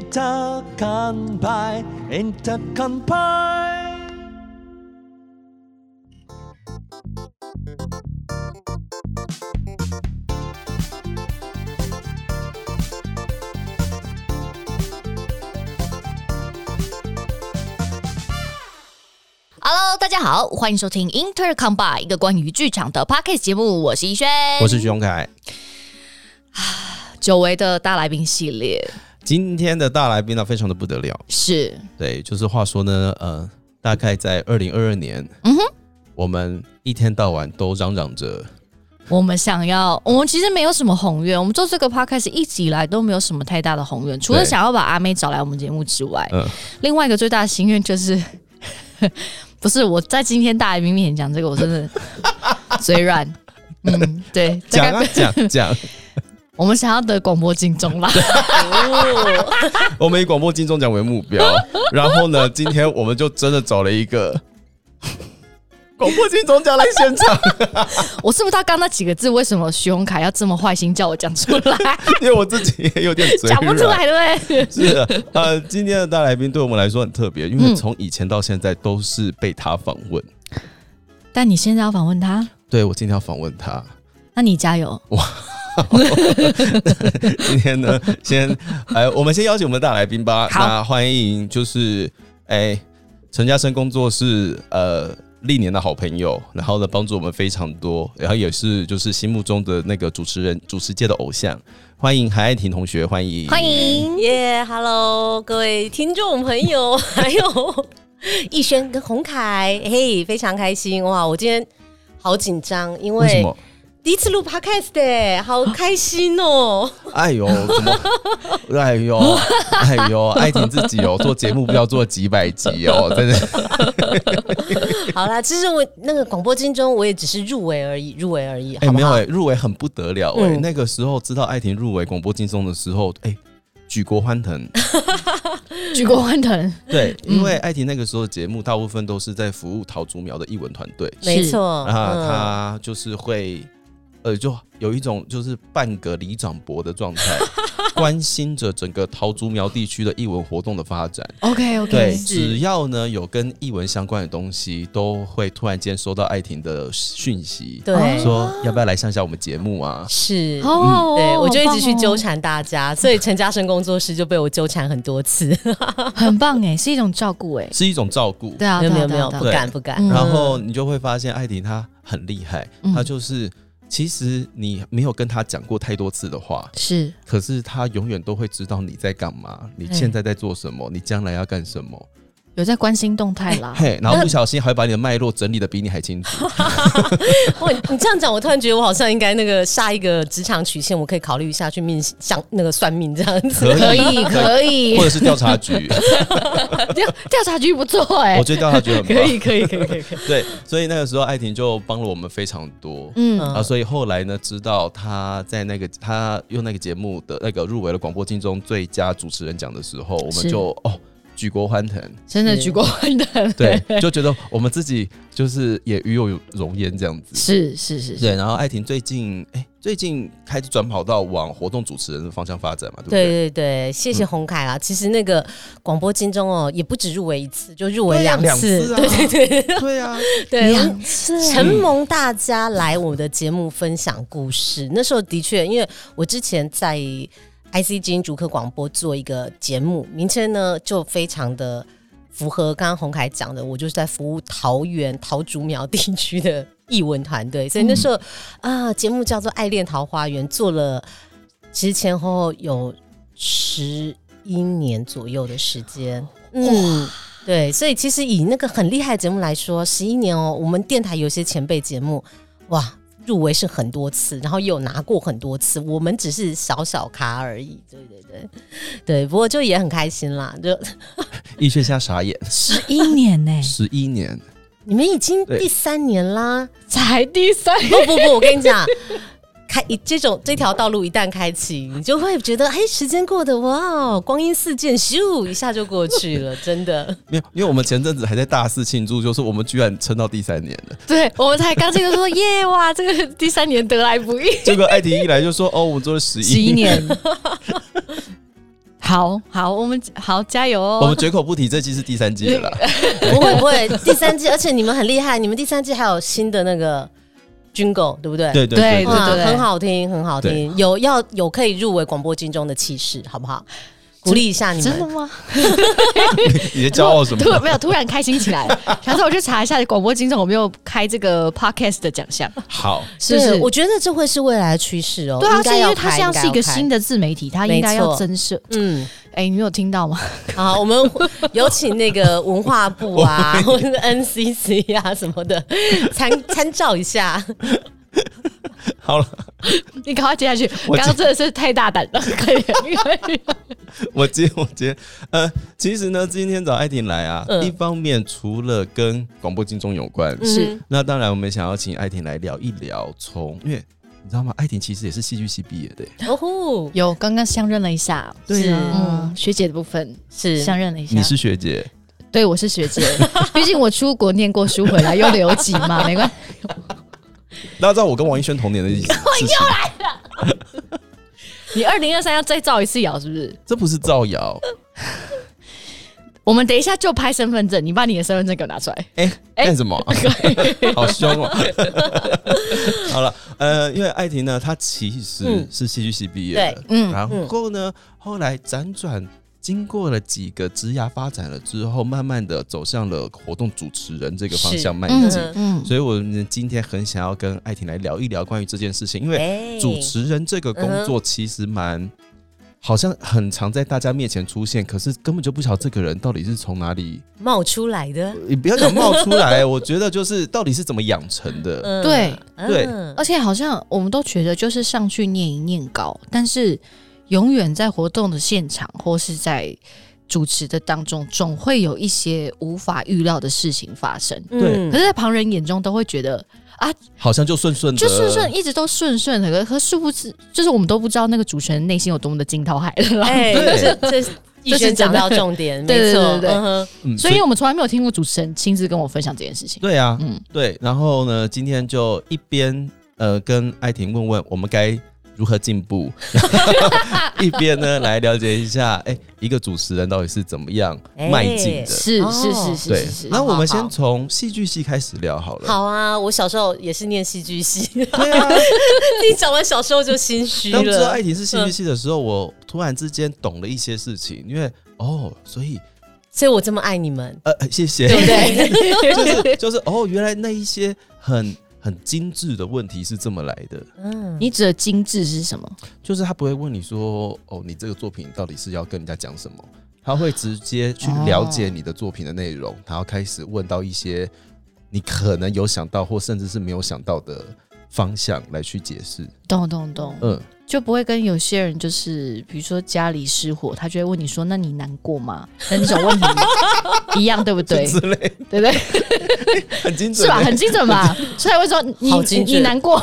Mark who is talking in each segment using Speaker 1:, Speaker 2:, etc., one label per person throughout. Speaker 1: Intercon Pie, Intercon Pie.
Speaker 2: 哈喽，大家好，欢迎收听 Inter Combine 一个关于剧场的 podcast 节目，我是怡轩，
Speaker 3: 我是徐永凯。
Speaker 2: 久违的大来宾系列，
Speaker 3: 今天的大来宾呢，非常的不得了。
Speaker 2: 是
Speaker 3: 对，就是话说呢，呃，大概在二零二二年，嗯哼，我们一天到晚都嚷嚷着，
Speaker 2: 我们想要，我们其实没有什么宏愿，我们做这个 podcast 一直以来都没有什么太大的宏愿，除了
Speaker 3: 对
Speaker 2: 想要把阿妹找来我们节目之外，
Speaker 3: 嗯
Speaker 2: 另外一个最大的心愿就是， 不是我在今天大来宾面前讲这个，我真 的嘴软。嗯，对，大
Speaker 3: 讲
Speaker 2: 概
Speaker 3: 啊 讲讲，
Speaker 2: 我们想要得广播金钟 啦，
Speaker 3: 哦我们以广播金钟奖为目标。然后呢，今天我们就真的找了一个 广播金钟奖来现场，
Speaker 2: 我是不是他刚那几个字为什么徐宏凯要这么坏心叫我讲出 来？
Speaker 3: 因为我自己也有点嘴
Speaker 2: 讲不出
Speaker 3: 软
Speaker 2: 来，对不对？
Speaker 3: 是的呃，今天的大来宾对我们来说很特别，因
Speaker 2: 嗯
Speaker 3: 为从以前到现在都是被他访问。
Speaker 2: 但你现在要访问他，
Speaker 3: 对我今天要访问他，
Speaker 2: 那你加油。
Speaker 3: 今天呢， 先哎，我们先邀请我们的大来宾吧。
Speaker 2: 好
Speaker 3: 那欢迎就是哎，陈嘉生工作室呃历年的好朋友，然后呢帮助我们非常多，然后也是就是心目中的那个主持人主持界的偶像。欢迎韩爱婷同学，欢迎
Speaker 2: 欢。迎，
Speaker 4: 耶、哈 h e l l o 各位听众朋友，还有 逸轩跟洪凯，嘿、非常开心哇！我今天好紧张，因
Speaker 3: 为什
Speaker 4: 为
Speaker 3: 么？
Speaker 4: 第一次录 podcast 哎、好开 心哦、
Speaker 3: 哎呦，怎么？ 哎呦，哎呦，爱婷自己哦，做节目不要做几百集 哦，真的。
Speaker 4: 好啦，其实我那个广播金钟我也只是入围而已，入围而已，
Speaker 3: 哎、
Speaker 4: 好
Speaker 3: 没
Speaker 4: 不
Speaker 3: 有
Speaker 4: 好？
Speaker 3: 哎、入围很不得了哎、
Speaker 4: 嗯
Speaker 3: 那个时候知道爱婷入围广播金钟的时候，哎、举国欢腾。
Speaker 2: 举国欢腾，
Speaker 3: 对，
Speaker 4: 嗯
Speaker 3: 因为艾婷那个时候的节目大部分都是在服务桃竹苗的艺文团队，
Speaker 4: 没错，
Speaker 3: 啊，
Speaker 4: 嗯
Speaker 3: 他就是会，呃，就有一种就是半个里长伯的状 态，关心着整个桃竹苗地区的艺文活动的发展。
Speaker 4: 嗯
Speaker 2: OK
Speaker 3: 对，
Speaker 2: OK，
Speaker 3: 只要呢有跟艺文相关的东西，都会突然间收到艾婷的讯息，
Speaker 4: 对。啊
Speaker 3: 说要不要来上一下我们节目啊？
Speaker 4: 是，
Speaker 2: 好好哦，
Speaker 4: 对我就一直去纠
Speaker 2: 缠，
Speaker 4: 缠大家，所以陈嘉生工作室就被我纠缠很多 次。
Speaker 2: 很棒哎，是一种照顾哎，
Speaker 3: 是一种照顾。
Speaker 2: 对啊，
Speaker 4: 没有没有
Speaker 2: 对
Speaker 4: 没
Speaker 2: 啊
Speaker 4: 有，
Speaker 2: 对啊
Speaker 4: 不
Speaker 2: 对啊
Speaker 3: 对
Speaker 4: 敢不敢。
Speaker 2: 嗯
Speaker 3: 然后你就会发现艾迪他很厉害，
Speaker 2: 嗯
Speaker 3: 他就是其实你没有跟他讲过太多次的话，
Speaker 2: 是
Speaker 3: 可是他永远都会知道你在干嘛，你现在在做什么，你将来要干什么。
Speaker 2: 有在关心动态 啦，
Speaker 3: 嘿，然后不小心还会把你的脉络整理的比你还清楚。
Speaker 4: 哇，哦你这样讲，我突然觉得我好像应该那个下一个职场曲线，我可以考虑一下去面像那个算命这样子。
Speaker 2: 可 以可以
Speaker 3: 或，者是调 查局，
Speaker 2: 啊调调查局不错哎
Speaker 3: 我，觉得调 查局很棒。
Speaker 4: 可 以，可以，可以，可以。
Speaker 3: 对，所以那个时候艾婷就帮了我们非常多。
Speaker 2: 嗯，
Speaker 3: 啊，所以后来呢，知道他在那个他用那个节目的那个入围了广播金钟最佳主持人奖的时候，我们
Speaker 2: 是
Speaker 3: 就哦举国欢腾，
Speaker 2: 真的
Speaker 3: 嗯
Speaker 4: 是
Speaker 2: 举国欢腾，
Speaker 3: 对，就觉得我们自己就是也与有容焉这样 子。
Speaker 2: 是是是是，
Speaker 3: 对，然后艾婷最近哎、最近开始转跑道往活动主持人的方向发展嘛，对不
Speaker 4: 对
Speaker 3: 对？
Speaker 4: 对对，谢谢洪凯啦。其实那个广播金钟哦，也不止入围一次，就入围
Speaker 3: 两
Speaker 4: 次。
Speaker 3: 啊，对对对，对啊，
Speaker 4: 对，我们
Speaker 2: 两次
Speaker 4: 承蒙大家来我的节目分享故事。那时候的确，因为我之前在 IC 金主客广播做一个节目，名称呢就非常的符合刚刚洪凯讲的，我就是在服务桃园桃竹苗地区的艺文团队，所以
Speaker 2: 嗯
Speaker 4: 那时候啊、节目叫做《爱恋桃花源》，做了其实前后后有十一年左右的时间。嗯，对，所以其实以那个很厉害的节目来说，十一年哦，我们电台有些前辈节目，哇，入围是很多次，然后也有拿过很多次，我们只是小小咖而已。对对对，对，不过就也很开心啦，就
Speaker 3: 逸轩现在傻眼，
Speaker 2: 十一年欸呢，
Speaker 3: 十一年，
Speaker 4: 你们已经
Speaker 3: 对
Speaker 4: 第三年啦。
Speaker 2: 才第三
Speaker 4: 不不不，我跟你讲。 开一这种这条道路一旦开启，你就会觉得，哎，时间过得哇哦，光阴似箭，咻一下就过去了，真的。
Speaker 3: 没有，因为我们前阵子还在大肆庆祝，就是我们居然撑到第三年了。
Speaker 2: 对我们才刚进就说 耶哇，这个第三年得来不易，
Speaker 3: 结果艾婷一来就说：“哦，我们做了十
Speaker 2: 十一
Speaker 3: 一
Speaker 2: 年。 好好，我们好加油
Speaker 3: 我们
Speaker 2: 哦！
Speaker 3: 绝口不提这季是第三季了啦，
Speaker 4: 不会不会，第三季，而且你们很厉害，你们第三季还有新的那个军狗，对不对？
Speaker 3: 对对对
Speaker 2: 对
Speaker 3: 对，
Speaker 4: 哇，
Speaker 2: 对
Speaker 4: 很好听，很好听，有要有可以入围广播金钟的气势，好不好？鼓励一下你
Speaker 2: 真的
Speaker 4: 们。
Speaker 2: 吗？
Speaker 3: 你在骄傲什么
Speaker 2: 突？然没有，突然开心起来 了。想说我去查一下广播金钟有没有开这个 podcast 的奖项，
Speaker 3: 好，
Speaker 2: 是不是？
Speaker 4: 对我觉得这会是未来的趋势哦。
Speaker 2: 对啊，
Speaker 4: 应
Speaker 2: 是
Speaker 4: 该
Speaker 2: 因为
Speaker 4: 要
Speaker 2: 它
Speaker 4: 开
Speaker 2: 像是一个。
Speaker 4: 应
Speaker 2: 新
Speaker 4: 该要开
Speaker 2: 的自媒体，它应该
Speaker 4: 没
Speaker 2: 要
Speaker 4: 错
Speaker 2: 增设。
Speaker 4: 嗯，
Speaker 2: 哎、你有听到吗？
Speaker 4: 好，我们有请那个文化部啊，或者是 NCC 啊什么的，参参照一下。
Speaker 3: 好了，
Speaker 2: 你赶快接下去，
Speaker 3: 我
Speaker 2: 刚刚真的是太大胆了，可以可以。
Speaker 3: 我接我接，呃，其实呢，今天找艾婷来啊，
Speaker 4: 嗯
Speaker 3: 一方面除了跟广播金钟有关，
Speaker 2: 是
Speaker 4: 嗯
Speaker 3: 那当然我们想要请艾婷来聊一聊从，因为你知道吗？艾婷其实也是戏剧系毕业的耶，
Speaker 4: 哼哦呼，
Speaker 2: 有刚刚相认了一下，
Speaker 4: 对
Speaker 2: 是
Speaker 4: 啊
Speaker 2: 嗯学姐的部分
Speaker 4: 是
Speaker 2: 相认了一下
Speaker 3: 你，是学姐，
Speaker 2: 对我是学姐，毕竟我出国念过书回来又留级 嘛，没关系。
Speaker 3: 大家知道我跟王一轩同年的意思，是不是
Speaker 2: 你二零二三要再造一次谣是不是？
Speaker 3: 这不是造谣，
Speaker 2: 我们等一下就拍身份证，你把你的身份证给我拿出来。
Speaker 3: 哎、
Speaker 2: 哎
Speaker 3: 干 什么？好凶哦！好了，呃，因为艾婷呢，她其实
Speaker 4: 嗯
Speaker 3: 是戏剧系毕业的，
Speaker 2: 嗯
Speaker 3: 然后呢，后来辗转经过了几个职涯发展了之后，慢慢的走向了活动主持人这个方向迈
Speaker 2: 嗯
Speaker 3: 进。
Speaker 2: 嗯，
Speaker 3: 所以，我们今天很想要跟艾婷来聊一聊关于这件事情，因为
Speaker 4: 哎
Speaker 3: 主持人这个工作其实蛮，好像很常在大家面前出现，可是根本就不晓得这个人到底是从哪里
Speaker 4: 冒出来的，
Speaker 3: 你不要讲冒出来， 我觉得就是到底是怎么养成的。
Speaker 4: 嗯
Speaker 2: 对
Speaker 3: 对
Speaker 4: 嗯
Speaker 2: 而且好像我们都觉得就是上去念一念稿，但是永远在活动的现场或是在主持的当中，总会有一些无法预料的事情发生。
Speaker 3: 对
Speaker 4: 嗯
Speaker 2: 可是，在旁人眼中都会觉得
Speaker 3: 好像就顺顺的，
Speaker 2: 就顺顺，一直都顺顺的，可可殊不知，就是我们都不知道那个主持人内心有多么的惊涛骇浪。
Speaker 4: 哎，
Speaker 3: 对
Speaker 4: 这这逸轩讲到重点，
Speaker 2: 这
Speaker 4: 没
Speaker 2: 是真
Speaker 4: 错，
Speaker 2: 的对对对对对
Speaker 4: 嗯哼
Speaker 3: 嗯
Speaker 2: 所以我们从来没有听过主持人亲自跟我分享这件事情。
Speaker 3: 对啊，
Speaker 2: 嗯，
Speaker 3: 对。然后呢，今天就一边呃跟艾婷问问我们该如何 进步，一边呢来了解一下，哎、一个主持人到底是怎么样迈进
Speaker 4: 哎
Speaker 3: 的。
Speaker 2: 是
Speaker 4: 哦
Speaker 2: 是是是
Speaker 3: 对
Speaker 2: 是，是。
Speaker 3: 那
Speaker 2: 好
Speaker 3: 我们
Speaker 2: 好
Speaker 3: 先从戏剧系开始聊好了。
Speaker 4: 好啊，我小时候也是念戏剧系，
Speaker 3: 对 啊，
Speaker 4: 你讲完小时候就心虚
Speaker 3: 当知道
Speaker 4: 了
Speaker 2: 哎
Speaker 3: 艾。婷是戏剧系的时候，我突然之间懂了一些事情，因为哦，所以
Speaker 4: 所以我这么爱你们，
Speaker 3: 呃，谢谢，
Speaker 4: 对不
Speaker 3: 就是
Speaker 4: 对？
Speaker 3: 就是哦，原来那一些很很精致的问题是这么来的，
Speaker 4: 嗯，
Speaker 2: 你指的精致是什么？
Speaker 3: 就是他不会问你说哦，你这个作品到底是要跟人家讲什么，他会直接去
Speaker 2: 哦
Speaker 3: 了解你的作品的内容，然后开始问到一些你可能有想到或甚至是没有想到的方向来去解释。
Speaker 2: 懂懂懂，
Speaker 3: 嗯，
Speaker 2: 就不会跟有些人就是，比如说家里失火，他就会问你说：“那你难过吗？”那这种问题一样，对不 对？
Speaker 3: 之类
Speaker 2: 对不对？
Speaker 3: 很精准欸
Speaker 2: 是吧？很精准 吧？所以会说你
Speaker 4: 好
Speaker 2: 你
Speaker 4: 精准
Speaker 2: 你难过，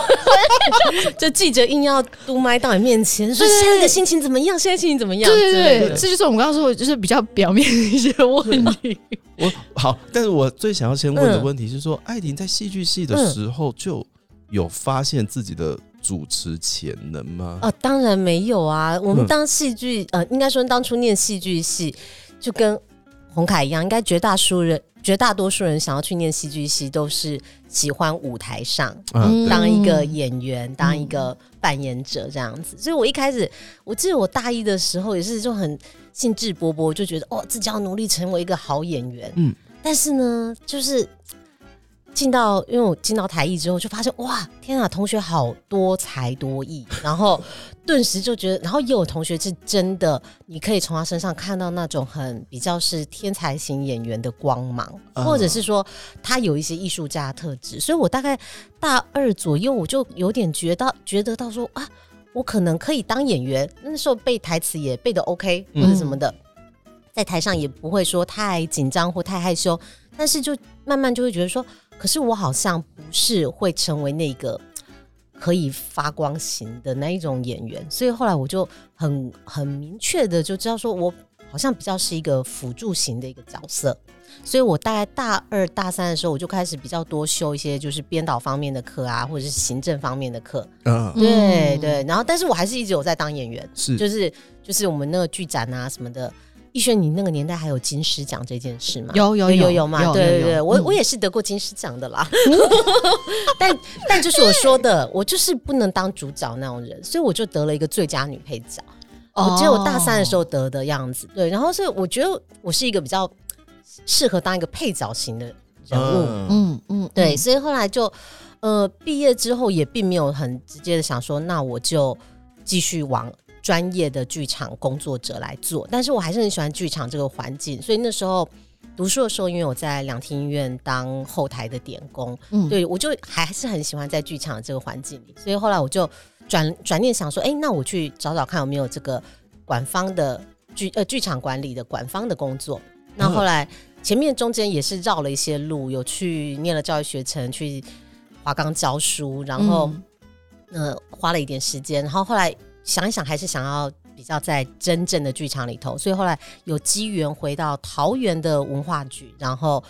Speaker 4: 就记者硬要嘟麦到你面前，说
Speaker 2: 对对对
Speaker 4: 现在的心情怎么样？现在心情怎么样？
Speaker 2: 对对
Speaker 4: 之类
Speaker 2: 对，
Speaker 4: 的
Speaker 2: 这就是我们刚刚说的，就是比较表面的一些问题。
Speaker 3: 我好，但是我最想要先问的
Speaker 4: 嗯
Speaker 3: 问题是说，艾婷在戏剧系的
Speaker 4: 嗯
Speaker 3: 时候就有发现自己的主持潜能
Speaker 2: 呃
Speaker 3: 吗？
Speaker 4: 哦，当然没有啊。我们
Speaker 3: 嗯
Speaker 4: 当戏剧，呃，应该说当初念戏剧系，就跟洪凯一样，应该绝大数人。绝大多数人想要去念戏剧系，都是喜欢舞台上
Speaker 3: 啊
Speaker 2: 嗯
Speaker 3: 对
Speaker 4: 当一个演员，当一个扮演者这样子。所以我一开始，我记得我大一的时候也是就很兴致勃勃，就觉得哦，自己要努力成为一个好演员。
Speaker 3: 嗯
Speaker 4: 嗯，但是呢，就是进到，因为我进到台艺之后，就发现哇，天啊，同学好多才多艺，然后顿时就觉得，然后也有同学是真的，你可以从他身上看到那种很比较是天才型演员的光芒，
Speaker 3: 嗯
Speaker 4: 或者是说他有一些艺术家的特质，所以我大概大二左右，我就有点觉到觉得到说啊，我可能可以当演员，那时候背台词也背的 OK 或
Speaker 3: 嗯
Speaker 4: 者什么的。在台上也不会说太紧张或太害羞，但是就慢慢就会觉得说，可是我好像不是会成为那个可以发光型的那一种演员，所以后来我就很很明确的就知道说我好像比较是一个辅助型的一个角色，所以我大概大二大三的时候，我就开始比较多修一些就是编导方面的课啊，或者是行政方面的课。
Speaker 3: 嗯，
Speaker 4: 对
Speaker 2: 嗯
Speaker 4: 对，然后但是我还是一直有在当演员，
Speaker 3: 是
Speaker 4: 就是就是我们那个剧展啊什么的。逸轩，你那个年代还有金狮奖这件事吗？
Speaker 2: 有有
Speaker 4: 有有
Speaker 2: 有
Speaker 4: 嘛？
Speaker 2: 有
Speaker 4: 对
Speaker 2: 有
Speaker 4: 对对，
Speaker 2: 有
Speaker 4: 我
Speaker 2: 嗯
Speaker 4: 我也是得过金狮奖的啦。 但但就是我说的，我就是不能当主角那种人，所以我就得了一个最佳女配角。
Speaker 2: 嗯
Speaker 4: 我记得我大三的时
Speaker 2: 候，
Speaker 4: 候得的样子，对。然后所以我觉得我是一个比较适合当一个配角型的人物，
Speaker 3: 嗯
Speaker 2: 嗯嗯，
Speaker 4: 对。
Speaker 2: 嗯
Speaker 4: 所以后来就呃毕业之后也并没有很直接的想说，那我就继续往。专业的剧场工作者来做，但是我还是很喜欢剧场这个环境，所以那时候读书的时候，因为我在两厅医院当后台的点工，
Speaker 2: 嗯，
Speaker 4: 对我就还是很喜欢在剧场的这个环境里，所以后来我就转转念想说，哎、那我去找找看有没有这个管方的剧呃剧场管理的管方的工作。
Speaker 2: 嗯
Speaker 4: 那后来前面中间也是绕了一些路，有去念了教育学程，去华冈教书，然后、
Speaker 2: 嗯
Speaker 4: 呃花了一点时间，然后后来想一想，还是想要比较在真正的剧场里头，所以后来有机缘回到桃园的文化局，然后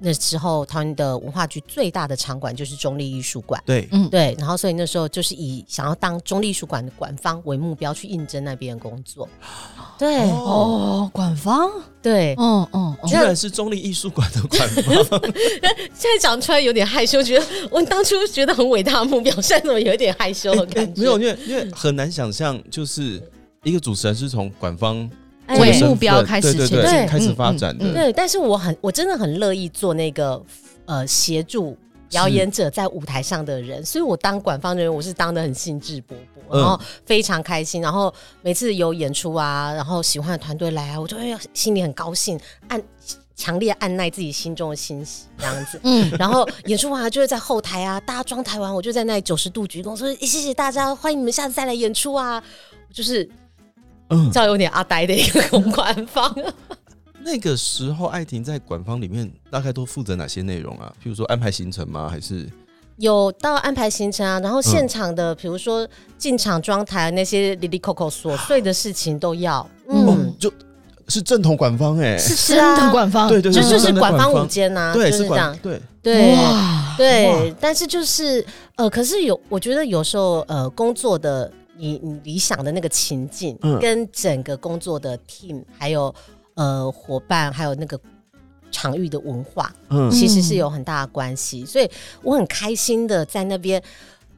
Speaker 4: 那时候桃园的文化局最大的场馆就是中立艺术馆，
Speaker 3: 对
Speaker 2: 嗯
Speaker 4: 对，然后所以那时候就是以想要当中立艺术馆的馆方为目标去应征那边的工作，对、
Speaker 2: 哦，管方，
Speaker 4: 对，
Speaker 2: 嗯嗯，
Speaker 3: 居
Speaker 2: 嗯
Speaker 3: 然是中立艺术馆的馆方，
Speaker 4: 现在讲出来有点害羞，觉得我当初觉得很伟大的目标，现在怎么有点害羞的感觉？
Speaker 3: 哎没有，因为因为很难想象，就是一个主持人是从馆方
Speaker 4: 哎
Speaker 2: 为
Speaker 3: 这个身份
Speaker 2: 目标开始
Speaker 3: 对对
Speaker 2: 前
Speaker 4: 进
Speaker 3: 对开始发展
Speaker 2: 嗯
Speaker 3: 的，
Speaker 4: 对，但是我很，我真的很乐意做那个呃协助表演者在舞台上的人，所以我当管方人员，我是当的很兴致勃勃，
Speaker 3: 嗯
Speaker 4: 然后非常开心，然后每次有演出啊，然后喜欢的团队来啊，我就会心里很高兴，按强烈按耐自己心中的欣喜这样子。
Speaker 2: 嗯，
Speaker 4: 然后演出完啊就会在后台啊，大家装台完，我就在那里九十度鞠躬，说、欸谢谢大家，欢迎你们下次再来演出啊。就是
Speaker 3: 嗯
Speaker 4: 这样有点阿呆的一个管方，
Speaker 3: 那个时候，艾婷在馆方里面大概都负责哪些内容啊？譬如说安排行程吗？还是
Speaker 4: 有到安排行程啊，然后现场的，比如说进场装台啊那些里里扣扣琐碎的事情都要，嗯
Speaker 2: 嗯，
Speaker 3: 是正统馆方、欸？哎，
Speaker 4: 是
Speaker 2: 真的
Speaker 4: 啊，
Speaker 2: 管方，
Speaker 3: 对对
Speaker 4: 就
Speaker 3: 对，
Speaker 4: 就是
Speaker 3: 真的
Speaker 4: 管方
Speaker 3: 方
Speaker 4: 午，间呐，
Speaker 3: 对，
Speaker 4: 就是是这
Speaker 3: 馆
Speaker 4: 样，
Speaker 3: 对，
Speaker 4: 对
Speaker 2: 哇，
Speaker 4: 对，但是就是呃，可是有，我觉得有时候呃，工作的你你理想的那个情境，
Speaker 3: 嗯
Speaker 4: 跟整个工作的 team，还有呃伙伴，还有那个场域的文化，
Speaker 3: 嗯
Speaker 4: 其实是有很大的关系，所以我很开心的在那边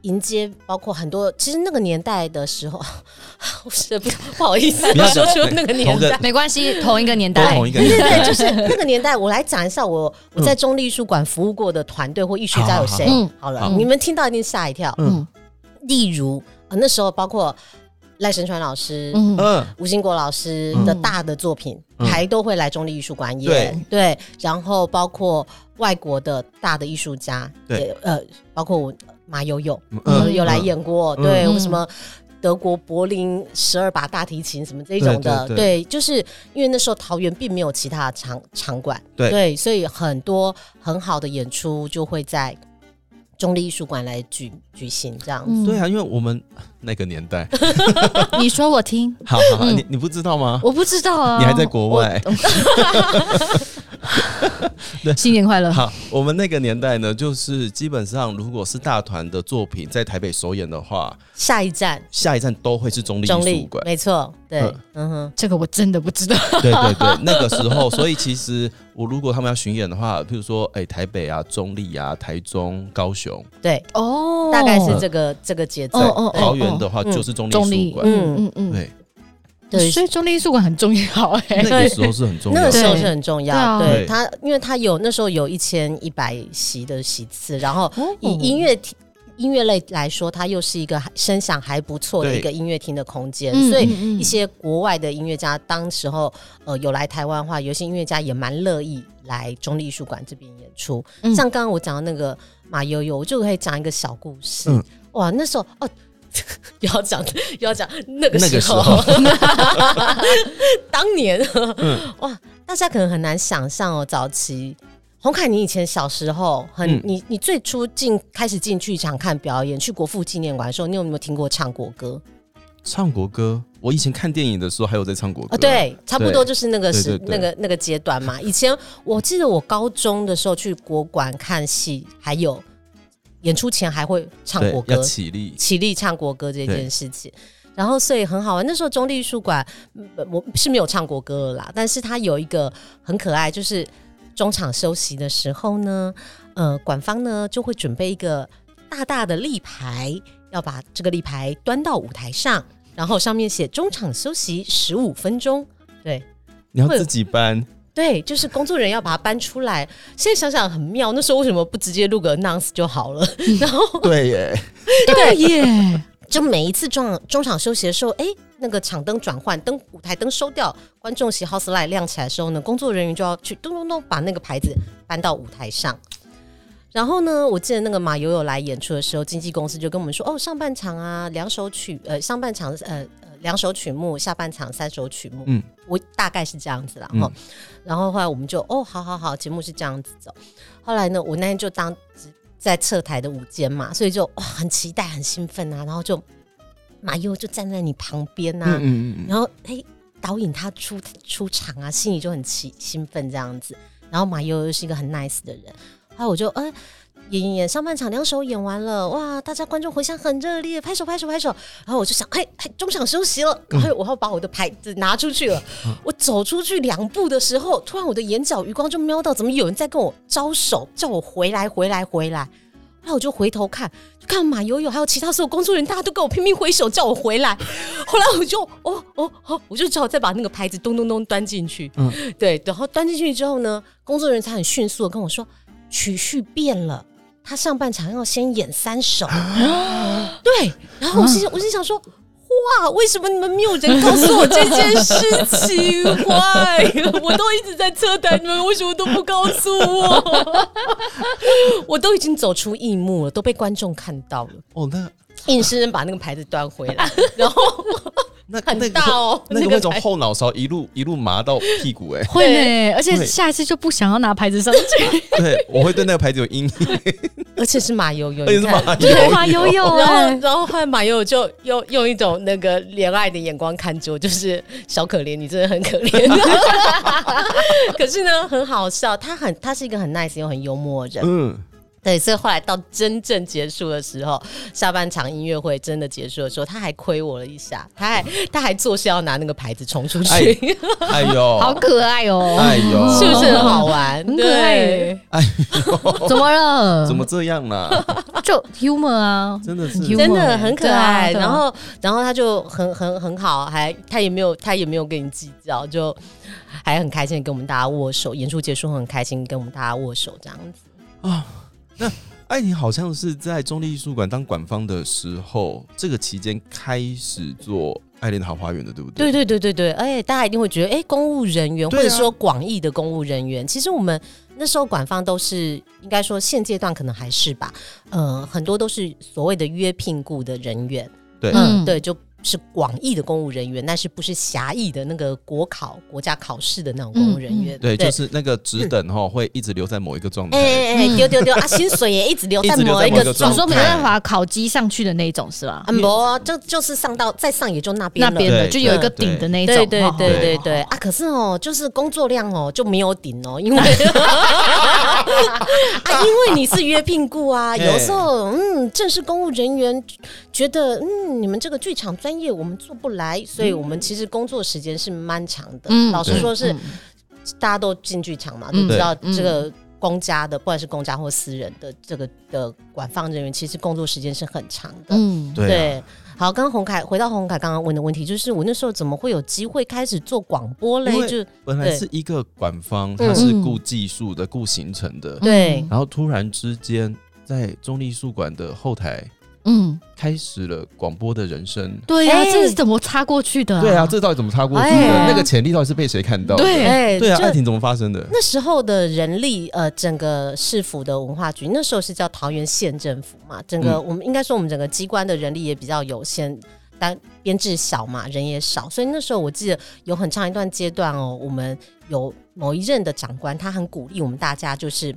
Speaker 4: 迎接，包括很多。其实那个年代的时候， 我是不 不好意思
Speaker 3: 不要
Speaker 4: 说
Speaker 3: 讲
Speaker 4: 出那个年
Speaker 3: 同个
Speaker 4: 代。
Speaker 2: 没关系，同一个年
Speaker 3: 都
Speaker 2: 代，
Speaker 3: 同一个
Speaker 4: 对
Speaker 3: 年代，
Speaker 4: 对，就是 那个年代，我来讲一下我我在中立艺术馆服务过的团队或艺术家有谁
Speaker 2: 嗯好好好。
Speaker 4: 好了
Speaker 3: 好，
Speaker 4: 你们听到一定吓一跳。
Speaker 2: 嗯
Speaker 4: 例如，呃那时候包括赖声川老师、
Speaker 2: 嗯
Speaker 3: 嗯，
Speaker 4: 吴兴国老师的大的作品，
Speaker 3: 嗯
Speaker 4: 还都会来中立艺术馆演。对，然后包括外国的大的艺术家，
Speaker 3: 对
Speaker 4: 也，呃，包括我马友友
Speaker 2: 嗯
Speaker 4: 有有来演过，
Speaker 3: 嗯
Speaker 4: 对，
Speaker 2: 嗯
Speaker 4: 为什么？德国柏林十二把大提琴什么这种的，
Speaker 3: 对对
Speaker 4: 就是因为那时候桃园并没有其他的场场馆，
Speaker 3: 对
Speaker 4: 所以很多很好的演出就会在中立艺术馆来举举行这样子。
Speaker 2: 嗯
Speaker 3: 对啊，因为我们那个年 代，
Speaker 2: 你说我听，
Speaker 3: 好好好，
Speaker 2: 嗯
Speaker 3: 你你不知道吗？
Speaker 2: 我不知道啊，
Speaker 3: 你还在国外
Speaker 2: 我，新年快 乐，
Speaker 3: 好，我们那个年代呢，就是基本上如果是大团的作品在台北首演的话，
Speaker 4: 下一站
Speaker 3: 下一站都会是中立
Speaker 4: 中
Speaker 3: 艺术
Speaker 4: 立
Speaker 3: 馆，。
Speaker 4: 没错，对，
Speaker 3: 嗯
Speaker 4: 嗯哼，
Speaker 2: 这个我真的不知道，
Speaker 3: 对对对，那个时候，所以其实我如果他们要巡演的话，譬如说，哎、台北啊、中立啊、台中、高雄，
Speaker 4: 对，
Speaker 2: 哦
Speaker 4: 大概是这个、
Speaker 3: 嗯
Speaker 4: 这个节奏。
Speaker 2: 哦
Speaker 3: 在
Speaker 2: 哦哦
Speaker 3: 桃园的话
Speaker 4: 嗯
Speaker 3: 就是中
Speaker 2: 中
Speaker 3: 立艺
Speaker 2: 立
Speaker 3: 术，馆，
Speaker 2: 嗯嗯嗯，
Speaker 3: 对，
Speaker 4: 对，
Speaker 2: 所以中立艺术馆很重要，哎
Speaker 3: 那，个时候是很重要
Speaker 4: 那个
Speaker 3: 的。
Speaker 4: 时候是很重
Speaker 2: 对
Speaker 4: 要，
Speaker 2: 啊
Speaker 4: 对
Speaker 3: 对
Speaker 4: 他，因为他有那时候有一千一百席的席次，然后
Speaker 3: 嗯
Speaker 2: 哦
Speaker 4: 以音乐厅音乐类来说，它又是一个还声响还不错的
Speaker 3: 对
Speaker 4: 一个音乐厅的空间，
Speaker 2: 嗯
Speaker 4: 所以
Speaker 2: 嗯嗯
Speaker 4: 一些国外的音乐家，当时候呃有来台湾的话，有些音乐家也蛮乐意来中立艺术馆这边演出。
Speaker 2: 嗯
Speaker 4: 像刚刚我讲的那个马悠悠，我就可以讲一个小故事。
Speaker 3: 嗯
Speaker 4: 哇，那时候哦。 又要讲，又要讲那个
Speaker 3: 那
Speaker 4: 时
Speaker 3: 个时
Speaker 4: 候，
Speaker 3: 候 嗯
Speaker 4: 当年、哇，大家可能很难想象哦，早期洪凯，你以前小时候很，
Speaker 3: 嗯
Speaker 4: 你你最初进开始进剧场看表演，去国父纪念馆的时候，你有没有听过唱国歌？
Speaker 3: 唱国歌。我以前看电影的时候还有在唱国歌，
Speaker 4: 啊，，对，差不多就是那个
Speaker 3: 对
Speaker 4: 时
Speaker 3: 对对
Speaker 4: 那个那个阶段嘛。以前我记得我高中的时候去国馆看戏，还有演出前还会唱
Speaker 3: 对
Speaker 4: 国
Speaker 3: 要
Speaker 4: 歌，
Speaker 3: 起立，
Speaker 4: 起立唱国歌这件事情。然后，所以很好玩。那时候中立艺术馆，嗯我是没有唱国歌了啦，但是它有一个很可爱，就是中场休息的时候呢，呃，馆方呢就会准备一个大大的立牌，要把这个立牌端到舞台上，然后上面写中场休息十五分钟。对，
Speaker 3: 你要
Speaker 4: 会有
Speaker 3: 自己搬，
Speaker 4: 对，就是工作人员要把它搬出来。现在想想很妙，那时候为什么不直接录个 announce 就好了？然后
Speaker 3: 对耶，
Speaker 2: 对耶，，
Speaker 4: 就每一次中中场休息的时候，哎，那个场灯转换，灯舞台灯收掉，观众席 house light 亮起来的时候呢，工作人员就要去咚咚咚把那个牌子搬到舞台上。然后呢，我记得那个马友友来演出的时候，经纪公司就跟我们说，哦，上半场啊两首曲，呃，上半场呃呃两首曲目，下半场三首曲目，
Speaker 3: 嗯
Speaker 4: 嗯，我大概是这样子啦哈、
Speaker 3: 嗯
Speaker 4: 然后后来我们就，哦，好好好，节目是这样子走。后来呢，我那天就当在侧台的舞间嘛，所以就哇很期待、很兴奋啊，然后就马优就站在你旁边啊，
Speaker 3: 嗯嗯嗯，
Speaker 4: 然后哎导引他出出场啊，心里就很期兴奋这样子。然后马优又是一个很 nice 的人，后来我就哎。演演演，上半场两首演完了，哇！大家观众回响很热烈，拍手拍手拍手。然后我就想，哎哎，中场休息了，然后我要把我的牌子拿出 去了。我走出去两步的时候，突然我的眼角余光就瞄到，怎么有人在跟我招手，叫我回来回来回来。然后我就回头看，就看到马友友还有其他所有工作人员，大家都跟我拼命挥手叫我回来。 后来我就哦哦哦，我就只好再把那个牌子咚咚咚端进去。
Speaker 3: 嗯
Speaker 4: 对，然后端进去之后呢，工作人员才很迅速的跟我说曲序变了。他上半场要先演三首，对，然后我心想，我心想说，哇，为什么你们没有人告诉我这件事情？坏，我都一直在车台，你们为什么都不告诉我？我都已经走出异幕了，都被观众看到了，
Speaker 3: 哦，那
Speaker 4: 硬生生把那个牌子端回来，然后
Speaker 3: 那那
Speaker 4: 很
Speaker 3: 个
Speaker 4: 大哦，
Speaker 3: 那个会从
Speaker 4: 牌
Speaker 3: 后脑勺一路 一路麻到屁股、哎
Speaker 2: 会
Speaker 4: 对
Speaker 2: 呢，而且
Speaker 3: 会
Speaker 2: 下一次就不想要拿牌子上去，
Speaker 3: 对我会对那个牌子有阴影，
Speaker 4: 而且是马友 友，
Speaker 3: 而且
Speaker 4: 你
Speaker 3: 是
Speaker 4: 看。
Speaker 3: 麻
Speaker 2: 对吗？悠悠
Speaker 4: 然后
Speaker 2: 哎，，
Speaker 4: 然后后来马友友就用用一种那个怜爱的眼光看着我，就是小可怜，你真的很可 怜。可是呢，很好笑，他很他是一个很 nice 又很幽默的人，
Speaker 3: 嗯，
Speaker 4: 对，所以后来到真正结束的时候，下半场音乐会真的结束的时候，他还亏我了一下，他还他还做事要拿那个牌子冲出去，
Speaker 3: 哎哎呦，
Speaker 2: 好可爱哦，
Speaker 3: 哎呦，
Speaker 4: 是不是很好玩？
Speaker 2: 很可爱
Speaker 4: 对
Speaker 2: 怎么了？
Speaker 3: 怎么这样啦、
Speaker 2: 就 humor 啊？
Speaker 3: 真的
Speaker 2: 幽
Speaker 3: 是
Speaker 2: 默
Speaker 4: 真的很可
Speaker 2: 对啊
Speaker 4: 爱。
Speaker 2: 对啊
Speaker 4: 然后，然后他就很很很好，还他也没有他也没有跟你计较，就还很开心地跟我们大家握手。演出结束后很开心跟我们大家握手这样子。
Speaker 3: 艾婷哎好像是在中立艺术馆当馆方的时候，这个期间开始做爱莲桃花园的，对不
Speaker 4: 对
Speaker 3: 对？
Speaker 4: 对对对对，而且大家一定会觉得，哎、公务人员、或
Speaker 3: 对啊
Speaker 4: 者说广义的公务人员，其实我们那时候管方都是，应该说现阶段可能还是吧，呃，很多都是所谓的约聘雇的人员，
Speaker 3: 对
Speaker 4: 嗯，
Speaker 2: 嗯
Speaker 4: 对，就是广义的公务人员，但是不是狭义的那个国考、国家考试的那种公务人员，
Speaker 3: 对就是那个职等哈，会一直留在某一个状态。
Speaker 4: 哎哎哎，
Speaker 2: 嗯
Speaker 4: 丢丢丢啊！薪水也一 直留
Speaker 3: 一
Speaker 4: 在
Speaker 3: 直留
Speaker 4: 某
Speaker 3: 在
Speaker 4: 一
Speaker 3: 某一
Speaker 4: 个
Speaker 3: 个
Speaker 2: 你
Speaker 4: 状
Speaker 3: 状
Speaker 2: 说
Speaker 4: 态，
Speaker 2: 没办
Speaker 3: 哎
Speaker 2: 法考级上去的那一种是吧？
Speaker 4: 啊，不，就就是上到再上也就那
Speaker 2: 嗯
Speaker 4: 边
Speaker 2: 那
Speaker 4: 了。
Speaker 2: 边的
Speaker 3: 对
Speaker 2: 就有一个顶的那一种，
Speaker 4: 对对
Speaker 2: 哈
Speaker 4: 对对
Speaker 3: 对
Speaker 4: 对啊！可是哦，就是工作量哦就没有顶 哦，因为 啊，因为你是约聘雇
Speaker 2: 哎
Speaker 4: 啊，
Speaker 3: 嘿
Speaker 4: 有时候嗯，正式公务人员觉得嗯，你们这个剧场专业我们做不来，所以我们其实工作时间是蛮长的。
Speaker 2: 嗯
Speaker 4: 老实说
Speaker 2: 嗯
Speaker 4: 是
Speaker 2: 嗯
Speaker 4: 大家都进剧场嘛，
Speaker 2: 嗯
Speaker 4: 都知道
Speaker 2: 对
Speaker 4: 这个公家的，不管是公家或私人的这个的管方人员，其实工作时间是很长的。
Speaker 2: 嗯，
Speaker 3: 对啊
Speaker 4: 对，好，刚刚洪凯回到洪凯刚刚问的问题，就是我那时候怎么会有机会开始做广播嘞
Speaker 3: 因？为
Speaker 4: 就
Speaker 3: 本来
Speaker 4: 对
Speaker 3: 啊是一个馆方，
Speaker 4: 嗯
Speaker 3: 它是顾技术的、顾行程
Speaker 2: 嗯
Speaker 3: 的，
Speaker 4: 对
Speaker 3: 然后突然之间在中立艺术馆的后台
Speaker 2: 嗯，
Speaker 3: 开始了广播的人生。
Speaker 2: 对呀、
Speaker 4: 哎
Speaker 2: 这是怎么擦过去的、
Speaker 3: 对啊，这到底怎么擦过去的？
Speaker 4: 哎
Speaker 3: 那个潜力到底是被谁看到的？
Speaker 2: 对
Speaker 4: 哎
Speaker 3: 对啊，
Speaker 4: 就
Speaker 3: 爱情怎么发生的？
Speaker 4: 那时候的人力，呃，整个市府的文化局，那时候是叫桃园县政府嘛，整个、我们应该说我们整个机关的人力也比较有限，但编制小嘛，人也少，所以那时候我记得有很长一段阶段哦，我们有某一任的长官，他很鼓励我们大家就是。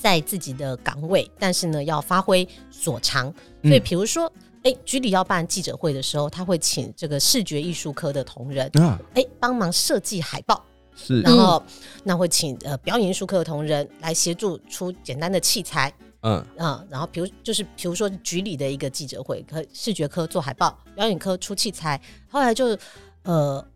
Speaker 4: 在自己的岗位，但是呢，要发挥所长。所以，
Speaker 3: 嗯
Speaker 4: 比如说，哎、哎，局里要办记者会的时候，他会请这个视觉艺术科的同仁，
Speaker 3: 啊，
Speaker 4: 哎，帮忙设计海报，
Speaker 3: 是
Speaker 4: 然后那会请呃表演艺术科的同仁来协助出简单的器材，
Speaker 3: 嗯
Speaker 4: 啊、然后比如就是比如说局里的一个记者会，科视觉科做海报，表演科出器材，后来就呃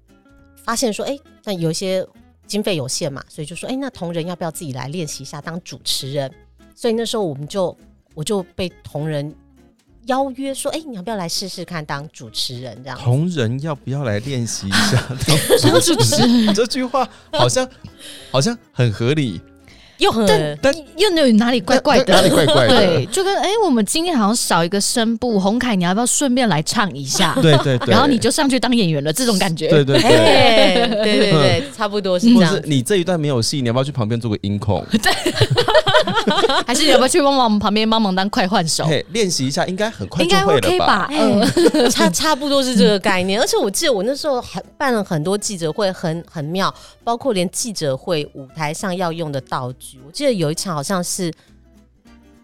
Speaker 4: 发现说，哎，那有一些经费有限嘛，所以就说，哎，那同仁要不要自己来练习一下当主持人？所以那时候我们就我就被同仁邀约说，哎，你要不要来试试看当主持人这样？
Speaker 3: 同仁要不要来练习一下 当
Speaker 2: 当
Speaker 3: 主
Speaker 2: 主
Speaker 3: 持
Speaker 2: 持
Speaker 3: 人？ 这句话好像好像很合理，
Speaker 4: 又很
Speaker 2: 但又又有哪里怪怪
Speaker 3: 哪里
Speaker 2: 的？
Speaker 3: 怪怪的？
Speaker 2: 对，就跟哎、我们今天好像少一个声部，洪凯，你要不要顺便来唱一下？
Speaker 3: 对对对，
Speaker 2: 然后你就上去当演员了，这种感觉。
Speaker 3: 对对对。
Speaker 4: 哎，对对对， 差不多是这
Speaker 3: 或
Speaker 4: 样
Speaker 3: 是。你这一段没有戏，你要不要去旁边做个 音控？
Speaker 2: 还是你要不要去帮忙我们旁边帮忙当快换手？
Speaker 3: 嘿，练习一下，应该很快
Speaker 2: 应
Speaker 3: 就
Speaker 2: 该
Speaker 3: 会
Speaker 2: OK
Speaker 3: 了吧？
Speaker 2: 吧？
Speaker 4: 哎
Speaker 2: 嗯，
Speaker 4: 差差不多是这个概念。而且我记得我那时候还办了很多记者会，很很妙，包括连记者会舞台上要用的道具。我记得有一场好像是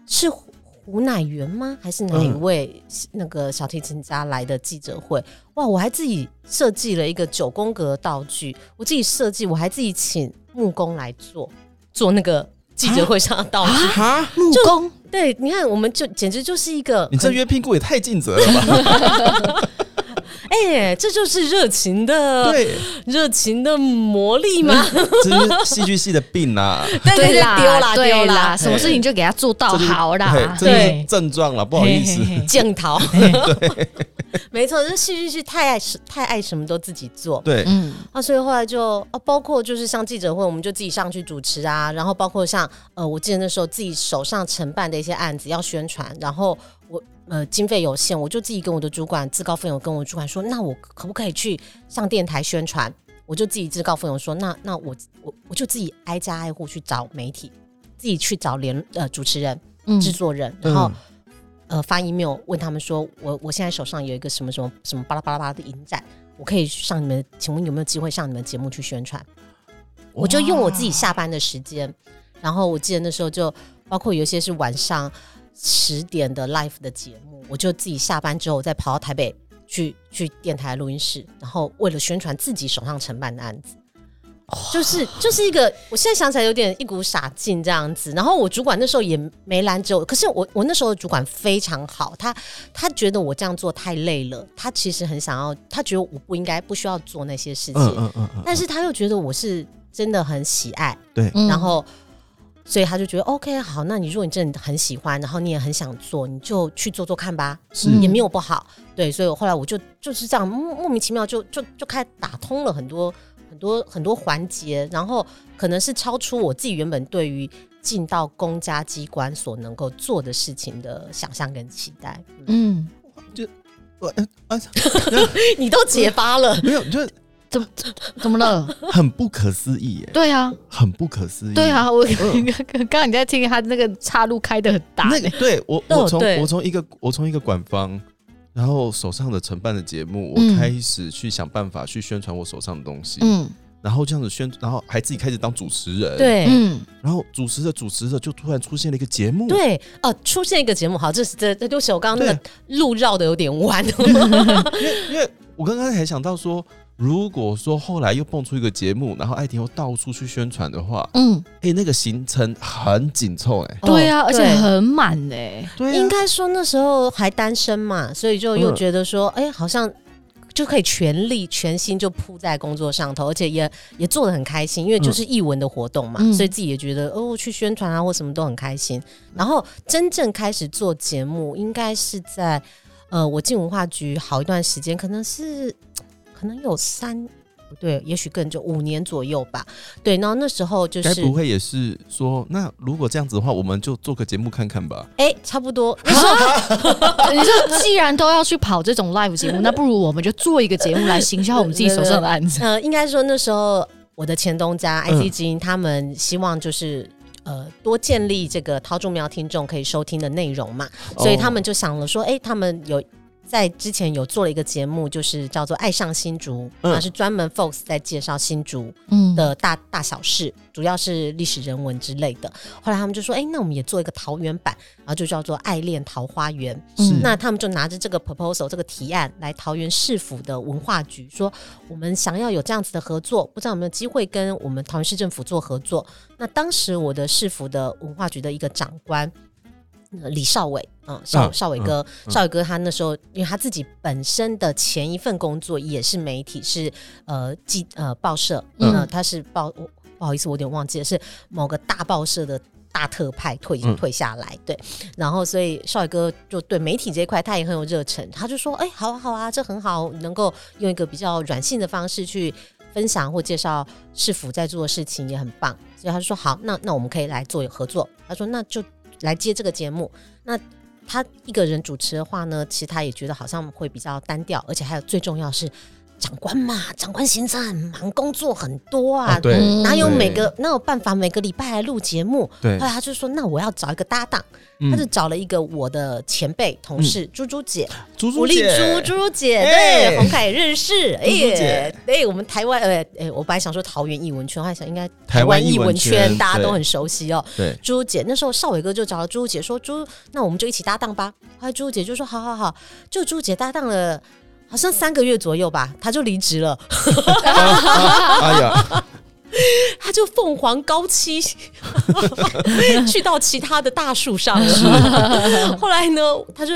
Speaker 4: 是胡胡乃元吗？还是哪一位那个小提琴家来的记者会？哇！我还自己设计了一个九宫格道具，我自己设计，我还自己请木工来做做那个记者会上的道具。
Speaker 3: 啊，
Speaker 2: 木工
Speaker 4: 对，你看，我们就简直就是一个
Speaker 3: 你这
Speaker 4: 很
Speaker 3: 约聘雇也太尽责了 吧？
Speaker 4: 哎、这就是热情的
Speaker 3: 对，
Speaker 4: 热情的魔力吗？
Speaker 3: 这是戏剧系的病啊！
Speaker 4: 对
Speaker 2: 啦，
Speaker 4: 丢啦
Speaker 2: 对
Speaker 4: 丢啦，
Speaker 2: 什么事情就给他做到
Speaker 3: 这就是
Speaker 2: 哦好
Speaker 3: 嘿
Speaker 2: 啦。
Speaker 3: 这就是
Speaker 4: 对
Speaker 3: 症状了，不好意思
Speaker 2: 嘿。嘿嘿
Speaker 4: 降逃。 没错，这戏剧系太爱太爱什么都自己做
Speaker 3: 对，
Speaker 2: 嗯，
Speaker 4: 啊，所以后来就啊，包括就是像记者会，我们就自己上去主持啊，然后包括像呃，我记得那时候自己手上承办的一些案子要宣传，然后我呃经费有限，我就自己跟我的主管自告奋勇跟我主管说，那我可不可以去上电台宣传？我就自己自告奋勇说，那那我我我就自己挨家挨户去找媒体，自己去找联呃主持人、
Speaker 2: 嗯
Speaker 4: 制作人，然后呃发 email 问他们说，我我现在手上有一个什么什么什么巴拉巴拉巴拉的影展，我可以上你们，请问有没有机会上你们节目去宣传？我就用我自己下班的时间，然后我记得那时候就包括有一些是晚上十点的 live 的节目，我就自己下班之后我再跑到台北去去电台录音室，然后为了宣传自己手上承办的案子。就是就是一个，我现在想起来有点一股傻劲这样子。然后我主管那时候也没拦着我，可是我我那时候的主管非常好，他他觉得我这样做太累了，他其实很想要，他觉得我不应该不需要做那些事情，
Speaker 3: 嗯嗯嗯嗯，
Speaker 4: 但是他又觉得我是真的很喜爱，
Speaker 2: 嗯
Speaker 4: 然后，所以他就觉得 OK，好，那你如果你真的很喜欢，然后你也很想做，你就去做做看吧，
Speaker 3: 是
Speaker 2: 嗯
Speaker 4: 也没有不好。对，所以我后来我就就是这样莫莫名其妙就就就开始打通了很多很多很多环节，然后可能是超出我自己原本对于进到公家机关所能够做的事情的想象跟期待。嗯，
Speaker 2: 嗯，
Speaker 3: 我呃啊，
Speaker 4: 你都结巴了，
Speaker 3: 没有，就是
Speaker 2: 怎么怎么 了？
Speaker 3: 很不可思议耶，
Speaker 2: 对啊，
Speaker 3: 很不可思议。
Speaker 2: 对啊，我刚 刚你在听他那个岔路开的很大
Speaker 3: 那
Speaker 2: 呢
Speaker 3: 个，对我，
Speaker 4: 哦
Speaker 3: 我从
Speaker 4: 对
Speaker 3: 我从一个我从一个管方，然后手上的承办的节目，
Speaker 2: 嗯
Speaker 3: 我开始去想办法去宣传我手上的东西，
Speaker 2: 嗯
Speaker 3: 然后这样子宣，然后还自己开始当主持人，，
Speaker 4: 对。
Speaker 2: 嗯，
Speaker 3: 然后主持着主持着就突然出现了一个节目，
Speaker 4: 对，哦、出现一个节目，好，这是这这对不起，我刚刚那个路绕的有点 弯，
Speaker 3: 因为因为我刚刚还想到说，如果说后来又蹦出一个节目，然后艾婷又到处去宣传的话，
Speaker 2: 嗯，
Speaker 3: 哎、那个行程很紧凑哎、
Speaker 2: 对啊，
Speaker 4: 哦
Speaker 2: 而且
Speaker 4: 对
Speaker 2: 很满呢。
Speaker 3: 对
Speaker 4: 应该说那时候还单身嘛，所以就又觉得说，哎、好像就可以全力全心就扑在工作上头，而且也也做的很开心，因为就是艺文的活动嘛，
Speaker 2: 嗯
Speaker 4: 所以自己也觉得哦，去宣传啊或什么都很开心。然后真正开始做节目，应该是在呃，我进文化局好一段时间，可能是可能有三。不对，也许更久，五年左右吧。对，然后那时候就
Speaker 3: 该
Speaker 4: 是
Speaker 3: 不会也是说，那如果这样子的话，我们就做个节目看看吧？
Speaker 4: 哎、差不多
Speaker 2: 你说，你说，既然都要去跑这种 live 节目，那不如我们就做一个节目来行销我们自己手上的案子。
Speaker 4: 呃，应该说那时候我的前东家
Speaker 3: 嗯
Speaker 4: IC 基因，他们希望就是。呃，多建立这个陶仲苗听众可以收听的内容嘛，所以他们就想了说，哎、他们有在之前有做了一个节目，就是叫做《爱上新竹》，
Speaker 1: 嗯
Speaker 4: 那是专门 Fox 在介绍新竹
Speaker 2: 嗯
Speaker 4: 的大大小事，主要是历史人文之类的。后来他们就说：“哎、那我们也做一个桃园版，然后就叫做《爱恋桃花源》。
Speaker 2: 是
Speaker 4: 那他们就拿着这个 proposal 这个提案来桃园市府的文化局说，我们想要有这样子的合作，不知道有没有机会跟我们桃园市政府做合作。那当时我的市府的文化局的一个长官。呃李少伟，
Speaker 2: 啊
Speaker 4: 嗯，少
Speaker 3: 嗯
Speaker 4: 少伟哥，少伟哥，他那时候因为他自己本身的前一份工作也是媒体，是呃记呃报社，
Speaker 2: 嗯
Speaker 4: 嗯，他是报，我不好意思，我有点忘记了，是某个大报社的大特派退
Speaker 1: 嗯
Speaker 4: 退下来，对，然后所以少宇哥就对媒体这一块他也很有热忱，他就说：“哎、好啊好啊，这很好，能够用一个比较软性的方式去分享或介绍市府在做的事情，也很棒。”所以他就说：“好，那那我们可以来做合作。”他说：“那就来接这个节目。”那他一个人主持的话呢，其实他也觉得好像会比较单调，而且还有最重要是。长官嘛， 长官行政很忙，工作很多啊，
Speaker 3: 啊对
Speaker 2: 嗯
Speaker 4: 哪有
Speaker 3: 对
Speaker 4: 每个哪有办法每个礼拜来录节目？
Speaker 1: 对
Speaker 4: 后来他就说：“那我要找一个搭档。
Speaker 1: 嗯
Speaker 4: 他就找了一个我的前辈同事、猪猪姐，
Speaker 3: 猪
Speaker 4: 吴
Speaker 3: 猪
Speaker 4: 丽
Speaker 3: 姐，
Speaker 4: 珠猪猪姐，
Speaker 3: 哎
Speaker 4: 对，洪凯也认识，哎
Speaker 3: 猪姐
Speaker 4: 哎，我们台湾，呃，哎，我本来想说桃园艺文圈，我还想应该
Speaker 3: 台湾
Speaker 4: 艺
Speaker 3: 艺
Speaker 4: 文
Speaker 3: 文
Speaker 4: 圈
Speaker 3: 圈
Speaker 4: 大家都
Speaker 3: 对
Speaker 4: 很熟悉哦。
Speaker 3: 对，
Speaker 4: 猪姐那时候少伟哥就找到猪姐说：“猪，那我们就一起搭档吧。”后来猪姐就说：“好好好。”就猪姐搭档了。好像三个月左右吧，他就离职了，
Speaker 3: 哎呀，
Speaker 4: 他就凤凰高七 去到其他的大树上 了。后来呢，他就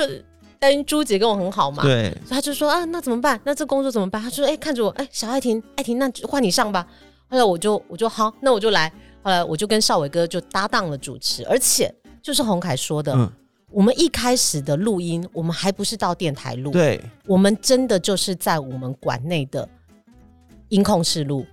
Speaker 4: 但朱姐跟我很好嘛，所
Speaker 3: 对，
Speaker 4: 以他就说啊，那怎么办？那这工作怎么办？他说，哎、看着我，哎、小爱婷，爱婷，那就换你上吧。后来我就我就好，那我就来。后来我就跟少伟哥就搭档了主持，而且就是洪凯说的，
Speaker 1: 嗯
Speaker 4: 我们一开始的录音，我们还不是到电台录，
Speaker 1: 对，
Speaker 4: 我们真的就是在我们馆内的音控室录。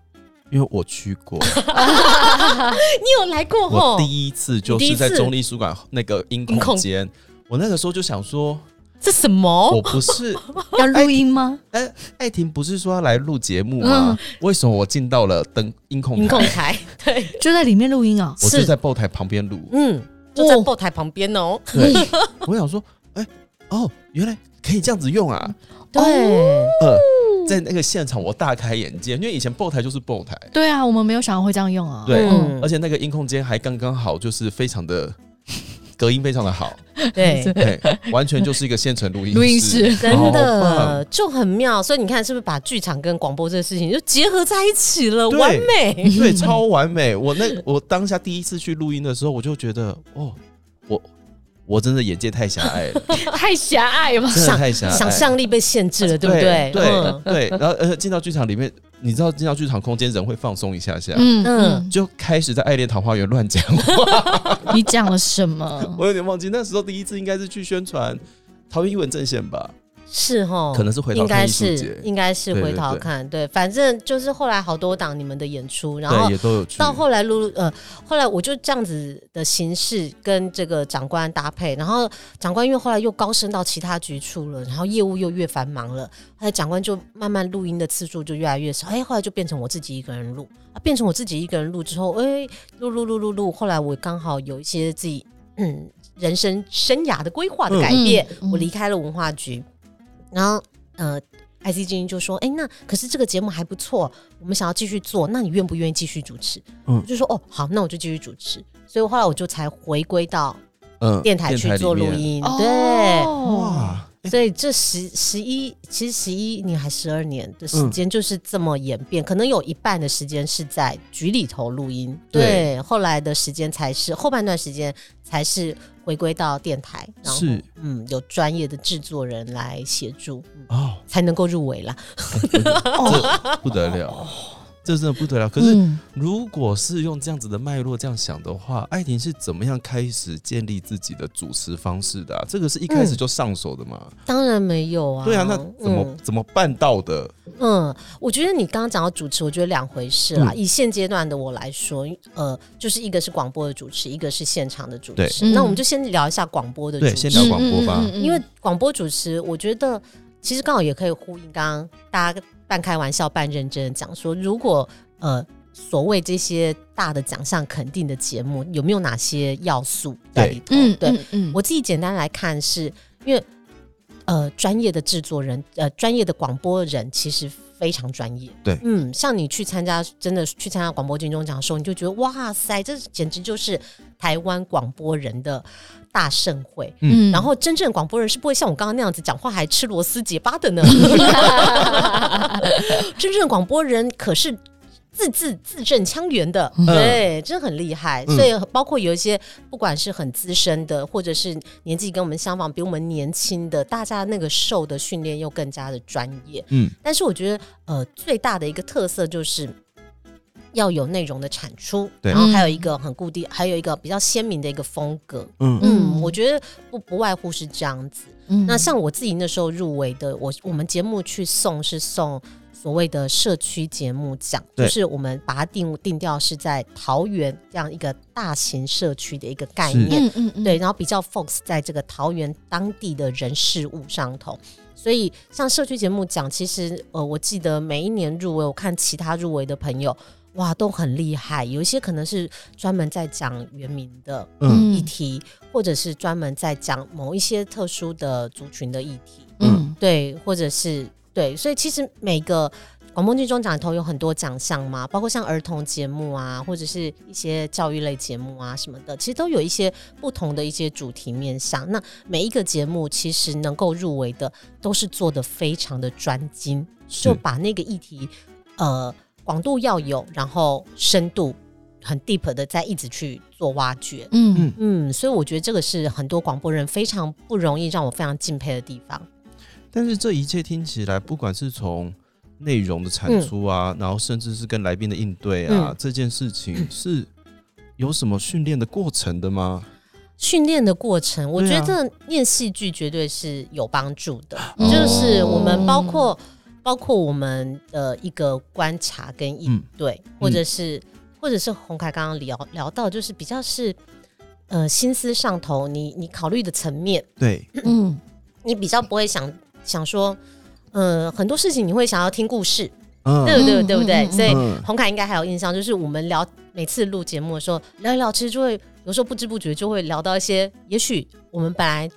Speaker 3: 因为我去过，
Speaker 4: 你有来过
Speaker 3: 我
Speaker 4: 吼？
Speaker 3: 第一次就
Speaker 4: 哦你第一
Speaker 3: 是在
Speaker 4: 次
Speaker 3: 中立书馆那个音
Speaker 4: 音控哦
Speaker 3: 控间，我那个时候就想说，
Speaker 4: 这什么？
Speaker 3: 我不是
Speaker 2: 要录音吗？
Speaker 3: 哎，艾婷不是说要来录节目吗？为什么我进到了灯音控
Speaker 4: 嗯音控
Speaker 3: 台？
Speaker 4: 台， 对，
Speaker 2: 就在里面录音哦。
Speaker 3: 我就是在后台旁边 录。
Speaker 4: 嗯，就在
Speaker 2: 哦
Speaker 4: 后台旁边哦。
Speaker 3: 对，我想说，哎，哦，原来可以这样子用啊！
Speaker 4: 对，
Speaker 3: 呃，在那个现场我大开眼界，因为以前后台就是后台，
Speaker 2: 对啊，我们没有想到会这样用啊。
Speaker 3: 对
Speaker 4: 嗯
Speaker 3: 而且那个音控间还刚刚好，就是非常的隔音非常的好，
Speaker 4: 对，
Speaker 3: 对，完全就是一个现成录音
Speaker 2: 录音室
Speaker 4: 真
Speaker 3: 哦好棒
Speaker 4: 的就很妙。所以你看，是不是把剧场跟广播这个事情就结合在一起了，
Speaker 3: 对嗯
Speaker 4: 完 美。
Speaker 3: 对，超完美。我那我当下第一次去录音的时候，我就觉得，哦，我我真的眼界太狭隘 了，
Speaker 2: 太狭隘吧？
Speaker 3: 真的太狭隘，
Speaker 4: 想象力被限制了，对不
Speaker 3: 哎对
Speaker 4: 对？
Speaker 3: 对
Speaker 4: 嗯
Speaker 3: 对。然后而且进到剧场里面，你知道进到剧场空间人会放松一下下，
Speaker 2: 嗯
Speaker 4: 嗯
Speaker 2: 嗯，
Speaker 3: 就开始在《爱恋桃花源》乱讲话。
Speaker 2: 你讲了什么？
Speaker 4: 嗯
Speaker 3: 我有点忘记那时候第一次应该是去宣传桃园艺文阵线吧，
Speaker 4: 是哦，
Speaker 3: 可能是回到
Speaker 4: 应该
Speaker 3: 看艺术
Speaker 4: 是
Speaker 3: 节，
Speaker 4: 应该是
Speaker 3: 对
Speaker 4: 回
Speaker 3: 对
Speaker 4: 头
Speaker 3: 对
Speaker 4: 看，对，反正就是后来好多档你们的演出，然后
Speaker 3: 对，也都有去。
Speaker 4: 到后来陆陆呃，后来我就这样子的形式跟这个长官搭配，然后长官因为后来又高升到其他局处了，然后业务又越繁忙了，后来长官就慢慢录音的次数就越来越少，哎，后来就变成我自己一个人录，啊，变成我自己一个人录之后，哎，录录录录录，后来我刚好有一些自己嗯人生生涯的规划的改变，
Speaker 2: 嗯嗯
Speaker 4: 我离开了文化局，然后呃。IC 精英就说：“哎、那可是这个节目还不错，我们想要继续做，那你愿不愿意继续主持？”
Speaker 1: 嗯
Speaker 4: 我就说：“哦，好，那我就继续主持。”所以后来我就才回归到
Speaker 3: 嗯
Speaker 4: 电台去做
Speaker 3: 里
Speaker 4: 录
Speaker 3: 面
Speaker 4: 音，对。
Speaker 2: 哦，
Speaker 1: 哇，
Speaker 4: 所以这十十一，其实十一年还十二年的
Speaker 3: 嗯
Speaker 4: 时间就是这么演变，可能有一半的时间是在局里头录音，
Speaker 3: 对
Speaker 4: 后来的时间才是后半段时间才是回归到电台，然后
Speaker 3: 是
Speaker 4: 嗯，有专业的制作人来协助，嗯
Speaker 3: 哦，
Speaker 4: 才能够入围啦。
Speaker 3: 这不得
Speaker 4: 哦
Speaker 3: 了，这真的不得了。可是
Speaker 2: 嗯
Speaker 3: 如果是用这样子的脉络这样想的话，艾婷是怎么样开始建立自己的主持方式的啊？这个是一开始就上手的嘛？
Speaker 4: 当然没有啊，
Speaker 3: 对啊，那怎么
Speaker 4: 嗯
Speaker 3: 怎么办到的？
Speaker 4: 嗯，我觉得你刚刚讲到主持，我觉得两回事
Speaker 3: 嗯
Speaker 4: 啦。以现阶段的我来说，呃，就是一个是广播的主持，一个是现场的主持。
Speaker 2: 对
Speaker 4: 那
Speaker 2: 嗯
Speaker 4: 我们就先聊一下广播的主
Speaker 3: 对
Speaker 4: 持，
Speaker 3: 先聊广播吧
Speaker 2: 嗯嗯嗯嗯嗯
Speaker 4: 因为广播主持，我觉得其实刚好也可以呼应刚刚大家半开玩笑半认真的讲说，如果呃所谓这些大的奖项肯定的节目，有没有哪些要素在里头？
Speaker 2: 嗯
Speaker 4: 对，
Speaker 2: 嗯嗯
Speaker 4: 我自己简单来看是，因为呃专业的制作人，呃专业的广播人，其实非常专业。
Speaker 3: 对
Speaker 4: 嗯，像你去参加，真的去参加广播金钟奖的时候，你就觉得哇塞，这简直就是台湾广播人的大盛会。
Speaker 2: 嗯
Speaker 4: 然后真正的广播人是不会像我刚刚那样子讲话还吃螺丝结巴 的呢。真正的广播人可是字字字正腔圆的，对，真的很厉害。
Speaker 3: 嗯
Speaker 4: 所以包括有一些不管是很资深的，或者是年纪跟我们相仿、比我们年轻的，大家那个受的训练又更加的专业。
Speaker 3: 嗯，
Speaker 4: 但是我觉得呃最大的一个特色就是。要有内容的产出，
Speaker 3: 对
Speaker 4: 然后还有一个很固定，还有一个比较鲜明的一个风格，
Speaker 3: 嗯
Speaker 4: 嗯，我觉得不不外乎是这样子。
Speaker 2: 嗯
Speaker 4: 那像我自己那时候入围的，我我们节目去送是送所谓的社区节目奖，
Speaker 3: 对
Speaker 4: 就是我们把它定定调是在桃园这样一个大型社区的一个概念，
Speaker 2: 嗯嗯嗯
Speaker 4: 对，然后比较 focus 在这个桃园当地的人事物上头。所以像社区节目奖，其实呃，我记得每一年入围，我看其他入围的朋友。哇，都很厉害，有一些可能是专门在讲原民的，
Speaker 3: 嗯
Speaker 4: 议题，或者是专门在讲某一些特殊的族群的议题，
Speaker 2: 嗯
Speaker 4: 对，或者是对，所以其实每个广播金钟奖里头有很多奖项嘛，包括像儿童节目啊，或者是一些教育类节目啊什么的，其实都有一些不同的一些主题面向。那每一个节目其实能够入围的，都是做的非常的专精，
Speaker 3: 是
Speaker 4: 就把那个议题，呃，广度要有，然后深度很 deep 的再一直去做挖掘。
Speaker 2: 嗯
Speaker 4: 嗯，所以我觉得这个是很多广播人非常不容易，让我非常敬佩的地方。
Speaker 3: 但是这一切听起来，不管是从内容的产出啊，然后甚至是跟来宾的应对啊，
Speaker 4: 嗯
Speaker 3: 这件事情是有什么训练的过程的 吗？
Speaker 4: 训练的过程，我
Speaker 3: 对
Speaker 4: 觉
Speaker 3: 啊
Speaker 4: 得念戏剧绝对是有帮助的，
Speaker 3: 哦
Speaker 4: 就是我们包括、包括我们的一个观察跟应对，或者是、或者是洪凯刚刚聊聊到，就是比较是呃心思上头，你你考虑的层面，
Speaker 3: 对，
Speaker 2: 嗯
Speaker 4: 你比较不会想想说，呃，很多事情你会想要听故事，
Speaker 3: 嗯
Speaker 4: 对不对？对不
Speaker 2: 嗯嗯
Speaker 4: 对？
Speaker 2: 嗯
Speaker 4: 所以
Speaker 3: 嗯
Speaker 4: 红凯应该还有印象，就是我们聊每次录节目的时候聊一聊，其实就会有时候不知不觉就会聊到一些，也许我们本来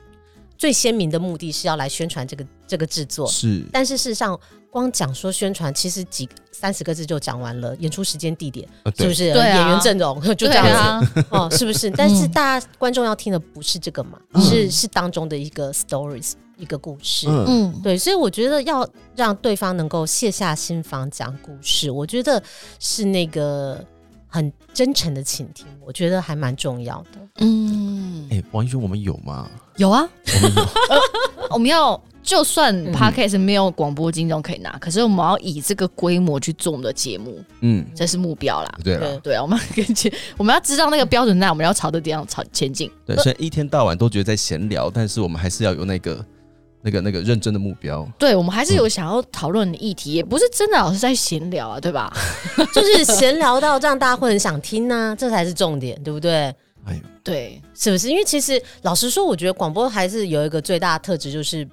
Speaker 4: 最鲜明的目的是要来宣传这个这个制作，
Speaker 3: 是，
Speaker 4: 但是事实上光讲说宣传，其实几三十个字就讲完了，演出时间、地点
Speaker 3: 呃
Speaker 4: 是
Speaker 3: 对
Speaker 4: 不是？
Speaker 2: 对啊
Speaker 4: 演员阵容就这
Speaker 2: 对
Speaker 4: 样子、
Speaker 2: 啊，
Speaker 4: 哦，是 不是？但是大家观众要听的不是这个嘛，
Speaker 3: 嗯
Speaker 4: 是是当中的一个 stories 一个故事，
Speaker 3: 嗯
Speaker 2: 嗯
Speaker 4: 对，所以我觉得要让对方能够卸下心防讲故事，我觉得是那个很真诚的倾听，我觉得还蛮重要的。
Speaker 2: 嗯，
Speaker 3: 哎、王一轩，我们有吗？
Speaker 2: 有啊，嗯
Speaker 3: 我们有，
Speaker 2: 我们要就算 podcast 没有广播金钟可以拿，可是我们要以这个规模去做我们的节目，
Speaker 3: 嗯，
Speaker 2: 这是目标啦。
Speaker 3: 对
Speaker 4: 对
Speaker 3: 了，
Speaker 2: 对啊，我们要跟前， 我们要知道那个标准在，我们要朝着这样朝前进。
Speaker 3: 对，虽然一天到晚都觉得在闲聊，但是我们还是要有那个、那个、那个认真的目标。
Speaker 2: 对，我们还是有想要讨论的议题，也不是真的老是在闲聊啊，对吧？
Speaker 4: 就是闲聊到让大家会很想听呢、这才是重点，对不对？
Speaker 3: 哎呦，
Speaker 2: 对，
Speaker 4: 是不是？因为其实老实说，我觉得广播还是有一个最大的特质就是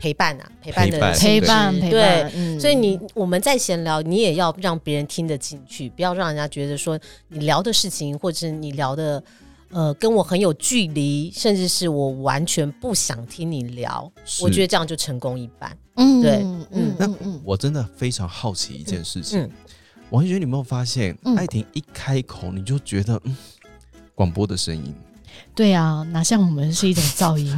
Speaker 4: 陪伴啊，陪伴的
Speaker 3: 陪伴
Speaker 4: 性
Speaker 2: 陪
Speaker 4: 质
Speaker 2: 伴陪
Speaker 4: 对
Speaker 2: 伴，，嗯
Speaker 4: 所以你我们在闲聊，你也要让别人听得进去，不要让人家觉得说你聊的事情或者是你聊的呃跟我很有距离，甚至是我完全不想听你聊。我觉得
Speaker 3: 得
Speaker 4: 这样就成功一半。
Speaker 2: 嗯
Speaker 4: 对
Speaker 2: 嗯嗯嗯嗯
Speaker 3: 我真的非常好奇一件事情。
Speaker 4: 嗯
Speaker 3: 王一轩，你有没有发现，
Speaker 2: 嗯
Speaker 3: 艾婷一开口你就觉得，嗯，广播的声音，
Speaker 2: 对啊，哪像我们是一种噪音？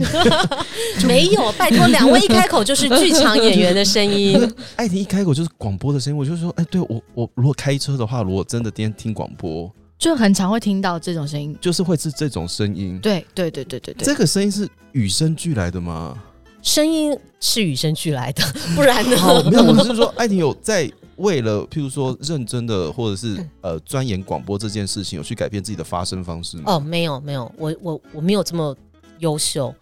Speaker 4: 没有，拜托两位一开口就是剧场演员的 声音。
Speaker 3: 艾婷一开口就是广播的声音，我就说，哎、对我我如果开车的话，如果真的今天听广播，
Speaker 2: 就很常会听到这种声音。
Speaker 3: 就是会是这种声音。
Speaker 2: 对对对对对对，
Speaker 3: 这个声音是与生俱来的吗？
Speaker 4: 声音是与生俱来的，不然呢？
Speaker 3: 哦 没有，我是说，艾婷有在为了譬如说认真的，或者是
Speaker 4: 嗯
Speaker 3: 呃钻研广播这件事情，有去改变自己的发声方式吗？
Speaker 4: 哦，没有没有，我我我没有这么优秀，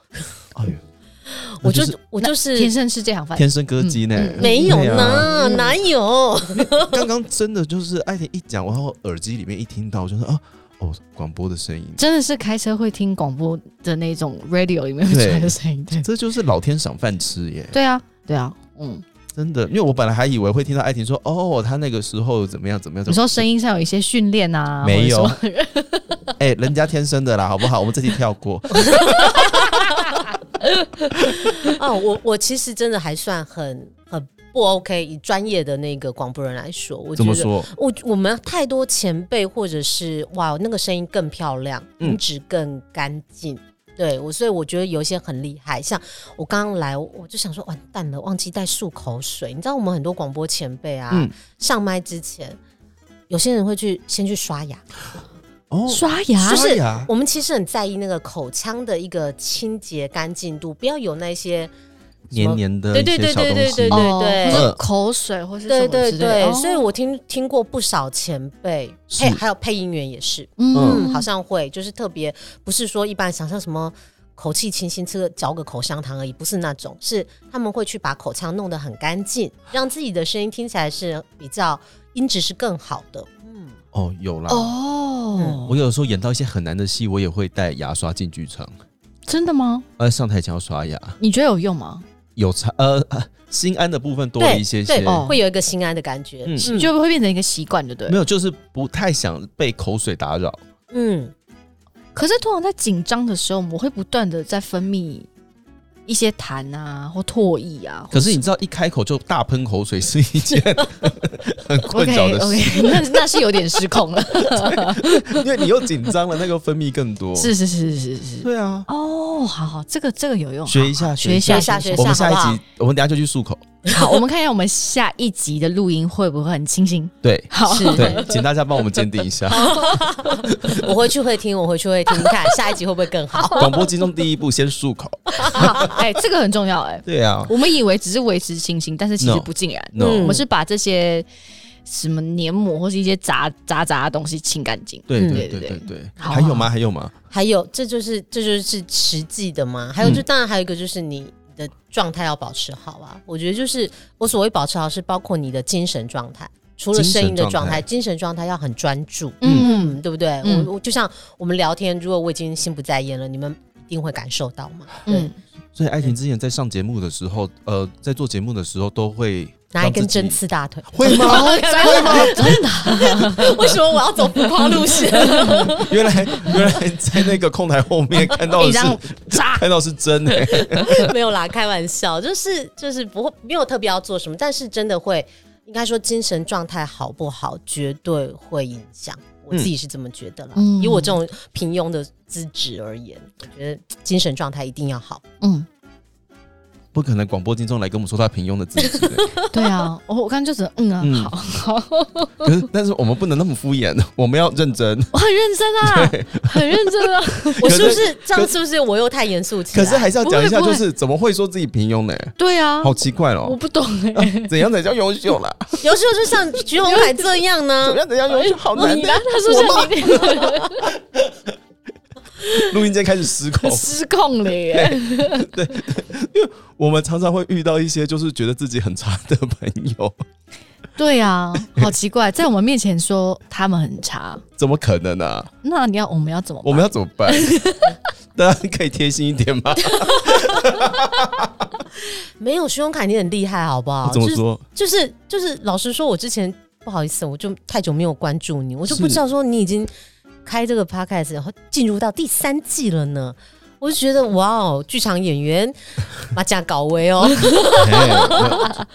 Speaker 3: 哎呦，
Speaker 4: 我就
Speaker 3: 那是
Speaker 4: 我就是
Speaker 2: 天生是这行饭。
Speaker 3: 天生歌姬呢、
Speaker 2: 嗯嗯
Speaker 4: 没有
Speaker 3: 对啊
Speaker 4: 呢，
Speaker 2: 嗯
Speaker 4: 哪有？
Speaker 3: 刚刚真的就是艾婷一讲，然后耳机里面一听到，我就说啊，哦，广播的声音，
Speaker 2: 真的是开车会听广播的那种 radio 里面会
Speaker 3: 对
Speaker 2: 出来的声音，对
Speaker 3: 这就是老天赏饭吃耶，
Speaker 2: 对啊，对啊，嗯，
Speaker 3: 真的。因为我本来还以为会听到艾婷说，哦，她那个时候怎么样怎么样，
Speaker 2: 你
Speaker 3: 怎么
Speaker 2: 说声音上有一些训练啊，
Speaker 3: 没有
Speaker 2: 或者说
Speaker 3: 样，哎、人家天生的啦，好不好？我们这题跳过。
Speaker 4: 哦，我我其实真的还算很很不 OK，以专业的那个广播人来说， 我
Speaker 3: 怎
Speaker 4: 觉
Speaker 3: 么
Speaker 4: 得。
Speaker 3: 说？
Speaker 4: 我我们太多前辈或者是哇，那个声音更漂亮，
Speaker 3: 嗯
Speaker 4: 音质更干净。对我，所以我觉得有一些很厉害，像我刚刚来，我就想说完蛋了，忘记带漱口水。你知道我们很多广播前辈啊，
Speaker 3: 嗯
Speaker 4: 上麦之前，有些人会去先去刷牙，
Speaker 3: 哦
Speaker 2: 刷牙啊
Speaker 4: 就
Speaker 2: 就是
Speaker 3: 刷牙
Speaker 4: 我们其实很在意那个口腔的一个清洁干净度，不要有那些
Speaker 3: 黏黏的
Speaker 4: 对
Speaker 3: 一
Speaker 4: 对
Speaker 3: 些
Speaker 4: 对
Speaker 3: 小
Speaker 4: 对
Speaker 3: 东
Speaker 4: 对
Speaker 3: 西
Speaker 4: 对对对
Speaker 2: 哦或是
Speaker 3: 嗯
Speaker 2: 口水或是什
Speaker 4: 对
Speaker 2: 么之类
Speaker 4: 对
Speaker 2: 的
Speaker 4: 对，
Speaker 2: 哦
Speaker 4: 所以我听听过不少前辈，
Speaker 3: 是
Speaker 4: 配还有配音员也是，嗯，好像会，就是特别不是说一般想象什么口气清新，吃个嚼个口香糖而已，不是那种，是他们会去把口腔弄得很干净，让自己的声音听起来是比较音质是更好的。
Speaker 3: 哦，有啦。
Speaker 2: 哦，
Speaker 3: 我有时候演到一些很难的戏，我也会带牙刷进剧场，
Speaker 2: 真的吗？
Speaker 3: 呃，上台前要刷牙，
Speaker 2: 你觉得有用吗？
Speaker 3: 有差呃，啊心安的部分多了
Speaker 4: 对
Speaker 3: 一些些
Speaker 4: 对，，
Speaker 2: 哦
Speaker 4: 会有一个心安的感觉。
Speaker 3: 嗯
Speaker 4: 嗯
Speaker 2: 就会变成一个习惯，对不
Speaker 3: 没
Speaker 2: 对？
Speaker 3: 有，就是不太想被口水打扰。
Speaker 4: 嗯，
Speaker 2: 可是通常在紧张的时候，我们会不断的在分泌一些痰啊或唾液啊。
Speaker 3: 可是你知道，一开口就大喷口水是一件很困
Speaker 2: OK
Speaker 3: 扰的事
Speaker 2: OK，那那是有点失控 了。
Speaker 3: 因为你又紧张了，那个分泌更多。
Speaker 2: 是是是是是是。
Speaker 3: 对啊，
Speaker 2: 哦，好好，这个这个有用，
Speaker 3: 学一下
Speaker 2: 好好
Speaker 3: 学
Speaker 2: 学
Speaker 3: 一
Speaker 2: 一
Speaker 3: 下
Speaker 2: 下，
Speaker 4: 学一
Speaker 3: 我们
Speaker 4: 下
Speaker 3: 下
Speaker 4: 好
Speaker 3: 一
Speaker 4: 不
Speaker 3: 集，我们等一下就去漱口。
Speaker 2: 好，我们看一下我们下一集的录音会不会很清 新？
Speaker 3: 对，
Speaker 2: 好，
Speaker 4: 是
Speaker 3: 对，请大家帮我们鉴定一下。
Speaker 4: 我回去会听，我回去会听，看下一集会不会更 好？
Speaker 3: 广播金钟第一步，先漱口。
Speaker 2: 好哎，这个很重要哎。
Speaker 3: 对啊
Speaker 2: 我们以为只是维持清新，但是其
Speaker 3: No
Speaker 2: 实不尽然。
Speaker 3: ，no，、
Speaker 4: 嗯
Speaker 2: 我们是把这些什么黏膜或是一些杂杂杂的东西清干净。
Speaker 3: 对
Speaker 4: 嗯
Speaker 3: 对
Speaker 2: 对
Speaker 3: 对对
Speaker 2: 对
Speaker 3: 对，
Speaker 2: 好
Speaker 3: 还有吗？还有吗？
Speaker 4: 还有，这就是这就是实际的嘛。还有就，
Speaker 3: 嗯
Speaker 4: 当然还有一个就是你的状态要保持好啊。我觉得就是我所谓保持好，是包括你的精神状态，除了
Speaker 3: 精神
Speaker 4: 声音的
Speaker 3: 状
Speaker 4: 状
Speaker 3: 态
Speaker 4: 态，精神状态要很专注。
Speaker 2: 嗯，
Speaker 4: 嗯，对不对？
Speaker 2: 嗯
Speaker 4: 我我就像我们聊天，如果我已经心不在焉了，你们一定会感受到嘛。
Speaker 2: 嗯，
Speaker 3: 所以艾婷之前在上节目的时候，呃，在做节目的时候都会
Speaker 4: 拿一根针
Speaker 3: 让自己，
Speaker 4: 刺大腿，
Speaker 3: 会吗？
Speaker 2: 哦真的，
Speaker 4: 为什么我要走浮夸路线？
Speaker 3: 原来原来在那个控台 后面看到的
Speaker 2: 一
Speaker 3: 是
Speaker 2: 张 渣。
Speaker 3: 看到是真的、
Speaker 4: 没有啦，开玩笑，就是就是不会没有特别要做什么，但是真的会，应该说精神状态好不好，绝对会影响。我自己是这么觉得啦，
Speaker 2: 嗯
Speaker 4: 以我这种平庸的资质而言，我觉得精神状态一定要好。
Speaker 2: 嗯，
Speaker 3: 不可能广播金钟来跟我们说他平庸的 自己、
Speaker 2: 对啊，我我刚刚就只能嗯
Speaker 3: 嗯
Speaker 2: 啊，好好，
Speaker 3: 可是但是我们不能那么敷衍， 我们要认真。
Speaker 2: 我很认真 啊，很认真啊。
Speaker 4: 我
Speaker 3: 可
Speaker 4: 是不
Speaker 3: 是
Speaker 4: 是这样？是不是我又太严肃起
Speaker 3: 可
Speaker 4: 来？
Speaker 3: 是还是要讲一下，
Speaker 2: 不会不会
Speaker 3: 就是怎么会说自己平庸呢、
Speaker 2: 对啊，
Speaker 3: 好奇怪
Speaker 2: 我
Speaker 3: 哦，
Speaker 2: 不懂哎，
Speaker 3: 怎样才叫优秀啦？
Speaker 4: 有时候就像徐宏凯这样
Speaker 3: 怎
Speaker 4: 呢
Speaker 3: 么，样才叫优秀？好难
Speaker 2: 哦你
Speaker 3: 的。
Speaker 2: 让他说像
Speaker 3: 录音间开始失 控
Speaker 2: 你，失控了耶。
Speaker 3: 我们常常会遇到一些就是觉得自己很差的朋友，
Speaker 2: 对啊，好奇怪，在我们面前说他们很差，
Speaker 3: 怎么可能呢、啊？
Speaker 2: 那你要我们要怎么办？
Speaker 3: 我们要怎么 办？大家可以贴心一点吗？
Speaker 4: 没有徐宏凯，你很厉害，好不好？
Speaker 3: 怎么
Speaker 4: 就是
Speaker 3: 说？
Speaker 4: 就是就是，老实说，我之前不好意思，我就太久没有关注你，我就是不知道说你已经开这个 podcast，然后进入到第三季了呢。我就觉得哇哦，剧场演员马甲搞维 哦，
Speaker 3: 嘿 那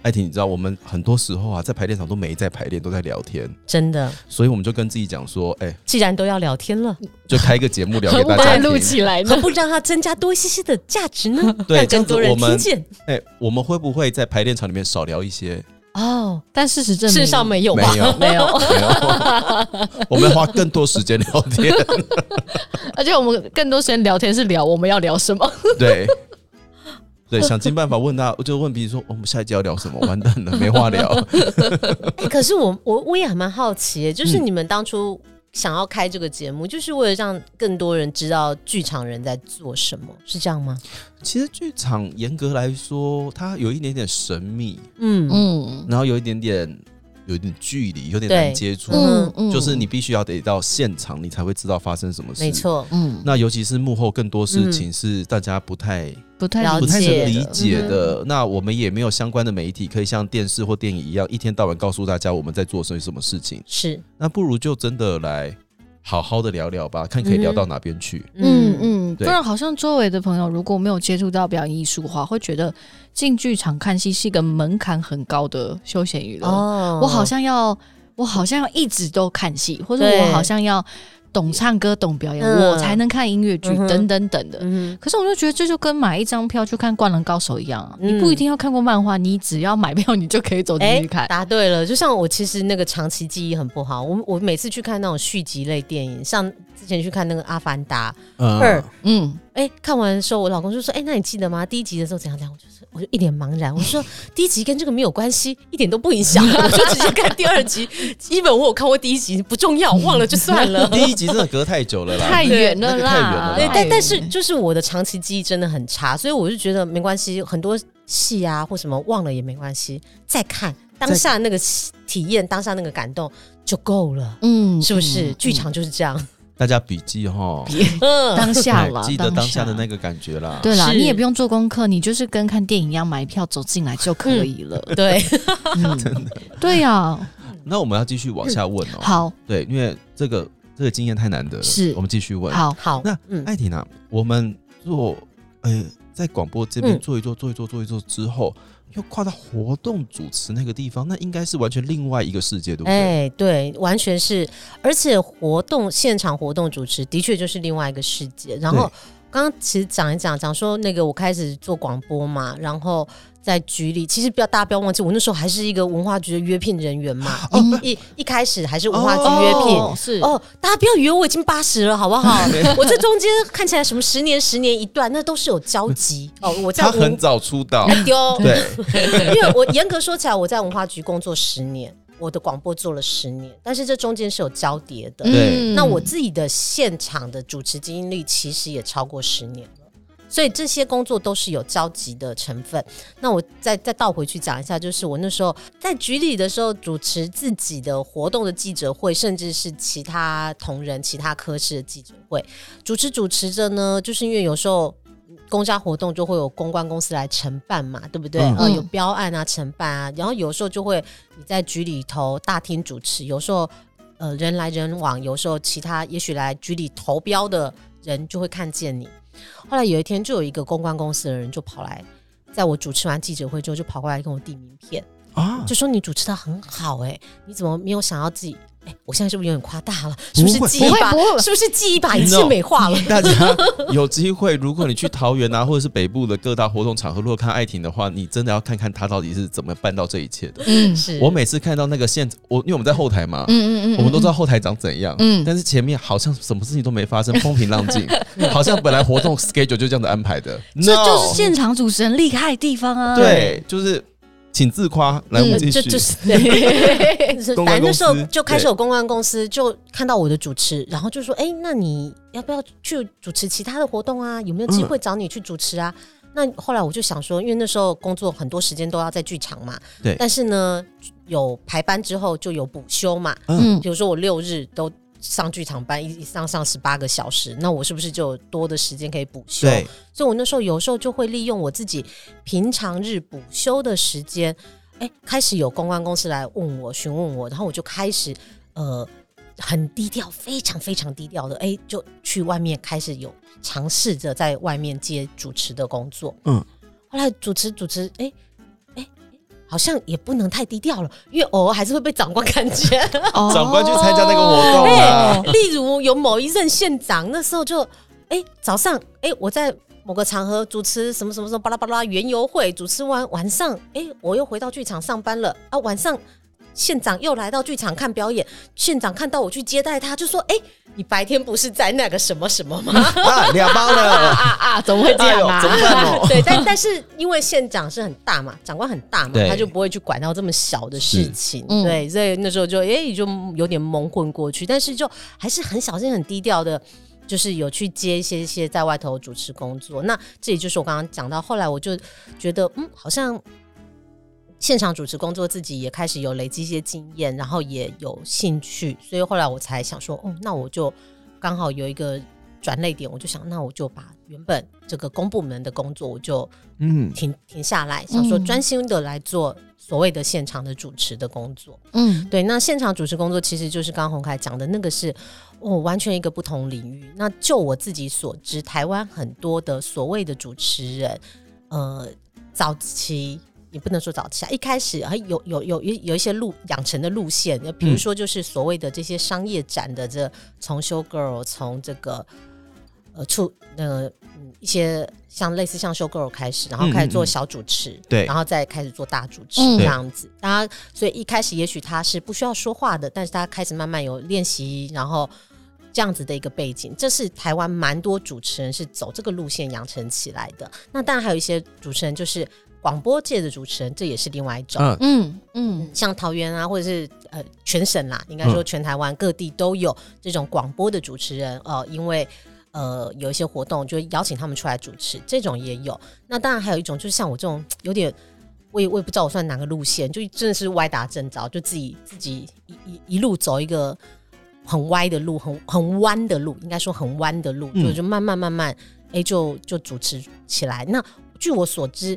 Speaker 3: 艾婷，你知道我们很多时候啊，在排练场都没在排练，都在聊天，
Speaker 4: 真的，
Speaker 3: 所以我们就跟自己讲说，哎、
Speaker 4: 既然都要聊天了，
Speaker 3: 就开一个节目聊
Speaker 2: 何
Speaker 3: 给
Speaker 2: 不
Speaker 3: 大
Speaker 2: 把它
Speaker 3: 家
Speaker 2: 录
Speaker 3: 听。
Speaker 2: 起来呢
Speaker 4: 何？不让它增加多一些些的价值呢？
Speaker 3: 对
Speaker 4: 让
Speaker 3: 这样
Speaker 4: 更
Speaker 3: 子
Speaker 4: 多人
Speaker 3: 我们
Speaker 4: 听见
Speaker 3: 哎、我们会不会在排练场里面少聊一些？
Speaker 4: 哦。
Speaker 2: 但事实证
Speaker 4: 世
Speaker 2: 明，
Speaker 4: 上没有
Speaker 3: 没
Speaker 4: 吧？
Speaker 3: 有，
Speaker 2: 没有，
Speaker 3: 没有，我们要花更多时间聊 天。
Speaker 2: 而且我们更多时间聊天是聊我们要聊什么。
Speaker 3: 对，对，想尽办法问他，就问，比如说哦我们下一集要聊什么？完蛋了，没话聊。
Speaker 4: 哎可是我我我也还蛮好奇耶，就是
Speaker 3: 嗯
Speaker 4: 你们当初想要开这个节目，就是为了让更多人知道剧场人在做什么，是这样吗？
Speaker 3: 其实剧场严格来说，它有一点点神秘，
Speaker 4: 嗯
Speaker 2: 嗯
Speaker 3: 然后有一点点有一点距离，有点
Speaker 4: 对
Speaker 3: 难接触。
Speaker 4: 嗯
Speaker 2: 嗯
Speaker 3: 就是你必须要得到现场，你才会知道发生什么事。
Speaker 4: 没。错，
Speaker 2: 嗯，
Speaker 3: 那尤其是幕后，更多事情是大家不太、
Speaker 2: 不太
Speaker 4: 了
Speaker 3: 不太
Speaker 4: 解
Speaker 3: 能
Speaker 4: 的
Speaker 3: 理解
Speaker 2: 嗯
Speaker 3: 的。那我们也没有相关的媒体可以像电视或电影一样，一天到晚告诉大家我们在做什么什么事情。
Speaker 4: 是
Speaker 3: 那不如就真的来好好的聊聊吧，看可以聊
Speaker 4: 嗯
Speaker 3: 到哪边 去。
Speaker 2: 嗯嗯，不
Speaker 3: 对
Speaker 2: 然好像周围的朋友如果没有接触到表演艺术的话，会觉得进剧场看戏是一个门槛很高的休闲娱乐。
Speaker 4: 哦
Speaker 2: 嗯我好像要，我好像要一直都看戏，或者
Speaker 4: 对
Speaker 2: 我好像要懂唱歌、懂表演，
Speaker 4: 嗯
Speaker 2: 我才能看音乐剧、
Speaker 4: 嗯哼
Speaker 2: 等等等的。
Speaker 4: 嗯
Speaker 2: 可是我就觉得这就跟买一张票去看《灌篮高手》一样啊，
Speaker 4: 嗯
Speaker 2: 你不一定要看过漫画，你只要买票你就可以走进去看。
Speaker 4: 哎答对了。就像我其实那个长期记忆很不好，我我每次去看那种续集类电影，像之前去看那个《阿凡达
Speaker 3: 嗯
Speaker 4: 二》，
Speaker 2: 嗯，
Speaker 4: 哎、看完的时候，我老公就说：“哎、那你记得吗？第一集的时候怎样怎样？”我就是，我就一脸茫然。我 说：“第一集跟这个没有关系，一点都不影响。”我就直接看第二集。 基本我有看过第一集，不重要，忘了就算 了。
Speaker 3: 第一集真的隔太久了啦，
Speaker 2: 太远了啦
Speaker 3: 那个太远了啦。
Speaker 4: 对，
Speaker 2: 太
Speaker 4: 但
Speaker 2: 远
Speaker 4: 但是就是我的长期记忆真的很差，所以我就觉得没关系，很多戏啊或什么忘了也没关系，再看当下那个体验，当下那个感动就够了，
Speaker 2: 嗯，
Speaker 4: 是不是？
Speaker 2: 嗯
Speaker 4: 剧、场就是这样，
Speaker 3: 大家笔记哈，
Speaker 4: 嗯，
Speaker 2: 当下了，
Speaker 3: 哎记得当下的那个感觉啦。
Speaker 2: 对啦，
Speaker 4: 是
Speaker 2: 你也不用做功课，你就是跟看电影一样买票走进来就可以了。
Speaker 4: 对，
Speaker 2: 嗯，对呀、
Speaker 3: 那我们要继续往下问哦。
Speaker 2: 嗯好
Speaker 3: 对，因为这个这个经验太难得了，
Speaker 2: 是
Speaker 3: 我们继续问。，
Speaker 2: 好，
Speaker 4: 好，
Speaker 3: 那
Speaker 4: 嗯
Speaker 3: 艾婷啊，我们做呃在广播这边
Speaker 4: 嗯
Speaker 3: 做一做做一做做一做之后，又跨到活动主持那个地方，那应该是完全另外一个世界，对不对？
Speaker 4: 哎、对，完全是，而且活动现场活动主持的确就是另外一个世界。然后
Speaker 3: 对
Speaker 4: 刚刚其实讲一讲，讲说那个我开始做广播嘛，然后在局里，其实不要大家不要忘记，我那时候还是一个文化局的约聘人员嘛，
Speaker 3: 哦
Speaker 4: 一一一开始还是文化局约聘。
Speaker 2: 哦是
Speaker 4: 哦，大家不要以为我已经八十了，好不好？我这中间看起来什么十年、十年一段，那都是有交集哦。我在
Speaker 3: 他
Speaker 4: 文
Speaker 3: 很早出道，
Speaker 4: 丢，
Speaker 3: 对，
Speaker 4: 因为我严格说起来，我在文化局工作十年，我的广播做了十年，但是这中间是有交叠的。
Speaker 3: 对
Speaker 4: 哦那我自己的现场的主持经历其实也超过十年了，所以这些工作都是有交集的成分。那我再再倒回去讲一下，就是我那时候在局里的时候，主持自己的活动的记者会，甚至是其他同仁、其他科室的记者会，主持主持着呢，就是因为有时候。公家活动就会有公关公司来承办嘛，对不对？
Speaker 3: 嗯
Speaker 4: 呃，有标案啊，承办啊，然后有时候就会你在局里头大厅主持，有时候呃人来人往，有时候其他也许来局里投标的人就会看见你。后来有一天，就有一个公关公司的人就跑来，在我主持完记者会之后，就跑过来跟我递名片，
Speaker 3: 啊，
Speaker 4: 就说你主持的很好、哎，你怎么没有想要自己？哎、我现在是不是有点夸大了？是不是
Speaker 3: 不会
Speaker 4: 记忆把
Speaker 2: 不会不会
Speaker 4: 是不是记忆把一切
Speaker 3: No
Speaker 4: 美化了？
Speaker 3: 大家有机会，如果你去桃园啊，或者是北部的各大活动场合，如果看艾婷的话，你真的要看看她到底是怎么办到这一切的。
Speaker 2: 嗯
Speaker 4: 是
Speaker 3: 我每次看到那个现，我因为我们在后台嘛，
Speaker 2: 嗯嗯嗯，
Speaker 3: 啊我们都知道后台长怎样，
Speaker 2: 嗯
Speaker 3: 但是前面好像什么事情都没发生，风平浪 静，好像本来活动 schedule 就这样子安排的。
Speaker 2: 这就是
Speaker 3: No
Speaker 2: 现场主持人厉害的地方啊。
Speaker 3: 对，就是请自夸，来我
Speaker 2: 嗯
Speaker 3: 们继
Speaker 4: 这
Speaker 3: 续
Speaker 4: 就。是对，就是
Speaker 3: 哎公关
Speaker 4: 反正那时候
Speaker 3: 公司
Speaker 4: 就开始有公关公司就看到我的主持，然后就说：“哎、那你要不要去主持其他的活动啊？有没有
Speaker 3: 嗯
Speaker 4: 机会找你去主持啊？”那后来我就想说，因为那时候工作很多时间都要在剧场嘛，
Speaker 3: 对
Speaker 4: 但是呢，有排班之后就有补休嘛，
Speaker 2: 嗯，
Speaker 4: 比如说我六日都上剧场班，一一上上十八个小时，那我是不是就有多的时间可以补休？
Speaker 3: 对，
Speaker 4: 所以我那时候有时候就会利用我自己平常日补休的时间，哎，开始有公关公司来问我询问我，然后我就开始呃很低调，非常非常低调的，哎，就去外面开始有尝试着在外面接主持的工作，
Speaker 3: 嗯
Speaker 4: 嗯，后来主持主持，哎。哎哎好像也不能太低调了，因为偶尔还是会被长官 看见。
Speaker 2: 哦
Speaker 3: 长官去参加那个活动啊，
Speaker 4: 例如有某一任县长，那时候就，哎、早上，哎、我在某个场合主持什么什么什么巴拉巴拉园游会，主持完晚上，哎、我又回到剧场上班了啊，晚上。县长又来到剧场看表演，县长看到我去接待他，就说：“哎、你白天不是在那个什么什么吗？”
Speaker 3: 啊，两包了，
Speaker 2: 啊啊，怎么 会这样啊？
Speaker 3: 哎呦怎么 办哦
Speaker 4: 对，但但是因为县长是很大嘛，长官很大嘛
Speaker 3: 对，
Speaker 4: 他就不会去管到这么小的事情。
Speaker 2: 嗯
Speaker 4: 对，所以那时候就哎、诶就有点蒙混过去，但是就还是很小心、很低调的。就是有去接一些一些在外头主持工作，那这也就是我刚刚讲到，后来我就觉得，嗯，好像现场主持工作自己也开始有累积一些经验，然后也有兴趣，所以后来我才想说，哦，那我就刚好有一个转泪点，我就想，那我就把原本这个公部门的工作，我就
Speaker 5: 嗯，
Speaker 4: 停停下来，想说
Speaker 2: 嗯
Speaker 4: 专心的来做所谓的现场的主持的工作。
Speaker 2: 嗯，
Speaker 4: 对，那现场主持工作其实就是刚刚洪凯讲的那个是，哦，完全一个不同领域。那就我自己所知，台湾很多的所谓的主持人，呃，早期也不能说早期啊，一开始还有有有有有一些路养成的路线，比如说就是所谓的这些商业展的这从 show girl 从这个。呃，出呃，嗯，一些像类似像 show girl 开始，然后开始
Speaker 5: 嗯嗯
Speaker 4: 做
Speaker 5: 嗯
Speaker 4: 小主持，
Speaker 5: 对
Speaker 4: 然后再开始做大主持
Speaker 2: 嗯
Speaker 4: 这样子。大家所以一开始也许他是不需要说话的，但是他开始慢慢有练习，然后这样子的一个背景，这是台湾蛮多主持人是走这个路线养成起来的。那当然还有一些主持人就是广播界的主持人，这也是另外一种。
Speaker 5: 嗯
Speaker 2: 嗯嗯
Speaker 4: 像桃园啊，或者是呃全省啦，应该说全台湾各地都有这种广播的主持人，呃，因为呃有一些活动就会邀请他们出来主持，这种也有。那当然还有一种，就是像我这种有点，我也我也不知道我算哪个路线，就真的是歪打正着，就自己自己一一一路走一个很歪的路，很很弯的路，应该说很弯的路，
Speaker 5: 嗯
Speaker 4: 就就慢慢慢慢，哎、就就主持起来。那据我所知，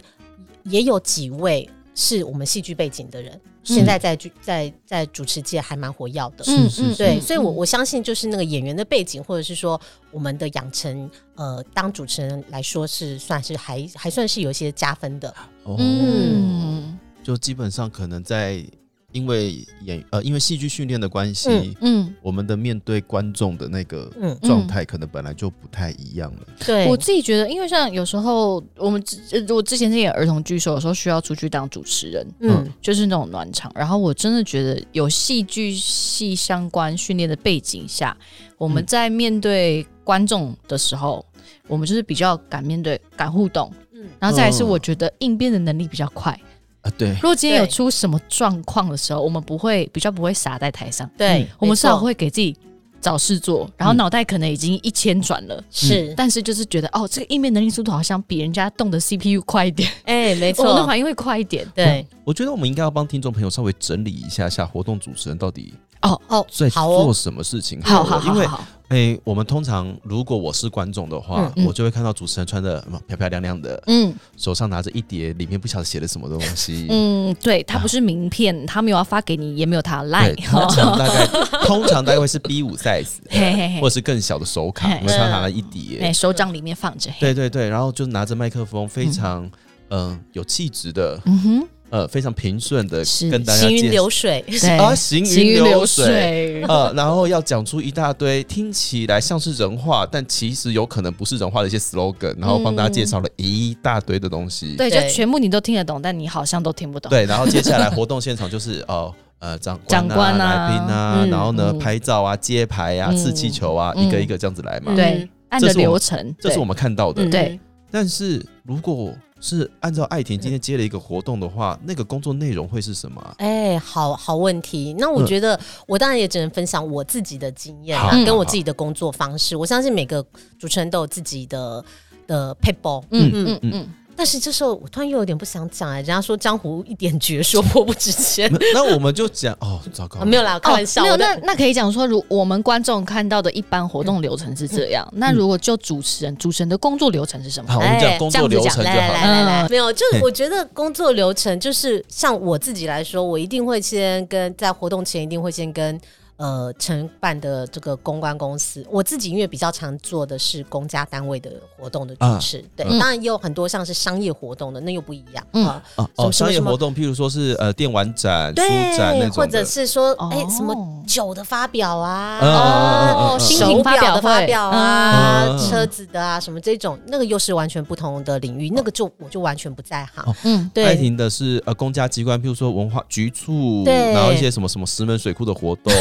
Speaker 4: 也有几位是我们戏剧背景的
Speaker 2: 嗯
Speaker 4: 人，现在在剧在在主持界还蛮活跃的。
Speaker 5: 是
Speaker 2: 嗯
Speaker 5: 是是
Speaker 4: 对，所以我，我相信就是那个演员的背景，或者是说我们的养成，呃，当主持人来说是算是还还算是有一些加分的。
Speaker 5: 哦，
Speaker 2: 嗯
Speaker 5: 就基本上可能在因为演呃因为戏剧训练的关系，
Speaker 4: 嗯
Speaker 2: 嗯，
Speaker 5: 我们的面对观众的那个
Speaker 4: 嗯，
Speaker 5: 状态可能本来就不太一样了。
Speaker 4: 对，
Speaker 2: 我自己觉得，因为像有时候我们之呃我之前是演儿童剧的时候，有时候需要出去当主持人，
Speaker 4: 嗯
Speaker 2: 就是那种暖场。然后我真的觉得有戏剧系相关训练的背景下，我们
Speaker 5: 嗯
Speaker 2: 在面对观众的时候，我们就是比较敢面对、敢互动。
Speaker 4: 嗯
Speaker 2: 然后再来是
Speaker 5: 嗯
Speaker 2: 我觉得应变的能力比较快。
Speaker 5: 啊，对
Speaker 2: 如，果今天有
Speaker 4: 对
Speaker 2: 出什么状况的时候，我们不会比较不会傻在台上，
Speaker 4: 对，
Speaker 2: 嗯我们至
Speaker 4: 少
Speaker 2: 少会给自己找事做，然后脑袋可能已经一千转了。
Speaker 4: 是，
Speaker 2: 但是就是觉得哦，这个应变能力速度好像比人家动的 CPU 快一点，
Speaker 4: 哎，没
Speaker 2: 我们的
Speaker 4: 错，
Speaker 2: 反应会快一点。
Speaker 4: 对，
Speaker 3: 我觉得我们应该要帮听众朋友稍微整理一下下活动主持人到底
Speaker 2: 哦哦，
Speaker 3: 在
Speaker 4: 好哦
Speaker 3: 做什么事情
Speaker 2: 好
Speaker 3: 了
Speaker 2: 好好
Speaker 3: 因为
Speaker 2: 好好，
Speaker 3: 诶，我们通常如果我是观众的话，
Speaker 2: 嗯嗯
Speaker 3: 我就会看到主持人穿的漂漂亮亮的，
Speaker 2: 嗯
Speaker 3: 手上拿着一叠里面不晓得写了什么东西。
Speaker 2: 嗯，对，它不是名片，他没有要发给你，也没有他赖
Speaker 3: 对，，通 常大概通常大概会是 B 五 size，
Speaker 2: 哦嘿嘿嘿，
Speaker 3: 或者是更小的手卡，
Speaker 2: 嘿
Speaker 3: 因为他拿了一叠
Speaker 2: 哎，。手掌里面放着，嘿，
Speaker 3: 对对对，然后就拿着麦克风，非常嗯、呃有气质的，
Speaker 2: 嗯哼，
Speaker 3: 呃非常平顺的
Speaker 2: 是
Speaker 3: 跟嗯大家
Speaker 4: 行云
Speaker 3: 介绍
Speaker 4: 流水，
Speaker 2: 对，
Speaker 3: 啊行
Speaker 2: 行
Speaker 3: 云
Speaker 2: 云
Speaker 3: 流
Speaker 2: 流
Speaker 3: 水。
Speaker 2: 水，
Speaker 3: 呃，然后要讲出一大堆听起来像是人话，但其实有可能不是人话的一些 slogan，然后帮大家介绍了一大堆的东西。
Speaker 2: 对，就
Speaker 4: 对
Speaker 2: 全部你都听得懂，但你好像都听不懂。
Speaker 3: 对，然后接下来活动现场就是哦。呃，长官啊、
Speaker 2: 长官啊
Speaker 3: 来宾啊，
Speaker 4: 嗯
Speaker 3: 然后呢，
Speaker 2: 嗯
Speaker 3: 拍照啊、接牌啊、
Speaker 2: 嗯
Speaker 3: 刺气球啊，
Speaker 2: 嗯
Speaker 3: 一个一个这样子来嘛。
Speaker 2: 对，按
Speaker 3: 这
Speaker 2: 着
Speaker 3: 是我们
Speaker 2: 流程，
Speaker 3: 这是我
Speaker 2: 们
Speaker 3: 们看到的。
Speaker 4: 嗯
Speaker 2: 对，
Speaker 3: 但是如果是按照艾婷今天接了一个活动的话，那个工作内容会是什么啊？
Speaker 4: 哎，好好问题。那我
Speaker 3: 嗯
Speaker 4: 觉得我当然也只能分享我自己的经验啦啊
Speaker 3: 好，
Speaker 4: 跟我
Speaker 3: 好
Speaker 4: 自己的工作方式。我相信每个主持人都有自己的的 p a p e
Speaker 2: 嗯
Speaker 4: 嗯
Speaker 2: 嗯嗯，
Speaker 4: 但是这时候我突然又有点不想讲哎、人家说江湖一点绝，说破不值钱。
Speaker 3: 那那我们就讲哦，糟糕
Speaker 4: 啊，，没有啦，开玩笑。
Speaker 2: 哦没有，
Speaker 4: 我的
Speaker 2: 那那可以讲说，如我们观众看到的一般活动流程是这样，那如果就主持人，主持人的工作流程是什么？
Speaker 3: 嗯好，我们讲
Speaker 4: 哎
Speaker 3: 工
Speaker 4: 这
Speaker 3: 作
Speaker 4: 样子
Speaker 3: 流
Speaker 4: 讲
Speaker 3: 程就
Speaker 4: 来
Speaker 3: 好
Speaker 4: 来
Speaker 3: 了。
Speaker 4: 来来
Speaker 2: 嗯
Speaker 4: 来，没有，就
Speaker 3: 嘿
Speaker 4: 我觉得工作流程就是像我自己来说，我一定会先跟在活动前一定会先跟。呃，承办的这个公关公司，我自己因为比较常做的是公家单位的活动的主
Speaker 3: 啊
Speaker 4: 持，对，
Speaker 2: 嗯
Speaker 4: 当然也有很多像是商业活动的，那又不一样
Speaker 2: 嗯
Speaker 4: 啊、
Speaker 3: 哦
Speaker 4: 什
Speaker 3: 哦，
Speaker 4: 么什
Speaker 3: 商
Speaker 4: 么
Speaker 3: 业
Speaker 4: 什么
Speaker 3: 活动，譬如说是呃电玩展、书展那种
Speaker 4: 对，
Speaker 3: 的，
Speaker 4: 或者是说，哎、
Speaker 2: 哦
Speaker 4: 什么酒的发表啊，
Speaker 3: 嗯嗯嗯嗯嗯
Speaker 4: 啊
Speaker 3: 嗯
Speaker 2: 新
Speaker 4: 手
Speaker 2: 品发
Speaker 4: 表
Speaker 2: 表会
Speaker 4: 的发表啊，
Speaker 3: 嗯
Speaker 4: 车子的啊，什么这种，那个又是完全不同的领域，那个就我就完全不在行。
Speaker 3: 哦
Speaker 2: 嗯，
Speaker 3: 爱
Speaker 4: 对
Speaker 3: 婷的是呃公家机关，譬如说文化局处，
Speaker 4: 对
Speaker 3: 然后一些什么什么石门水库的活 动，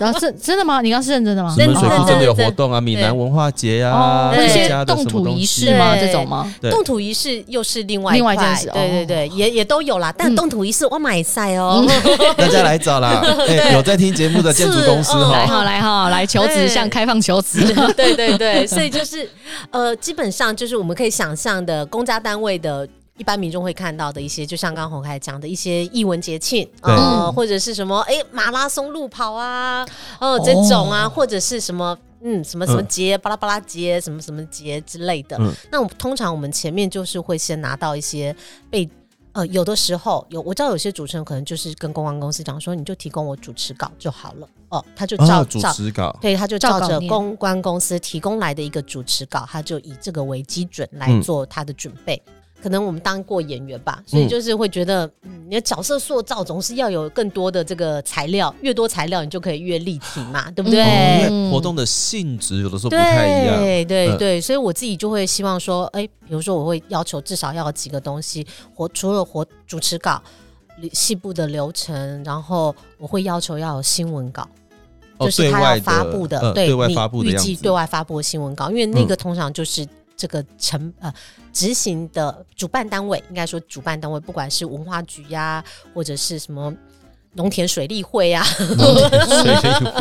Speaker 2: 然后是真的吗？你刚刚是认真的吗？
Speaker 3: 石门水库
Speaker 4: 真
Speaker 3: 真的有
Speaker 4: 认真
Speaker 3: 活动啊，闽南文化节啊，
Speaker 2: 哦，那
Speaker 4: 对
Speaker 3: 客
Speaker 2: 些
Speaker 3: 家的
Speaker 2: 动
Speaker 3: 什么
Speaker 2: 土
Speaker 3: 东
Speaker 2: 仪
Speaker 3: 西
Speaker 2: 式吗？
Speaker 4: 对
Speaker 2: 这种吗？
Speaker 3: 对
Speaker 4: 动土仪式又是另外
Speaker 2: 另外一
Speaker 4: 块
Speaker 2: 件事
Speaker 4: 对对
Speaker 2: 哦
Speaker 4: 对，也也都有啦。但
Speaker 2: 嗯
Speaker 4: 动土仪式我买赛哦，
Speaker 3: 大家来找 啦！哎，有在听节目的建筑公司
Speaker 4: 是哦
Speaker 2: 来
Speaker 3: 哈，
Speaker 2: 哈来哈来求
Speaker 4: 对
Speaker 2: 职向开放求职，
Speaker 4: 对对对，所以就是呃，基本上就是我们可以想象的公家单位的。一般民众会看到的一些，就像刚刚红凯讲的一些艺文节庆，
Speaker 3: 对
Speaker 4: 呃，
Speaker 2: 嗯
Speaker 4: 或者是什么哎、马拉松路跑啊，哦、这种啊，或者是什么嗯，什么什么
Speaker 5: 嗯
Speaker 4: 节、巴拉巴拉节，什么什么节之类的。
Speaker 5: 嗯
Speaker 4: 那我们通常我们前面就是会先拿到一些被呃，有的时候有我知道有些主持人可能就是跟公关公司讲说，你就提供我主持稿就好了，哦，他就照、
Speaker 5: 啊，主
Speaker 4: 照。
Speaker 5: 持稿，
Speaker 4: 对，他就
Speaker 2: 照
Speaker 4: 照
Speaker 2: 稿
Speaker 4: 着
Speaker 2: 念
Speaker 4: 公关公司提供来的一个主持稿，他就以这个为基准来
Speaker 5: 嗯
Speaker 4: 做他的准备。可能我们当过演员吧，所以
Speaker 5: 嗯
Speaker 4: 就是会觉得，嗯，你的角色塑造总是要有更多的这个材料，越多材料你就可以越立体嘛，对不对？
Speaker 5: 哦因为
Speaker 2: 嗯
Speaker 5: 活动的性质有的时候不
Speaker 4: 对
Speaker 5: 太一样。
Speaker 4: 对对
Speaker 5: 嗯
Speaker 4: 所以我自己就会希望说，哎，比如说我会要求至少要有几个东西，活除了活主持稿、里戏部的流程，然后我会要求要有新闻稿，
Speaker 3: 哦，
Speaker 4: 就是
Speaker 3: 对
Speaker 4: 他要
Speaker 3: 外
Speaker 4: 发布的，
Speaker 3: 呃对外发布
Speaker 4: 你
Speaker 3: 的
Speaker 4: 预
Speaker 3: 样
Speaker 4: 计
Speaker 3: 子，嗯
Speaker 4: 对外发布的新闻稿，因为那个通常就是这个成呃执行的主办单位，应该说主办单位，不管是文化局呀、或者是什么农田水利 会呀、
Speaker 3: 谁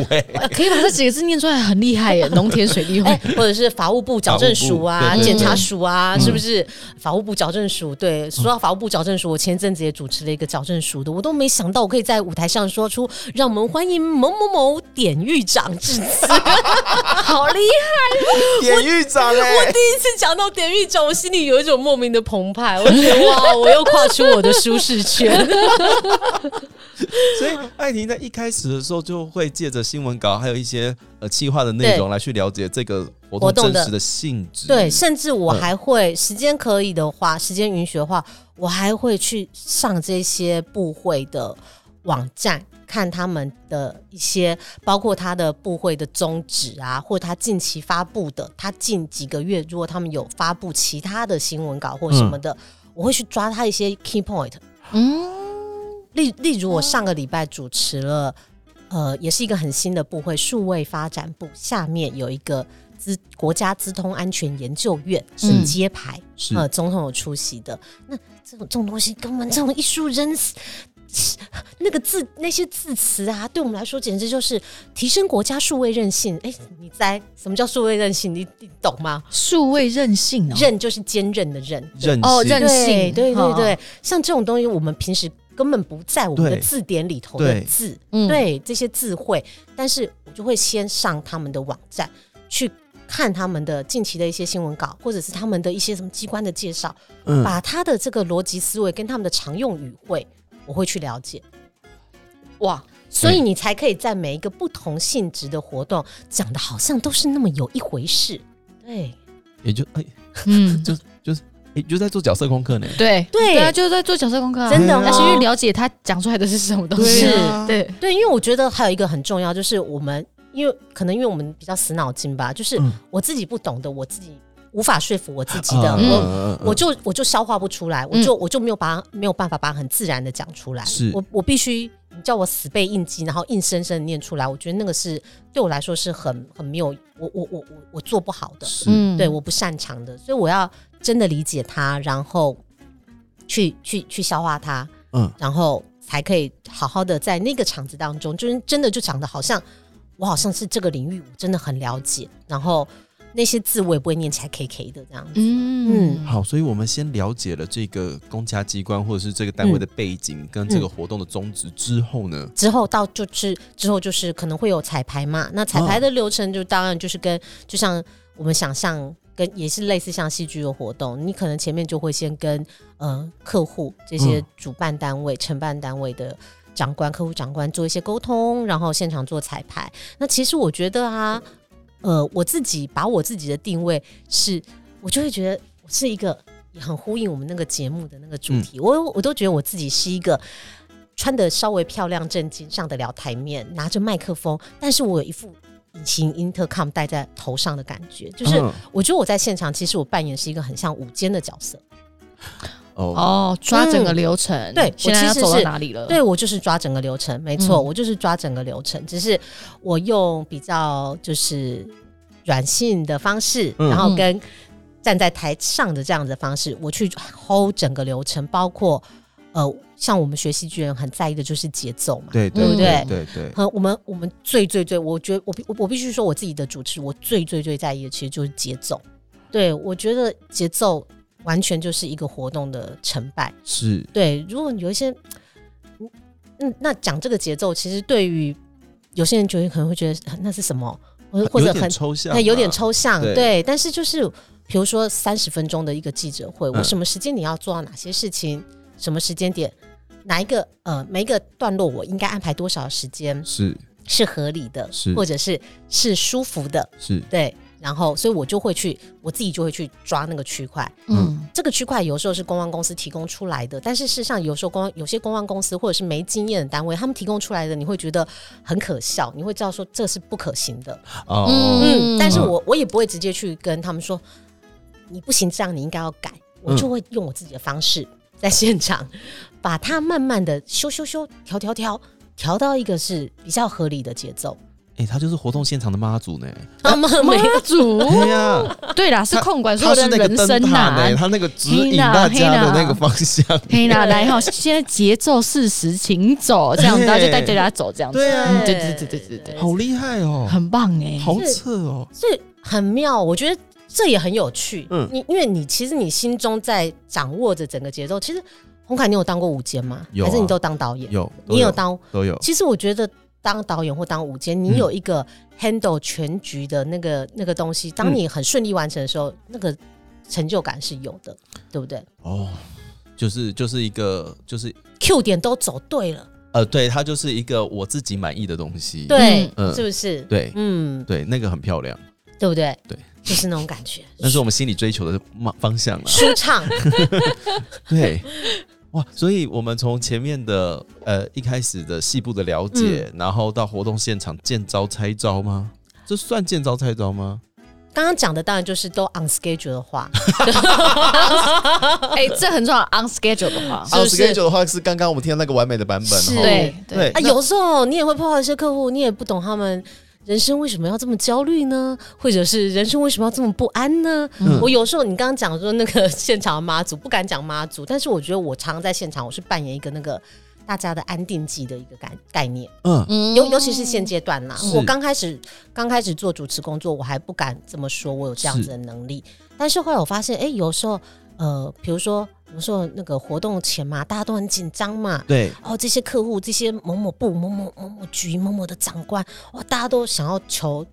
Speaker 3: 会？
Speaker 2: 可以把这几个字念出来，很厉 害耶！农田水利
Speaker 4: 哎
Speaker 2: 会，，
Speaker 4: 或者是法务部矫正署
Speaker 3: 法
Speaker 4: 啊
Speaker 3: 务、部对对
Speaker 4: 检
Speaker 3: 对
Speaker 4: 察署啊，
Speaker 5: 嗯
Speaker 4: 是不是？法务部矫正署，对，说到法务部矫正署，我前阵子也主持了一个矫正署的，我都没想到我可以在舞台上说出“让我们欢迎某某某典狱长致 辞”， 好厉
Speaker 5: 典狱长
Speaker 4: 我
Speaker 5: 哎
Speaker 4: 第，一次讲到典狱长，我心里有一种莫名的澎湃， 我觉得哇，我又跨出我的舒适圈。
Speaker 5: 所以艾婷在一开始的时候就会借着新闻稿，还有一些呃企划的内容来去了解这个
Speaker 4: 活
Speaker 5: 活
Speaker 4: 动
Speaker 5: 动
Speaker 4: 的
Speaker 5: 真实的性质。
Speaker 4: 对，甚至我还会，时间可以的话，时间允许的话，我还会去上这些部会的网站，看他们的一些，包括他的部会的宗旨啊，或他近期发布的，他近几个月如果他们有发布其他的新闻稿或什么的，我会去抓他一些 key point。
Speaker 2: 嗯，
Speaker 4: 例例如，我上个礼拜主持了，呃，也是一个很新的部会，数位发展部下面有一个资国家资通安全研究院是
Speaker 2: 嗯
Speaker 4: 揭牌，
Speaker 5: 是
Speaker 4: 呃，总统有出席的。那这种这种东西，跟我们这种艺术人。那个字那些字词啊，对我们来说简直就是提升国家数位韧性。哎，你在什么叫数位韧性？你你懂吗？
Speaker 2: 数位任性哦，
Speaker 4: 韧就是坚韧的韧，
Speaker 5: 任性
Speaker 2: 哦任
Speaker 4: 对
Speaker 2: 性，
Speaker 4: 对对
Speaker 2: 哦
Speaker 4: 对，，像这种东西，我们平时根本不在我们的
Speaker 5: 对
Speaker 4: 字典里头的
Speaker 5: 对
Speaker 4: 字，
Speaker 2: 嗯
Speaker 4: 对这些字汇，但是我就会先上他们的网站去看他们的近期的一些新闻稿，或者是他们的一些什么机关的介绍，
Speaker 5: 嗯
Speaker 4: 把他的这个逻辑思维跟他们的常用语汇，我会去了解。哇！所以你才可以在每一个不同性质的活动讲的，好像都是那么有一回事。对
Speaker 5: 也就哎
Speaker 2: 嗯，
Speaker 5: 也就在做角色功课呢。
Speaker 2: 对
Speaker 4: 对
Speaker 2: 对啊，就是在做角色功课啊，
Speaker 4: 真的哦
Speaker 2: 但是因为了解他讲出来的是什么东西，
Speaker 4: 对
Speaker 5: 啊
Speaker 2: 对，
Speaker 4: 对，因为我觉得还有一个很重要，就是我们因为可能因为我们比较死脑筋吧，就是
Speaker 5: 嗯
Speaker 4: 我自己不懂的，我自己无法说服我自己的，
Speaker 5: 啊
Speaker 2: 嗯
Speaker 4: 我
Speaker 5: 嗯嗯
Speaker 4: 我就我就消化不出来，我就我就没有把它没有办法把它很自然的讲出来。
Speaker 5: 是
Speaker 4: 我我必须你叫我死背硬记，然后硬生生地念出来，我觉得那个是对我来说是很很没有我我我我我做不好的，
Speaker 5: 是
Speaker 2: 嗯
Speaker 4: 对我不擅长的，所以我要真的理解它，然后去去去消化它，
Speaker 5: 嗯
Speaker 4: 然后才可以好好的在那个场子当中，就是真的就讲的好像我好像是这个领域我真的很了解，然后那些字我也不会念起来 K K 的这样子。
Speaker 2: 嗯，
Speaker 5: 好，所以我们先了解了这个公家机关或者是这个单
Speaker 4: 嗯
Speaker 5: 位的背景跟这个活动的宗旨之后呢，
Speaker 4: 之后到就是之后就是可能会有彩排嘛，那彩排的流程就当然就是跟、就像我们想象跟也是类似像戏剧的活动，你可能前面就会先跟呃客户这些
Speaker 5: 嗯
Speaker 4: 主办单位、承办单位的长官、客户长官做一些沟通，然后现场做彩排。那其实我觉得啊，呃，我自己把我自己的定位是，我就会觉得我是一个也很呼应我们那个节目的那个主题，我我都觉得我自己是一个。穿的稍微漂亮正经，上得了台面，拿着麦克风，但是我有一副隐形 intercom 戴在头上的感觉，就是
Speaker 5: 嗯
Speaker 4: 我觉得我在现场，其实我扮演是一个很像午间的角色，
Speaker 5: 哦，
Speaker 2: 哦，抓整个流程，
Speaker 4: 嗯对我
Speaker 2: 现在要
Speaker 4: 其实
Speaker 2: 走到
Speaker 4: 是
Speaker 2: 哪里了？
Speaker 4: 对我就是抓整个流程，没错，
Speaker 2: 嗯
Speaker 4: 我就是抓整个流程，只是我用比较就是软性的方式，
Speaker 5: 嗯
Speaker 4: 然后跟站在台上的这样子的方式，我去 hold 整个流程，包括呃，像我们学戏剧人很在意的就是节奏嘛，
Speaker 5: 对
Speaker 2: 对
Speaker 5: 对
Speaker 2: 不
Speaker 5: 对
Speaker 4: 对
Speaker 5: 对对，
Speaker 4: 和我们我们最最最，我觉得我必我我必须说我自己的主持，我最最最在意的其实就是节奏。对我觉得节奏完全就是一个活动的成败。
Speaker 5: 是
Speaker 4: 对，如果有一些，嗯嗯，那讲这个节奏，其实对于有些人觉得可能会觉得呃那是什么，或或者
Speaker 5: 有点
Speaker 4: 很
Speaker 5: 抽象啊，
Speaker 4: 那有点抽象，
Speaker 5: 对
Speaker 4: 对。但是就是比如说三十分钟的一个记者会，我
Speaker 5: 嗯
Speaker 4: 什么时间你要做到哪些事情，什么时间点，哪一个呃每一个段落我应该安排多少时间
Speaker 5: 是
Speaker 4: 是合理的，
Speaker 5: 是
Speaker 4: 或者是是舒服的，
Speaker 5: 是
Speaker 4: 对。然后，所以我就会去，我自己就会去抓那个区块。
Speaker 2: 嗯，
Speaker 4: 这个区块有时候是公关公司提供出来的，但是事实上有时候公有些公关公司或者是没经验的单位，他们提供出来的，你会觉得很可笑，你会知道说这是不可行的。
Speaker 5: 哦，
Speaker 4: 嗯，但是我我也不会直接去跟他们说你不行，这样你应该要改，我就会用我自己的方式在现场把它慢慢的修修修调调调调到一个是比较合理的节奏。
Speaker 5: 哎，他就是活动现场的妈祖呢，
Speaker 4: 他们没有
Speaker 2: 妈 祖，
Speaker 4: 哦
Speaker 5: 对呀，
Speaker 2: 对啦，是控管所
Speaker 5: 他
Speaker 2: 有
Speaker 5: 是
Speaker 2: 的
Speaker 5: 那个
Speaker 2: 人
Speaker 5: 灯
Speaker 2: 生啊
Speaker 5: 塔呢，
Speaker 2: 呐。
Speaker 5: 他那个指引大家的那个方向，
Speaker 2: 嘿啦，来哈，现在节奏四十，请走， 这样子，
Speaker 5: 对
Speaker 2: 然后就带大家走，这样子，
Speaker 5: 对啊
Speaker 2: 嗯对对对对对对，
Speaker 5: 好厉害哦，
Speaker 2: 很棒哎，
Speaker 5: 好扯哦，
Speaker 4: 这很妙，我觉得这也很有趣。
Speaker 5: 嗯
Speaker 4: 你因为你其实你心中在掌握着整个节奏。其实红凯，你有当过舞监吗？
Speaker 5: 有啊
Speaker 4: 还是你都当导演？
Speaker 5: 有哦
Speaker 4: 你有当
Speaker 5: 都有，
Speaker 4: 其实我觉得当导演或当舞监，你有
Speaker 5: 嗯
Speaker 4: 一个 handle 全局的那个那个东西，当你很顺利完成的时候，那个成就感是有的，对不对
Speaker 5: 哦，就是就是一个就是
Speaker 4: ？Q 点都走对了，
Speaker 5: 呃，对，它就是一个我自己满意的东西，
Speaker 4: 对，
Speaker 5: 嗯
Speaker 4: 是不是？
Speaker 5: 对
Speaker 4: 嗯，
Speaker 5: 对，那个很漂亮，
Speaker 4: 对不对？
Speaker 5: 对，
Speaker 4: 就是那种感觉，
Speaker 5: 那是我们心里追求的方方向 了，
Speaker 4: 舒畅，
Speaker 5: 对。哇，所以我们从前面的呃一开始的细部的了解，然后到活动现场见招拆招吗？这算见招拆招吗？
Speaker 4: 刚刚讲的当然就是都 on schedule 的话，
Speaker 2: 哎，这很重要，on schedule 的话，
Speaker 4: 是不是
Speaker 5: on schedule 的话是刚刚我们听到那个完美的版本，哦
Speaker 4: 是
Speaker 3: 哦
Speaker 5: 吼
Speaker 2: 对对，
Speaker 5: 对
Speaker 4: 啊，有时候你也会碰到一些客户，你也不懂他们人生为什么要这么焦虑呢，或者是人生为什么要这么不安呢？我有时候你刚刚讲说那个现场的妈祖不敢讲妈祖，但是我觉得我常常在现场，我是扮演一个那个。大家的安定剂的一个概概念，
Speaker 5: 嗯
Speaker 2: 嗯
Speaker 4: 尤尤其是现阶段啦，
Speaker 5: 是
Speaker 4: 我刚开始刚开始做主持工作，我还不敢这么说，我有这样子的能力。但是后来我发现，哎、有时候呃，比如说有时候那个活动前嘛，大家都很紧张嘛，
Speaker 5: 对，
Speaker 4: 哦，这些客户、这些某某部、某某某某局、某某的长官，哇，大家都想要求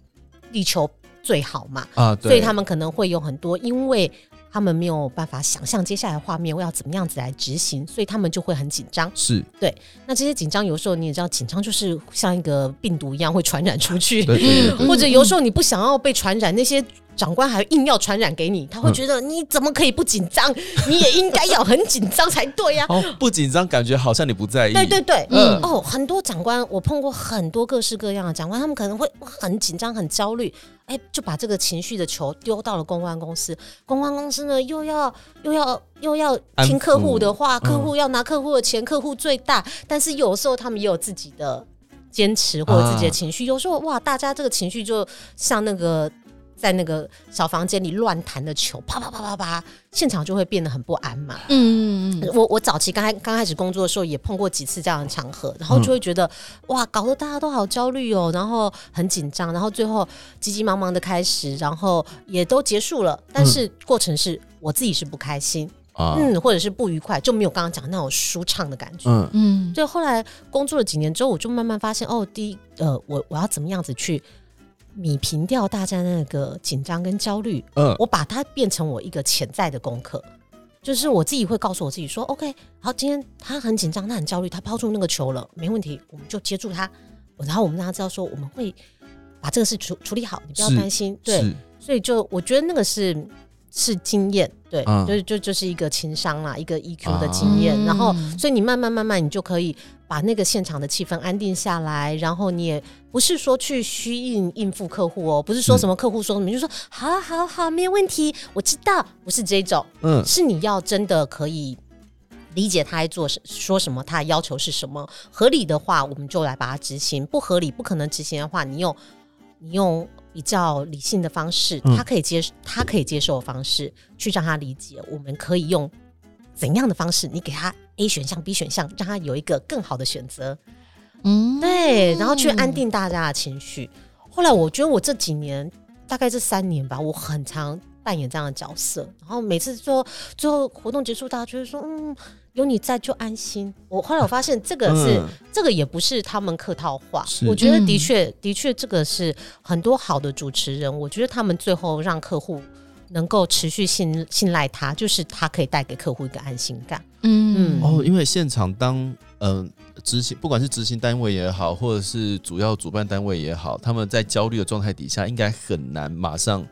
Speaker 4: 力求最好嘛，
Speaker 5: 啊，
Speaker 4: 所以他们可能会有很多，因为他们没有办法想象接下来的画面我要怎么样子来执行，所以他们就会很紧张。
Speaker 5: 是
Speaker 4: 那这些紧张，有时候你也知道，紧张就是像一个病毒一样会传染出去，
Speaker 5: 对 对对对
Speaker 4: 或者有时候你不想要被传染，那些长官还硬要传染给你，他会觉得你怎么可以不紧张？你也应该要很紧张才对呀、
Speaker 5: 哦，不紧张，感觉好像你不在意，
Speaker 4: 对对对，
Speaker 2: 嗯
Speaker 4: 嗯，哦，很多长官，我碰过很多各式各样的长官，他们可能会哇很紧张、很焦虑，哎、就把这个情绪的球丢到了公关公司，公关公司呢又要又要又要
Speaker 5: 安
Speaker 4: 听客户
Speaker 5: 抚
Speaker 4: 的话，客
Speaker 5: 嗯
Speaker 4: 户要拿客户的钱，客户最大，但是有时候他们也有自己的坚持或者自己的
Speaker 5: 啊
Speaker 4: 情绪，有时候哇，大家这个情绪就像那个。在那个小房间里乱弹的球，啪啪啪啪啪，现场就会变得很不安嘛。
Speaker 2: 嗯嗯嗯
Speaker 4: 我我早期刚开刚开始工作的时候，也碰过几次这样的场合，然
Speaker 5: 嗯
Speaker 4: 后就会觉得、哇，搞得大家都好焦虑哦，然后很紧张，然后最后急急忙忙的开始，然后也都结束了，但是过程是、我自己是不开心，
Speaker 5: 嗯啊，
Speaker 4: 嗯，或者是不愉快，就没有刚刚讲那种舒畅的感觉。
Speaker 5: 嗯
Speaker 2: 嗯，
Speaker 4: 对，后来工作了几年之后，我就慢慢发现，哦，第一，呃，我我要怎么样子去米平掉大家那个紧张跟焦虑，
Speaker 5: 嗯
Speaker 4: 我把它变成我一个潜在的功课，就是我自己会告诉我自己说，OK，好，今天他很紧张，他很焦虑，他抛出那个球了，没问题，我们就接住他，然后我们让他知道说我们会把这个事处处理好，你不要
Speaker 5: 是
Speaker 4: 担心，对，
Speaker 5: 是
Speaker 4: 所以就我觉得那个是是经验，对，
Speaker 5: 嗯
Speaker 4: 就是就就是一个情商啦，一个 E EQ 的经验，
Speaker 2: 啊
Speaker 4: 然后
Speaker 2: 嗯
Speaker 4: 所以你慢慢慢慢你就可以把那个现场的气氛安定下来，然后你也不是说去虚应应付客户哦，不是说
Speaker 5: 嗯
Speaker 4: 什么客户说什么你就说好啊好啊好啊，没有问题，我知道，不是这种，
Speaker 5: 嗯
Speaker 4: 是你要真的可以。理解他在做什说什么，他的要求是什么？合理的话，我们就来把它执行；不合理、不可能执行的话，你用你用比较理性的方式，
Speaker 5: 嗯
Speaker 4: 他可以接他可以接受的方式去让他理解，我们可以用怎样的方式，你给他 A 选项、B 选项，让他有一个更好的选择，
Speaker 2: 嗯，
Speaker 4: 对，然后去安定大家的情绪。后来我觉得我这几年，大概这三年吧，我很常扮演这样的角色，然后每次最后最后活动结束，大家就会说，嗯，有你在就安心。我后来我发现这个是、
Speaker 3: 嗯
Speaker 4: 这个也不是他们客套话
Speaker 3: 是，
Speaker 4: 我觉得的
Speaker 2: 嗯
Speaker 4: 确的确这个是很多好的主持人，我觉得他们最后让客户。能够持续信信赖他，就是他可以带给客户一个安心感。
Speaker 2: 嗯，
Speaker 3: 哦，因为现场当嗯、执行，不管是执行单位也好，或者是主要主办单位也好，他们在焦虑的状态底下，应该很难马上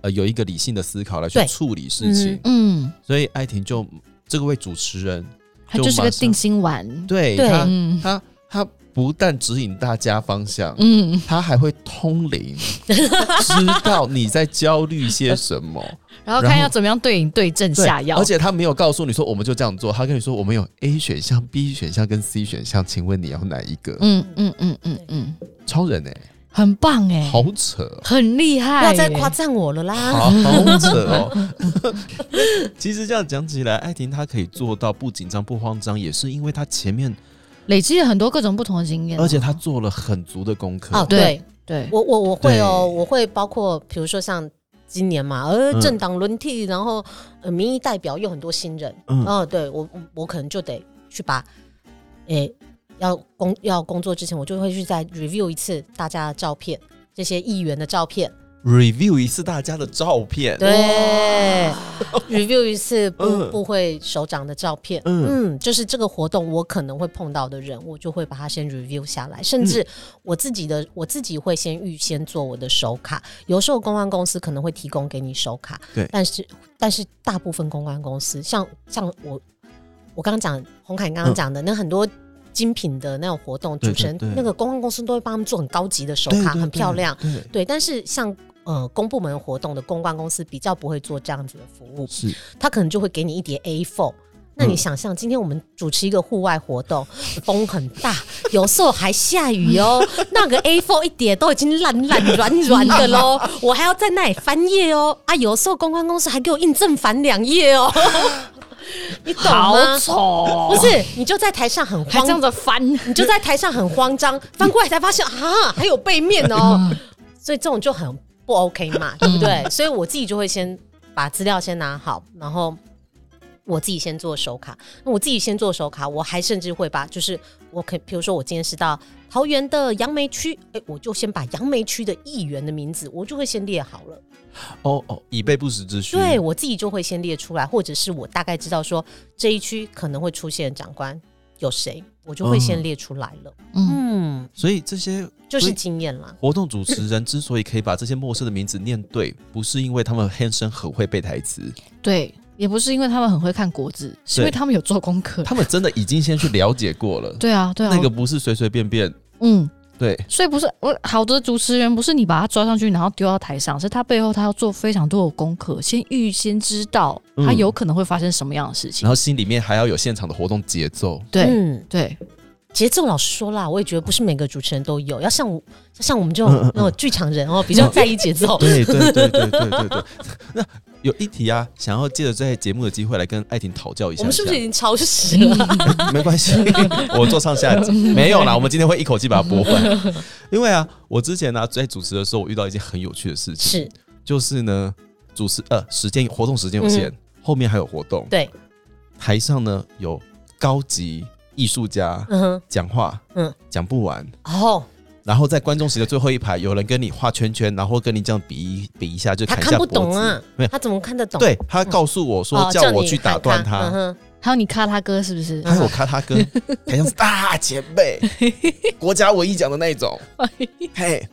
Speaker 3: 呃有一个理性的思考来去
Speaker 4: 对
Speaker 3: 处理事情
Speaker 4: 嗯，
Speaker 2: 嗯，
Speaker 3: 所以艾婷就这位主持人，
Speaker 2: 它就是个
Speaker 3: 马上
Speaker 2: 定心丸，
Speaker 3: 对
Speaker 4: 对
Speaker 3: 他
Speaker 2: 嗯
Speaker 3: 他他不但指引大家方向，
Speaker 2: 嗯，
Speaker 3: 他还会通 灵，知道你在焦虑些什 么。
Speaker 2: 然后
Speaker 3: 然
Speaker 2: 看
Speaker 3: 后
Speaker 2: 要怎么样对你对症
Speaker 3: 对
Speaker 2: 下药，
Speaker 3: 而且他没有告诉你说我们就这样做，他跟你说我们有 A 选项、B 选项跟 C 选项，请问你要哪一个？
Speaker 2: 嗯嗯嗯嗯嗯，
Speaker 3: 超人哎、
Speaker 2: 很棒哎、
Speaker 3: 好扯哦、
Speaker 2: 很厉害、
Speaker 4: 不
Speaker 2: 欸，
Speaker 4: 要再夸赞我了啦！
Speaker 3: 好好扯哦。 其实这样讲起来，艾婷她可以做到不紧张不慌张，也是因为她前面，
Speaker 2: 累积了很多各种不同的经验啊，
Speaker 3: 而且她做了很足的功课。
Speaker 4: 哦，对
Speaker 2: 对，对，
Speaker 4: 我我我会哦，
Speaker 3: 对
Speaker 4: 我会包括比如说像今年嘛，呃，
Speaker 3: 嗯
Speaker 4: 政党轮替，然后呃，民意代表又很多新人，
Speaker 3: 嗯
Speaker 4: 哦，对我我我可能就得去把，诶、要工要工作之前，我就会去再 review 一次大家的照片，这些议员的照片，
Speaker 3: review 一次大家的照片，
Speaker 4: 对 ，review 一次部
Speaker 3: 嗯
Speaker 4: 部会首长的照片，
Speaker 3: 嗯
Speaker 4: 嗯就是这个活动我可能会碰到的人，我就会把它先 review 下来，甚
Speaker 3: 嗯
Speaker 4: 至我自己的我自己会先预先做我的手卡，有时候公关公司可能会提供给你手卡，
Speaker 3: 对
Speaker 4: 但是但是大部分公关公司像像我我刚刚讲红凯刚刚讲的、那很多。精品的那种活动，
Speaker 3: 嗯对
Speaker 4: 主持人
Speaker 3: 对对
Speaker 4: 那个公关公司都会帮他们做很高级的手
Speaker 3: 对
Speaker 4: 卡，
Speaker 3: 对
Speaker 4: 很
Speaker 3: 对
Speaker 4: 漂亮。
Speaker 3: 对，
Speaker 4: 对，但是像呃公部门活动的公关公司比较不会做这样子的服务，
Speaker 3: 是
Speaker 4: 他可能就会给你一叠 A4。那你
Speaker 3: 嗯
Speaker 4: 想象，今天我们主持一个户外活动，风很大，有时候还下雨哦。那个 A4 一叠都已经烂烂软软的喽，我还要在那里翻页哦。啊，有时候公关公司还给我印正反两页哦， 你懂
Speaker 2: 好？
Speaker 4: 吗
Speaker 2: 丑，哦
Speaker 4: 不是，你就在台上很
Speaker 2: 还
Speaker 4: 慌
Speaker 2: 这样子翻，
Speaker 4: 你就在台上很慌张，翻过来才发现啊，还有背面哦，
Speaker 2: 嗯
Speaker 4: 所以这种就很不 OK 嘛， 对不对？所以我自己就会先把资料先拿好，然后我自己先做手卡。那我自己先做手卡，我还甚至会把就是我可，比如说我今天是到桃园的杨梅区，哎，我就先把杨梅区的议员的名字，我就会先列好了。
Speaker 2: 嗯
Speaker 3: 哦哦，以备不时之需。
Speaker 4: 对我自己就会先列出来，或者是我大概知道说这一区可能会出现长官有谁，我就会先
Speaker 3: 嗯
Speaker 4: 列出来了。
Speaker 2: 嗯，
Speaker 4: 嗯
Speaker 3: 所以这些
Speaker 4: 就是
Speaker 3: 所以
Speaker 4: 经验啦。
Speaker 3: 活动主持人之所以可以把这些陌生的名字念对，不是因为他们天生很会背台 词，
Speaker 2: 对，也不是因为他们很会看国字，是因为他们有做功课，
Speaker 3: 他们真的已经先去了解过了。
Speaker 2: 对啊，对啊，
Speaker 3: 那个不是随随便便。
Speaker 2: 嗯，
Speaker 3: 对，
Speaker 2: 所以不是我好的主持人，不是你把他抓上去，然后丢到台上，是他背后他要做非常多的功课，先预先知道他有可能会发生什么样的事情。
Speaker 3: 嗯然后心里面还要有现场的活动节 奏。
Speaker 2: 对、
Speaker 4: 嗯，
Speaker 2: 对，
Speaker 4: 节奏老师说啦，我也觉得不是每个主持人都有，要像我像我们这种那种剧场人哦，比较在意节奏。
Speaker 3: 嗯对对对对对对对。那有一题啊，想要借着在节目的机会来跟艾婷讨教一下。哎
Speaker 4: 我们是不是已经超时了？
Speaker 3: 没关系，我做上下集没有啦，我们今天会一口气把它播完。 因为啊，我之前呢、在主持的时候，我遇到一件很有趣的事情，
Speaker 4: 是
Speaker 3: 就是呢，主持呃时间活动时间有限，后面还有活动，
Speaker 4: 嗯对，
Speaker 3: 台上呢有高级艺术家
Speaker 4: 嗯哼，
Speaker 3: 讲话，嗯
Speaker 4: 嗯，
Speaker 3: 讲不完。
Speaker 4: 哦，
Speaker 3: 然后在观众席的最后一排，有人跟你画圈圈，然后跟你这样比一比一下，就
Speaker 4: 他
Speaker 3: 砍一
Speaker 4: 看
Speaker 3: 下
Speaker 4: 不
Speaker 3: 脖
Speaker 4: 懂
Speaker 3: 子
Speaker 4: 啊
Speaker 3: 没有，
Speaker 4: 他怎么看得懂？
Speaker 3: 对他告诉我说
Speaker 4: 哦，
Speaker 3: 叫我
Speaker 4: 你
Speaker 3: 去打
Speaker 4: 喊
Speaker 3: 断
Speaker 4: 他。嗯
Speaker 3: 他，
Speaker 4: 哼嗯
Speaker 2: 还有你咔他哥是不是？
Speaker 3: 还有我咔他 哥，台上是大前辈，国家唯一奖的那 种，嘿，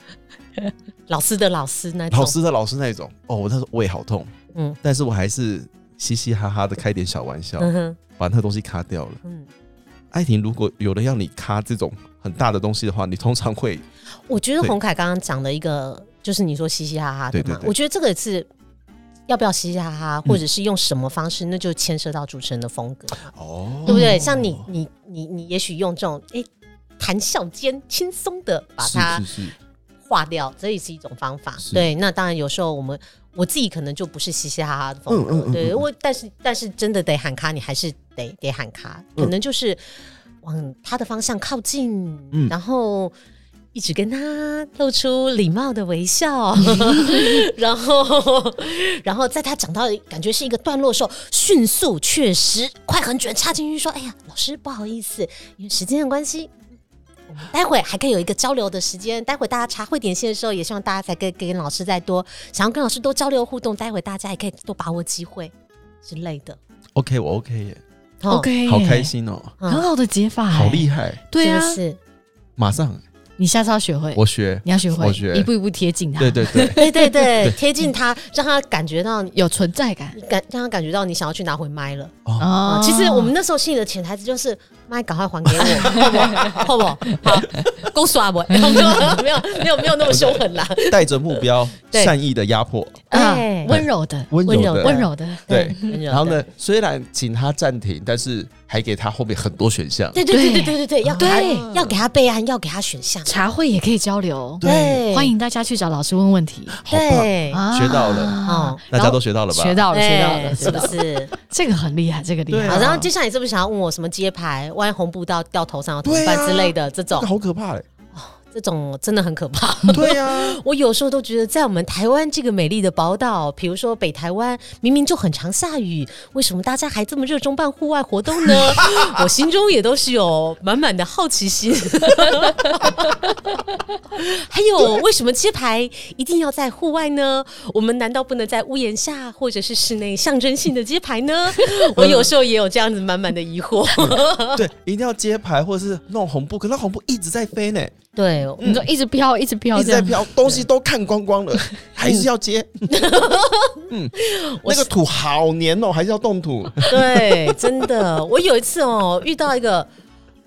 Speaker 4: 老师的老师那种，
Speaker 3: 老师的老师那种。哦，我那时候胃好痛，嗯
Speaker 4: 嗯，
Speaker 3: 但是我还是嘻嘻哈哈的开点小玩笑，
Speaker 4: 嗯哼，
Speaker 3: 把那个东西咔掉了。
Speaker 4: 嗯，
Speaker 3: 艾婷，如果有人要你咔这种很大的东西的话，你通常会
Speaker 4: 我觉得
Speaker 3: 对
Speaker 4: 洪凯刚刚讲的一个，就是你说嘻嘻哈哈的
Speaker 3: 对
Speaker 4: 嘛，
Speaker 3: 对对嗯
Speaker 4: 我觉得这个是。要不要嘻嘻哈哈，或者是用什么方式，那就牵涉到主持人的风格。
Speaker 3: 哦
Speaker 4: 对不对？像你，你，你，你也许用这种诶谈笑间轻松的把它
Speaker 3: 是是是，
Speaker 4: 化掉，这也是一种方法
Speaker 3: 是。
Speaker 4: 对，那当然有时候我们我自己可能就不是嘻嘻哈哈的风格，
Speaker 3: 嗯嗯嗯
Speaker 4: 对
Speaker 3: 嗯
Speaker 4: 我，但是但是真的得喊卡，你还是得得喊卡，可能就是往他的方向靠近，
Speaker 3: 嗯
Speaker 4: 然后一直跟他露出礼貌的 微笑，然后，然后在他讲到感觉是一个段落的时候，迅速、确实、快、很准插进去说：“哎呀，老师不好意思，因为时间的关系。”我们待会还可以有一个交流的时间，待会大家茶会点心的时候，也希望大家再跟跟老师再多想要跟老师多交流互动，待会大家也可以多把握机会之类的。
Speaker 3: OK，我 OK 耶，
Speaker 4: 哦
Speaker 2: OK，
Speaker 3: 好开，心哦、
Speaker 4: 嗯
Speaker 2: 很好的解法、
Speaker 3: 好厉害，
Speaker 2: 对啊，
Speaker 4: 是不是？
Speaker 3: 马上
Speaker 2: 你下次要学会，
Speaker 3: 我学，
Speaker 2: 你要学会，
Speaker 3: 我学
Speaker 2: 一步一步贴近他，
Speaker 3: 对对对，
Speaker 4: 对 对对，贴近他，让他感觉到
Speaker 2: 有存在感
Speaker 4: 感，让他感觉到你想要去拿回麦了。
Speaker 3: 哦，
Speaker 2: 哦
Speaker 4: 啊，其实我们那时候心里的潜台词就是：妈，赶快还 给我，好不好？好，够耍不？没有没有没有没有那么凶狠啦。
Speaker 3: 带着目标，
Speaker 4: 对
Speaker 3: 善意的压迫，
Speaker 2: 啊
Speaker 4: 对
Speaker 2: 温柔的，
Speaker 3: 温
Speaker 4: 温
Speaker 3: 柔的，
Speaker 4: 柔的
Speaker 2: 温柔的，
Speaker 3: 对。
Speaker 4: 然
Speaker 3: 然后呢？，虽然请他暂停，但是还给他后面很多选项。
Speaker 4: 对对对对对对对，要给
Speaker 2: 对
Speaker 4: 他要给他备案，要给他选项。
Speaker 2: 茶会也可以交流，
Speaker 4: 对，
Speaker 2: 欢迎大家去找老师问问题，
Speaker 3: 好棒，
Speaker 4: 对，
Speaker 2: 啊
Speaker 3: 学到了
Speaker 4: 哦
Speaker 3: 大家都学到了吧？
Speaker 2: 学到了，学到
Speaker 4: 对
Speaker 2: 了，
Speaker 4: 是
Speaker 2: 学
Speaker 4: 不
Speaker 2: 到了
Speaker 4: 是？
Speaker 2: 这个很厉害，这个厉
Speaker 3: 对
Speaker 2: 害
Speaker 3: 啊
Speaker 4: 好，，然后接下来你是不是想要问我什么揭牌，万一红布到掉头上要怎么办
Speaker 3: 对啊
Speaker 4: 之类的？这
Speaker 3: 这
Speaker 4: 种
Speaker 3: 个好可怕哎！
Speaker 4: 这种真的很可怕。
Speaker 3: 对呀，
Speaker 4: 我有时候都觉得，在我们台湾这个美丽的宝岛，比如说北台湾，明明就很常下雨，为什么大家还这么热衷办户外活动呢？我心中也都是有满满的好奇心。还有，为什么揭牌一定要在户外呢？我们难道不能在屋檐下或者是室内象征性的揭牌呢？我有时候也有这样子满满的疑惑。
Speaker 3: 对，一定要揭牌或者是弄红布，可是红布一直在飞呢，
Speaker 4: 对，
Speaker 2: 你说一直飘，一直飘，
Speaker 3: 一直在。飘，东西都看光光 了，还是要接。嗯，那个土好黏哦，还是要动土。
Speaker 4: 对，真的，我有一次哦，遇到一个，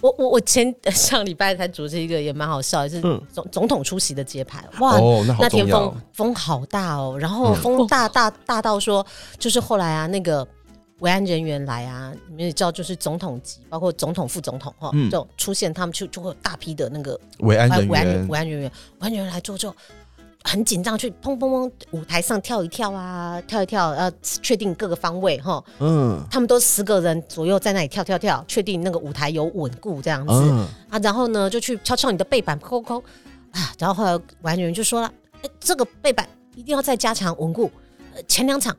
Speaker 4: 我我我前 上礼拜才主持一个也蛮好笑的，就是
Speaker 3: 嗯
Speaker 4: 总、总统出席的揭牌，哇，
Speaker 3: 哦那好
Speaker 4: 那天
Speaker 3: 重要嗯
Speaker 4: 风风好大哦，然后风大大大到说，就是后来啊那个。维安人员来啊，你们也知道，就是总统级，包括总统、副总统哈，
Speaker 3: 嗯
Speaker 4: 这种出现，他们就就会有大批的那个
Speaker 3: 维安
Speaker 4: 哎
Speaker 3: 人
Speaker 4: 维安
Speaker 3: 员
Speaker 4: 维安人员，维安人员来做之后，很紧张，去砰砰砰舞台上跳一跳啊，跳一跳，呃，确定各个方位哈，
Speaker 3: 嗯
Speaker 4: 他们都十个人左右在那里跳跳跳，确定那个舞台有稳固这样子、
Speaker 3: 嗯，
Speaker 4: 啊，然后呢就去敲敲你的背板，抠抠啊，然后后来玩的人就说了，哎，这个背板一定要再加强稳固，呃前两场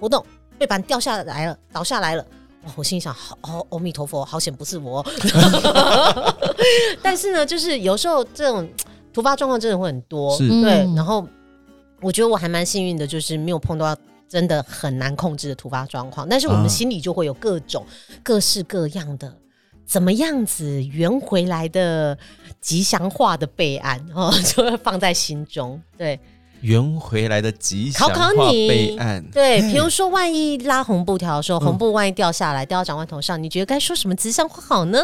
Speaker 4: 活动背板掉下来了，倒下来了。哇！我心里想，好哦，阿弥陀佛，好险不是我。但是呢，就是有时候这种突发状况真的会很多，
Speaker 3: 是
Speaker 2: 嗯
Speaker 4: 对。然后我觉得我还蛮幸运的，就是没有碰到真的很难控制的突发状况，但是我
Speaker 3: 啊
Speaker 4: 们心里就会有各种、各式各样的。怎么样子圆回来的吉祥话的备案哦， 就会放在心中。对
Speaker 3: 圆回来的吉祥
Speaker 4: 考考
Speaker 3: 话
Speaker 4: 你
Speaker 3: 备案，
Speaker 4: 对，比如说，万一拉红布条的
Speaker 3: 嗯
Speaker 4: 时候，红布万一掉下来，掉到长官头上，你觉得该说什么吉祥话好呢？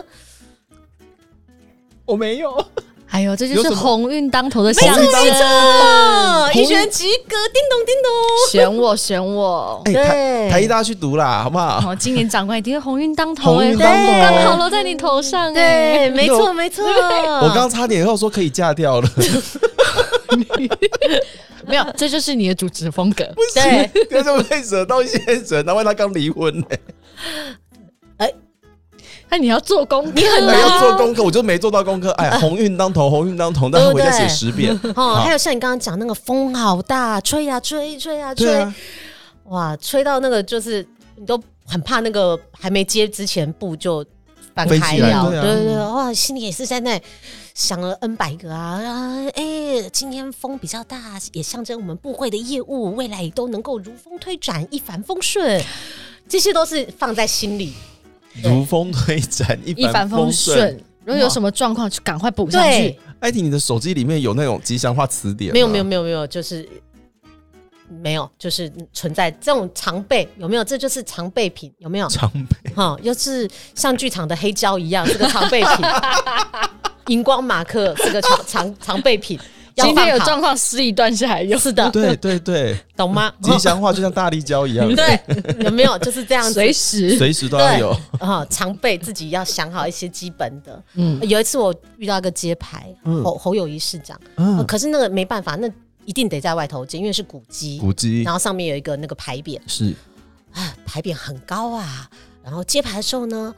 Speaker 3: 我没有，
Speaker 2: 哎呦，这就
Speaker 3: 有
Speaker 2: 是
Speaker 3: 什么
Speaker 2: 鸿运当头的象征，
Speaker 3: 啊
Speaker 4: 哦，一学及格，叮咚叮咚。
Speaker 2: 选我，选我。
Speaker 3: 哎，
Speaker 4: 对
Speaker 3: 台台大去读啦，好不好？
Speaker 2: 哦，今年长官一定会鸿运当头哎，
Speaker 3: 鸿运当头
Speaker 2: 刚好落在你头上哎。
Speaker 4: 对，没错没错。
Speaker 3: 我
Speaker 4: 我
Speaker 3: 刚差点要说可以嫁掉了，
Speaker 2: 没有，这就是你的主持风格。
Speaker 4: 对，
Speaker 3: 可是被惹到先生，难怪他刚离婚
Speaker 4: 啊
Speaker 3: 呢。
Speaker 2: 那你要做功课，你很
Speaker 3: 哎，要做功课，我就没做到功课。 哎，鸿运当头，鸿运当头，但是回家写十遍。好
Speaker 4: 哦，还有像你刚刚讲那个风好大，吹呀、吹，吹呀、吹，
Speaker 3: 对啊，
Speaker 4: 哇，吹到那个就是你都很怕那个还没接之前布就翻
Speaker 3: 飞
Speaker 4: 开
Speaker 3: 起来
Speaker 4: 了，
Speaker 3: 对啊
Speaker 4: 对对，哇，心里也是在那想了 N 百个啊啊，哎、今天风比较大，也象征我们部会的业务未来也都能够如风推转，一帆风顺，这些都是放在心里。
Speaker 3: 如风推展，
Speaker 2: 一
Speaker 3: 一
Speaker 2: 帆
Speaker 3: 帆
Speaker 2: 风
Speaker 3: 风
Speaker 2: 顺。。如果有什么状况，就赶快补上去
Speaker 4: 对。，
Speaker 3: 艾迪，你的手机里面有那种吉祥话词典吗？
Speaker 4: 没有没有没有没有，就是没有，就是存在这种常备有没有？这就是常备品有没有？
Speaker 3: 常备。
Speaker 4: 哈、又是像剧场的黑胶一样，是个常备品。荧光马克是个常常常备品，要
Speaker 2: 今天有
Speaker 4: 放好
Speaker 2: 状况，撕一段下来用，
Speaker 4: 是 的，
Speaker 3: 对对对，
Speaker 4: 懂吗？
Speaker 3: 吉祥话就像大力胶一样，
Speaker 4: 对，有没有就是这样子？
Speaker 2: 随时
Speaker 3: 随时都要有。
Speaker 4: 啊、常备自己要想好一些基本的。
Speaker 2: 嗯
Speaker 4: 有一次我遇到一个揭牌，侯侯友谊市长、呃
Speaker 3: 嗯，
Speaker 4: 可是那个没办法，那一定得在外头接，因为是古迹，
Speaker 3: 古迹
Speaker 4: 然后上面有一个那个牌匾，
Speaker 3: 是
Speaker 4: 啊，牌匾很高啊，然后揭牌的时候呢，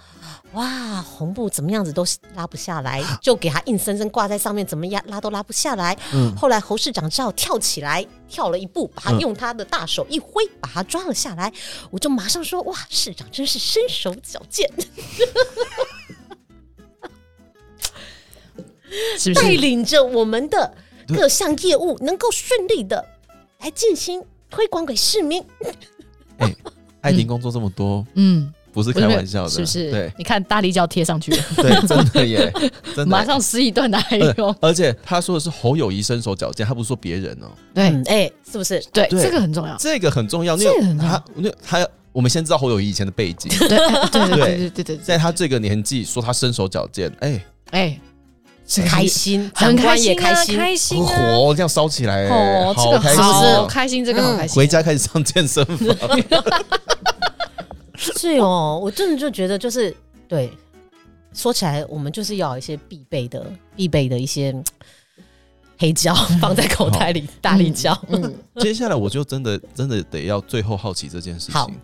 Speaker 4: 哇，红布怎么样子都拉不下来，就给他硬生生挂在上面，怎么样拉都拉不下来。
Speaker 2: 嗯
Speaker 4: 后来侯市长只好跳起来，跳了一步，把他用他的大手一挥，把他抓了下来。我就马上说，哇，市长真是身手矫健，
Speaker 2: 是不
Speaker 4: 带
Speaker 2: 是？
Speaker 4: 领着我们的各项业务能够顺利的来进行推广给市民。
Speaker 3: 爱情哎工作这么多，
Speaker 2: 嗯，
Speaker 3: 不是
Speaker 2: 我就
Speaker 3: 开
Speaker 2: 没有
Speaker 3: 玩笑的，
Speaker 2: 嗯是不是？
Speaker 3: 对
Speaker 2: 你看大力胶贴上去了，
Speaker 3: 对，真 的耶，真的。
Speaker 2: 马上十一段哪
Speaker 3: 呃
Speaker 2: 有？
Speaker 3: 而且他说的是侯友谊身手矫健，他不是说别人哦，
Speaker 2: 对
Speaker 4: 嗯，哎、是不是？
Speaker 2: 对，
Speaker 3: 对
Speaker 2: 这个很重要。
Speaker 3: 这个很重要，因
Speaker 2: 这个
Speaker 3: 为
Speaker 2: 很重要
Speaker 3: 他，因为他，我们先知道侯友谊以前的背 景，
Speaker 2: 对对对对对对对对，
Speaker 3: 在他这个年纪说他身手矫健，哎，
Speaker 2: 哎，这个
Speaker 4: 开心，
Speaker 2: 很
Speaker 4: 长
Speaker 2: 开
Speaker 4: 官也
Speaker 2: 心
Speaker 4: 开
Speaker 2: 啊，
Speaker 4: 心，
Speaker 2: 开心啊！
Speaker 3: 火这样烧起来，哎
Speaker 2: 哦，这
Speaker 3: 好
Speaker 2: 个
Speaker 3: 开心
Speaker 2: 好
Speaker 3: 哦，
Speaker 2: 开心，这个好开心。
Speaker 3: 回家开始上健身房，
Speaker 4: 是哦，我真的就觉得就是对，说起来我们就是要有一些必备的、必备的一些嗯黑胶放在口袋里，大力胶。
Speaker 2: 嗯，
Speaker 3: 接下来我就真的真的得要最后好奇这件事
Speaker 4: 好
Speaker 3: 情，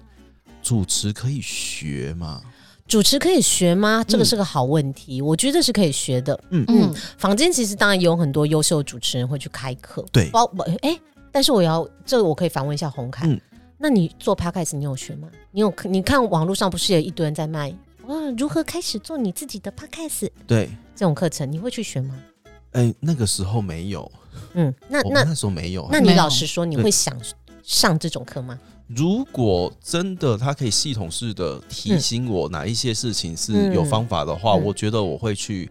Speaker 3: 主持可以学吗？
Speaker 4: 主持可以学吗？这个是个好问题，我觉得是可以学的。
Speaker 3: 嗯
Speaker 2: 嗯
Speaker 4: 嗯，坊间其实当然有很多优秀主持人会去开课，
Speaker 3: 对
Speaker 4: 包包哎，但是我要这个我可以反问一下洪凯，
Speaker 3: 嗯
Speaker 4: 那你做 podcast 你有学吗？你有你看网络上不是有一堆人在卖哇如何开始做你自己的 podcast
Speaker 3: 对，
Speaker 4: 这种课程，你会去学吗？
Speaker 3: 哎，那个时候没有，
Speaker 4: 嗯，那
Speaker 3: 我
Speaker 4: 那
Speaker 3: 那时候没有，啊
Speaker 4: 那你
Speaker 2: 没有
Speaker 4: 老实说，你会想上这种课吗？
Speaker 3: 如果真的他可以系统式的提醒我哪一些事情是有方法的话，
Speaker 4: 嗯嗯
Speaker 3: 我觉得我会去，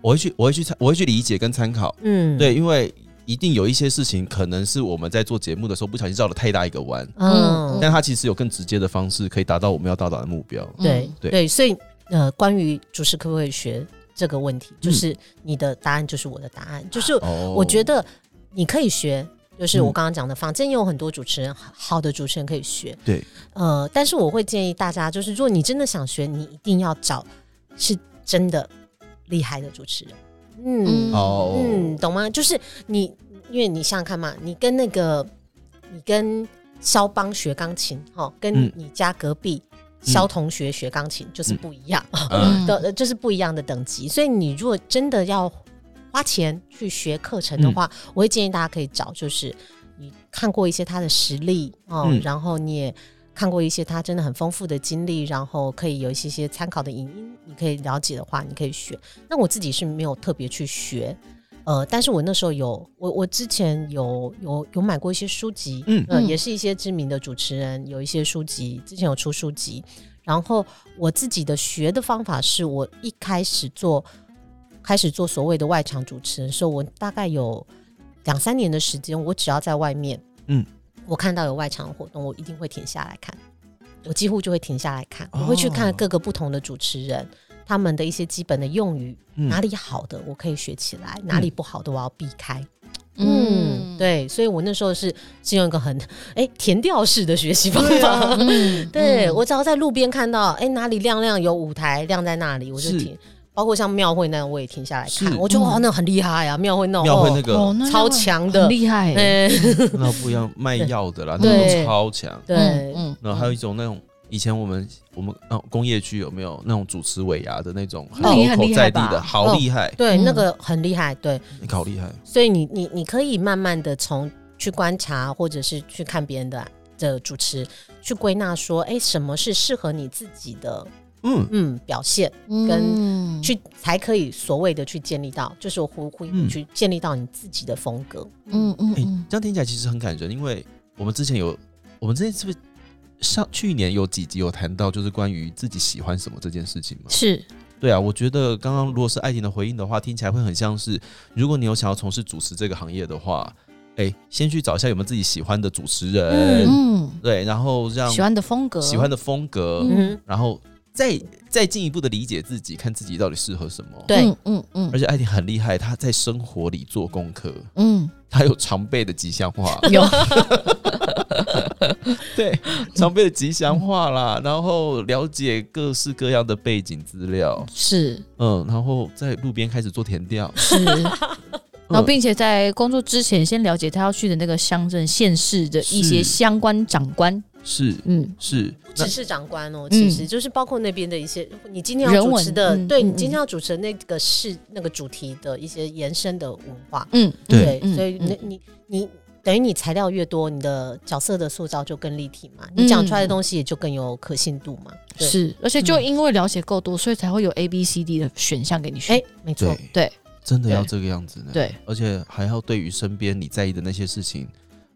Speaker 3: 我会去，我会去参，我会去理解跟参考。
Speaker 4: 嗯，
Speaker 3: 对，因为一定有一些事情可能是我们在做节目的时候不小心绕了太大一个弯，
Speaker 4: 嗯，
Speaker 3: 但它其实有更直接的方式可以达到我们要到达的目标。
Speaker 4: 对
Speaker 2: 嗯
Speaker 3: 对
Speaker 4: 对，所以呃，关于主持可不可以学这个问题，就是你的答案就是我的答案，就是
Speaker 3: 哦
Speaker 4: 我觉得你可以学。就是我
Speaker 3: 嗯
Speaker 4: 刚刚讲的，坊间也有很多主持人，好好的主持人可以学。
Speaker 3: 对，
Speaker 4: 呃，但是我会建议大家，就是如果你真的想学，你一定要找是真的厉害的主持人。
Speaker 2: 嗯
Speaker 4: 嗯
Speaker 3: 哦，
Speaker 4: 嗯，懂吗？就是你，因为你想想看嘛，你跟那个，你跟肖邦学钢琴，哦，跟
Speaker 3: 嗯
Speaker 4: 你家隔壁肖同学学钢琴、就是不一样、
Speaker 3: 嗯
Speaker 4: 的，呃就是不一样的等级。所以你如果真的要花钱去学课程的话，
Speaker 3: 嗯
Speaker 4: 我会建议大家可以找就是你看过一些他的实例哦，
Speaker 3: 嗯
Speaker 4: 然后你也。看过一些他真的很丰富的经历，然后可以有一些些参考的影音，你可以了解的话，你可以学。那我自己是没有特别去学，呃，但是我那时候有，我我之前有有有买过一些书籍，
Speaker 3: 嗯
Speaker 4: 嗯、呃，
Speaker 2: 嗯
Speaker 4: 也是一些知名的主持人有一些书籍，之前有出书籍。然后我自己的学的方法是我一开始做开始做所谓的外场主持人的时候，我大概有两三年的时间，我只要在外面，
Speaker 3: 嗯
Speaker 4: 嗯，我看到有外场活动，我一定会停下来看，我几乎就会停下来看，我会去看
Speaker 3: 哦
Speaker 4: 各个不同的主持人。他们的一些基本的用语，
Speaker 3: 嗯
Speaker 4: 哪里好的我可以学起来，哪里不好的我要避开。嗯，
Speaker 2: 嗯，
Speaker 4: 对，所以我那时候是是用一个很哎填调式的学习方
Speaker 3: 对啊
Speaker 4: 法。
Speaker 2: 嗯，
Speaker 4: 对
Speaker 2: 嗯
Speaker 4: 我只要在路边看到哎哪里亮亮有舞台亮在那里，我就是停。包括像庙会那样，我也停下来看
Speaker 3: 是，
Speaker 4: 我觉
Speaker 2: 嗯
Speaker 4: 得哇，那很厉害啊！庙会那种
Speaker 3: 庙会那
Speaker 4: 哦
Speaker 3: 个、
Speaker 2: 哦，那
Speaker 4: 超强的
Speaker 2: 很厉害欸，
Speaker 4: 哎，
Speaker 3: 那不一样，卖药的啦，那
Speaker 4: 对
Speaker 3: 种超强。
Speaker 4: 对，
Speaker 2: 嗯，
Speaker 3: 然后还有一种那种以前我们我们哦工业区有没有那种主持尾牙的那种，
Speaker 2: 那也很
Speaker 3: local
Speaker 2: 厉害
Speaker 3: 在
Speaker 2: 吧
Speaker 3: 地的，好
Speaker 4: 哦
Speaker 3: 厉害，
Speaker 4: 对，
Speaker 2: 嗯
Speaker 4: 那个很厉害，对，
Speaker 3: 你好厉害。
Speaker 4: 所以你你你可以慢慢的从去观察，或者是去看别人的的主持，去归纳说，哎，什么是适合你自己的
Speaker 3: 嗯，
Speaker 4: 嗯表现，
Speaker 2: 嗯跟
Speaker 4: 去才可以所谓的去建立到，就是我呼呼
Speaker 3: 嗯
Speaker 4: 去建立到你自己的风格。
Speaker 2: 嗯嗯
Speaker 3: 哎、
Speaker 2: 嗯，
Speaker 3: 这样听起来其实很感人，因为我们之前有，我们之前是不是上去年有几集有谈到就是关于自己喜欢什么这件事情吗？
Speaker 2: 是
Speaker 3: 对啊，我觉得刚刚如果是爱情的回应的话，听起来会很像是，如果你有想要从事主持这个行业的话，哎、先去找一下有没有自己喜欢的主持人，
Speaker 2: 嗯，
Speaker 3: 对，然后让
Speaker 2: 喜欢的风格，
Speaker 3: 喜欢
Speaker 2: 的，
Speaker 3: 的风格，
Speaker 4: 嗯，
Speaker 3: 然后再再进一步的理解自己，看自己到底适合什么。
Speaker 4: 对，
Speaker 2: 嗯嗯嗯
Speaker 3: 而且艾婷很厉害，她在生活里做功课，
Speaker 2: 嗯，
Speaker 3: 她有常备的吉祥 话，
Speaker 2: 有，
Speaker 3: 对，常备的吉祥话啦，然后了解各式各样的背景资料，
Speaker 2: 是
Speaker 3: 嗯，然后在路边开始做填调，
Speaker 2: 是。 然后，并且在工作之前，先了解他要去的那个乡镇、县市的一些
Speaker 3: 是
Speaker 2: 相关长官，
Speaker 3: 是
Speaker 2: 嗯，
Speaker 3: 是，那
Speaker 4: 只是长官哦，其实就是包括那边的一些，你今天要
Speaker 2: 人
Speaker 4: 主
Speaker 2: 文
Speaker 4: 持的，
Speaker 2: 嗯
Speaker 4: 对
Speaker 2: 嗯
Speaker 4: 你今天要主持的那个是那个主题的一些延伸的文化，
Speaker 2: 嗯，
Speaker 3: 对
Speaker 4: 对，
Speaker 2: 嗯
Speaker 4: 所以
Speaker 2: 嗯
Speaker 4: 那你你等于你材料越多，你的角色的塑造就更立体嘛，
Speaker 2: 嗯
Speaker 4: 你讲出来的东西也就更有可信度嘛，对，
Speaker 2: 是，而且就因为了解够多，所以才会有 A、B、C、D 的选项给你选。
Speaker 4: 哎，没错，
Speaker 3: 对
Speaker 2: 对，
Speaker 3: 真的
Speaker 2: 对
Speaker 3: 要这个样子呢。，
Speaker 2: 对，
Speaker 3: 而且还要对于身边你在意的那些事情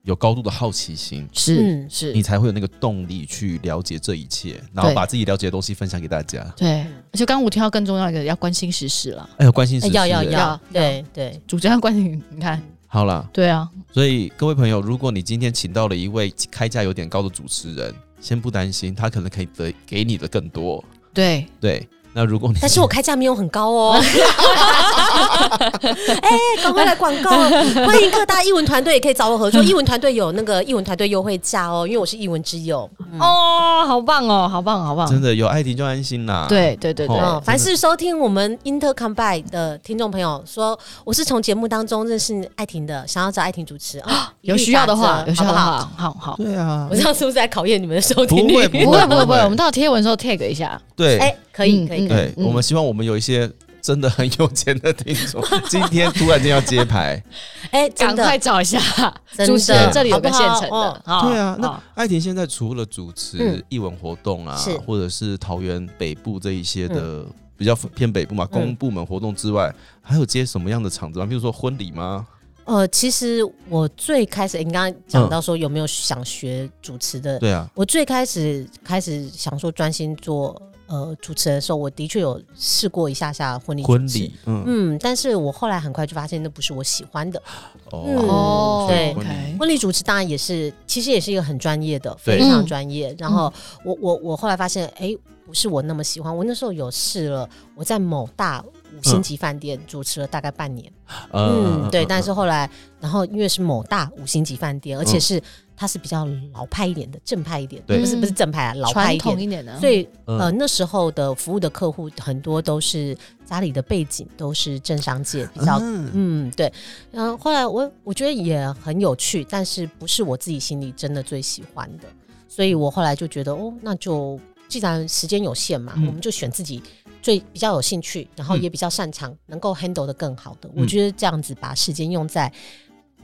Speaker 3: 有高度的好奇心，
Speaker 2: 是、
Speaker 4: 嗯
Speaker 2: 是
Speaker 3: 你，才会有那个动力去了解这一切，然后
Speaker 2: 对
Speaker 3: 把自己了解的东西分享给大家。
Speaker 2: 对。而且刚刚我听到更重要一个，要关心时事啦，
Speaker 3: 哎呦，关心时事、
Speaker 4: 要要
Speaker 3: 哎
Speaker 4: 要
Speaker 2: 要，
Speaker 4: 对对，
Speaker 2: 主持人关心，你看，
Speaker 3: 好啦，
Speaker 2: 对啊，
Speaker 3: 所以各位朋友，如果你今天请到了一位开价有点高的主持人，先不担心，他可能可以得给你的更多。
Speaker 2: 对，
Speaker 3: 对，那如果你
Speaker 4: 但是我开价没有很高 哦。 哎，赶快来广 告！欢迎各大译文团队也可以找我合作，译文团队有那个译文团队优惠价哦，因为我是译文之友。
Speaker 2: 哦，好棒哦，好棒，好棒，
Speaker 3: 真的有爱情就安心啦。，
Speaker 2: 对对对对，
Speaker 3: 哦
Speaker 4: 嗯，凡是收听我们 Intercom by 的听众朋友说，我是从节目当中认识艾婷的，想要找艾婷主持 啊，
Speaker 2: 有需要的话，有需要的
Speaker 4: 好
Speaker 2: 话，好好。
Speaker 3: 对啊
Speaker 4: 不好，我，这样是不是在考验你们的收听
Speaker 3: 不会
Speaker 4: 率？
Speaker 2: 不
Speaker 3: 不
Speaker 2: 会不会
Speaker 3: 不
Speaker 2: 不会，我们到贴文的时候 tag 一下，
Speaker 3: 对，
Speaker 4: 哎，可以
Speaker 2: 嗯
Speaker 4: 可以，
Speaker 2: 嗯
Speaker 4: 可以
Speaker 3: 对，我们希望我们有一些真的很有钱的听众，今天突然间要揭牌。
Speaker 4: 哎，真
Speaker 2: 赶
Speaker 4: 的
Speaker 2: 快找一下
Speaker 4: 真的
Speaker 2: 主持人，这里有个
Speaker 4: 好
Speaker 2: 现
Speaker 4: 不好
Speaker 2: 成的
Speaker 4: 哦，
Speaker 2: 好
Speaker 3: 对啊，那
Speaker 2: 好
Speaker 3: 艾婷现在除了主持
Speaker 4: 嗯
Speaker 3: 艺文活动啊
Speaker 4: 是，
Speaker 3: 或者是桃园北部这一些的比较偏北部嘛，公部门活动之外，还有接什么样的场子吗？比如说婚礼吗？
Speaker 4: 呃，其实我最开始，诶你刚刚讲到说有没有想学主持
Speaker 2: 嗯
Speaker 4: 的？
Speaker 3: 对啊，
Speaker 4: 我最开始开始想说专心做呃主持人的时候，我的确有试过一下下婚礼主持
Speaker 3: 婚。礼，嗯，
Speaker 4: 嗯，但是我后来很快就发现那不是我喜欢的。嗯
Speaker 2: 哦
Speaker 3: 所以
Speaker 4: 对
Speaker 3: 婚礼
Speaker 2: ，OK，
Speaker 4: 婚礼主持当然也是，其实也是一个很专业的，
Speaker 3: 对
Speaker 4: 非常
Speaker 2: 嗯
Speaker 4: 专业。然后我我我后来发现，哎、不是我那么喜欢。我那时候有试了，我在某大五星级饭店主持了大概半年。
Speaker 3: 呃
Speaker 4: 嗯，对。但是后来，然后因为是某大五星级饭店，而且是它是比较老派一点的，正派一点，
Speaker 3: 嗯对
Speaker 4: 不是不是正派啊，老
Speaker 2: 传
Speaker 4: 派一点
Speaker 2: 统一。点的，
Speaker 4: 所以
Speaker 3: 嗯
Speaker 4: 呃，那时候的服务的客户很多都是家里的背景都是政商界比较
Speaker 3: 嗯
Speaker 4: 嗯，对。然后后来我我觉得也很有趣，但是不是我自己心里真的最喜欢的，所以我后来就觉得哦，那就既然时间有限嘛，
Speaker 3: 嗯
Speaker 4: 我们就选自己最比较有兴趣，然后
Speaker 2: 嗯
Speaker 4: 也比较擅长，能够 handle 的更好的。我
Speaker 3: 嗯
Speaker 4: 觉得这样子把时间用在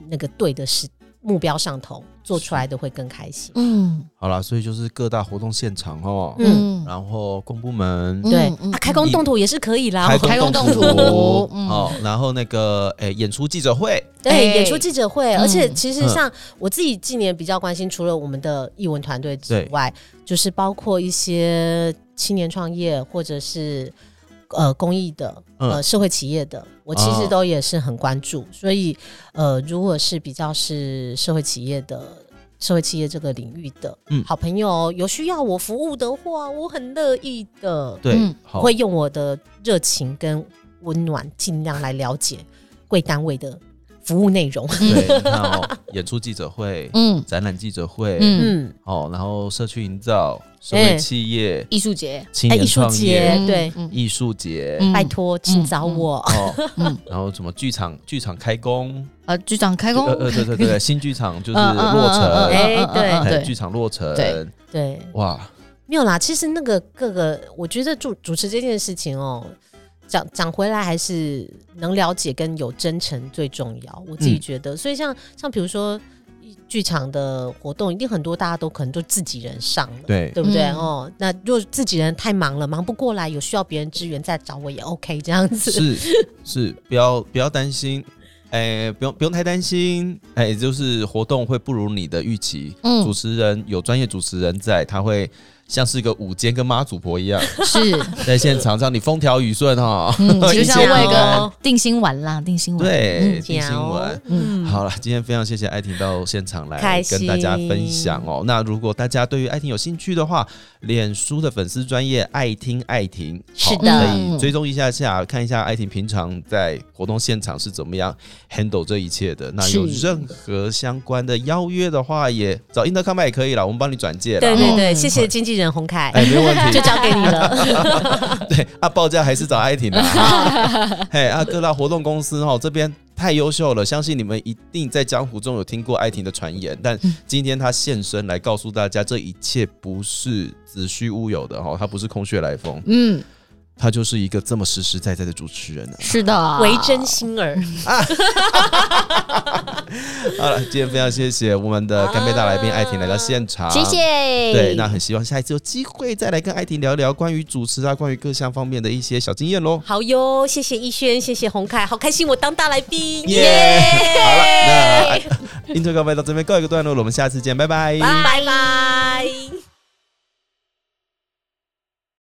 Speaker 4: 那个对的时目标上头，做出来的会更开心。
Speaker 2: 嗯
Speaker 3: 好啦，所以就是各大活动现场哦，
Speaker 2: 嗯，
Speaker 3: 然后公部门
Speaker 2: 嗯
Speaker 4: 对、
Speaker 2: 嗯
Speaker 4: 啊，开工
Speaker 3: 嗯
Speaker 4: 动土也是可以啦。
Speaker 2: 开工动土
Speaker 3: 土
Speaker 2: 嗯
Speaker 3: 哦，然后那个诶演出记者会，
Speaker 4: 对，
Speaker 2: 哎
Speaker 4: 演出记者会，
Speaker 2: 嗯
Speaker 4: 而且其实像我自己今年比较关心，除了我们的艺文团队之外，就是包括一些青年创业或者是呃公益的、
Speaker 3: 嗯
Speaker 4: 呃社会企业的，我其实
Speaker 3: 哦
Speaker 4: 都也是很关注。所以呃，如果是比较是社会企业的。社会企业这个领域的、
Speaker 3: 嗯
Speaker 4: 好朋友有需要我服务的话，我很乐意的。
Speaker 3: 对
Speaker 2: 嗯，
Speaker 3: 好
Speaker 4: 会用我的热情跟温暖，尽量来了解贵单位的服务内容。
Speaker 3: 对，那哦演出记者会、
Speaker 2: 嗯
Speaker 3: 展览记者会，
Speaker 2: 嗯，
Speaker 4: 嗯，
Speaker 3: 哦，然后社区营造、社会企业、
Speaker 2: 哎艺术节，
Speaker 3: 青
Speaker 4: 哎，
Speaker 3: 年
Speaker 4: 艺术
Speaker 3: 创业、
Speaker 4: 节，对，
Speaker 2: 嗯
Speaker 3: 艺术节，
Speaker 2: 嗯
Speaker 4: 拜托，请找我。
Speaker 3: 哦，
Speaker 2: 嗯
Speaker 3: 然后什么剧场、剧场开工，
Speaker 2: 呃，局长开工
Speaker 3: 呃，呃，对对对，新剧场呃就是
Speaker 2: 嗯嗯嗯嗯
Speaker 3: 落
Speaker 2: 嗯
Speaker 3: 成，
Speaker 4: 哎
Speaker 2: 嗯
Speaker 4: 对
Speaker 2: 嗯嗯
Speaker 3: 哎
Speaker 2: 对
Speaker 3: 剧场落成，
Speaker 2: 对
Speaker 4: 对，
Speaker 3: 哇，
Speaker 4: 没有啦。其实那个各个，我觉得主主持这件事情哦。讲讲回来，还是能了解跟有真诚最重要。我自己
Speaker 3: 嗯
Speaker 4: 觉得，所以像像比如说剧场的活动，一定很多大家都可能都自己人上了，
Speaker 3: 对
Speaker 4: 对不对？
Speaker 2: 嗯
Speaker 4: 哦，那如果自己人太忙了，忙不过来，有需要别人支援再找我也 OK，这样 子。
Speaker 3: 是是，不要不要担心。哎，不用不用太担心，哎，就是活动会不如你的预期。
Speaker 2: 嗯
Speaker 3: 主持人有专业主持人在，他会像是一个午间跟妈祖婆一样，
Speaker 2: 是，
Speaker 3: 在现场让你风调雨顺哈。
Speaker 2: 嗯，就像
Speaker 4: 一起
Speaker 2: 喂
Speaker 4: 哦
Speaker 2: 个定心丸啦，定心丸，
Speaker 3: 对，听
Speaker 4: 讲
Speaker 3: 新闻。
Speaker 2: 嗯
Speaker 3: 好了，今天非常谢谢艾婷到现场来
Speaker 4: 开
Speaker 3: 跟
Speaker 4: 心
Speaker 3: 大家分享哦。那如果大家对于艾婷有兴趣的话，脸书的粉丝专业爱听艾婷，好
Speaker 4: 是的
Speaker 3: 可以追踪一下下，看一下艾婷平常在活动现场是怎么样 handle 这一切的。那
Speaker 2: 是
Speaker 3: 有任何相关的邀约的话，也找 Intercom 也可以啦，我们帮你转介啦。
Speaker 4: 对对
Speaker 3: 哦
Speaker 4: 对，谢谢经纪人洪凯，
Speaker 3: 哎，没有问题，
Speaker 4: 就交给你了。
Speaker 3: 对啊，报价还是找艾婷的、啊。嘿啊，各大活动公司哦，这边。太优秀了，相信你们一定在江湖中有听过艾婷的传言，但
Speaker 2: 嗯
Speaker 3: 今天她现身来告诉大家，这一切不是子虚乌有的哈，她不是空穴来 风，
Speaker 2: 嗯，
Speaker 3: 她就是一个这么实实在在的主持 人啊。
Speaker 2: 是的，
Speaker 4: 为真心儿，
Speaker 3: 嗯好了，今天非常谢谢我们的干杯大来宾艾婷来到现场，
Speaker 2: 谢谢。。
Speaker 3: 对，那很希望下一次有机会再来跟艾婷聊聊关于主持啊，关于各项方面的一些小经验喽。
Speaker 4: 好哟，谢谢逸轩，谢谢洪凯，好开心，我当大来宾，
Speaker 3: 耶好了，那 Inter 告白到这边告一个段落了，我们下次见，拜拜
Speaker 4: 拜拜。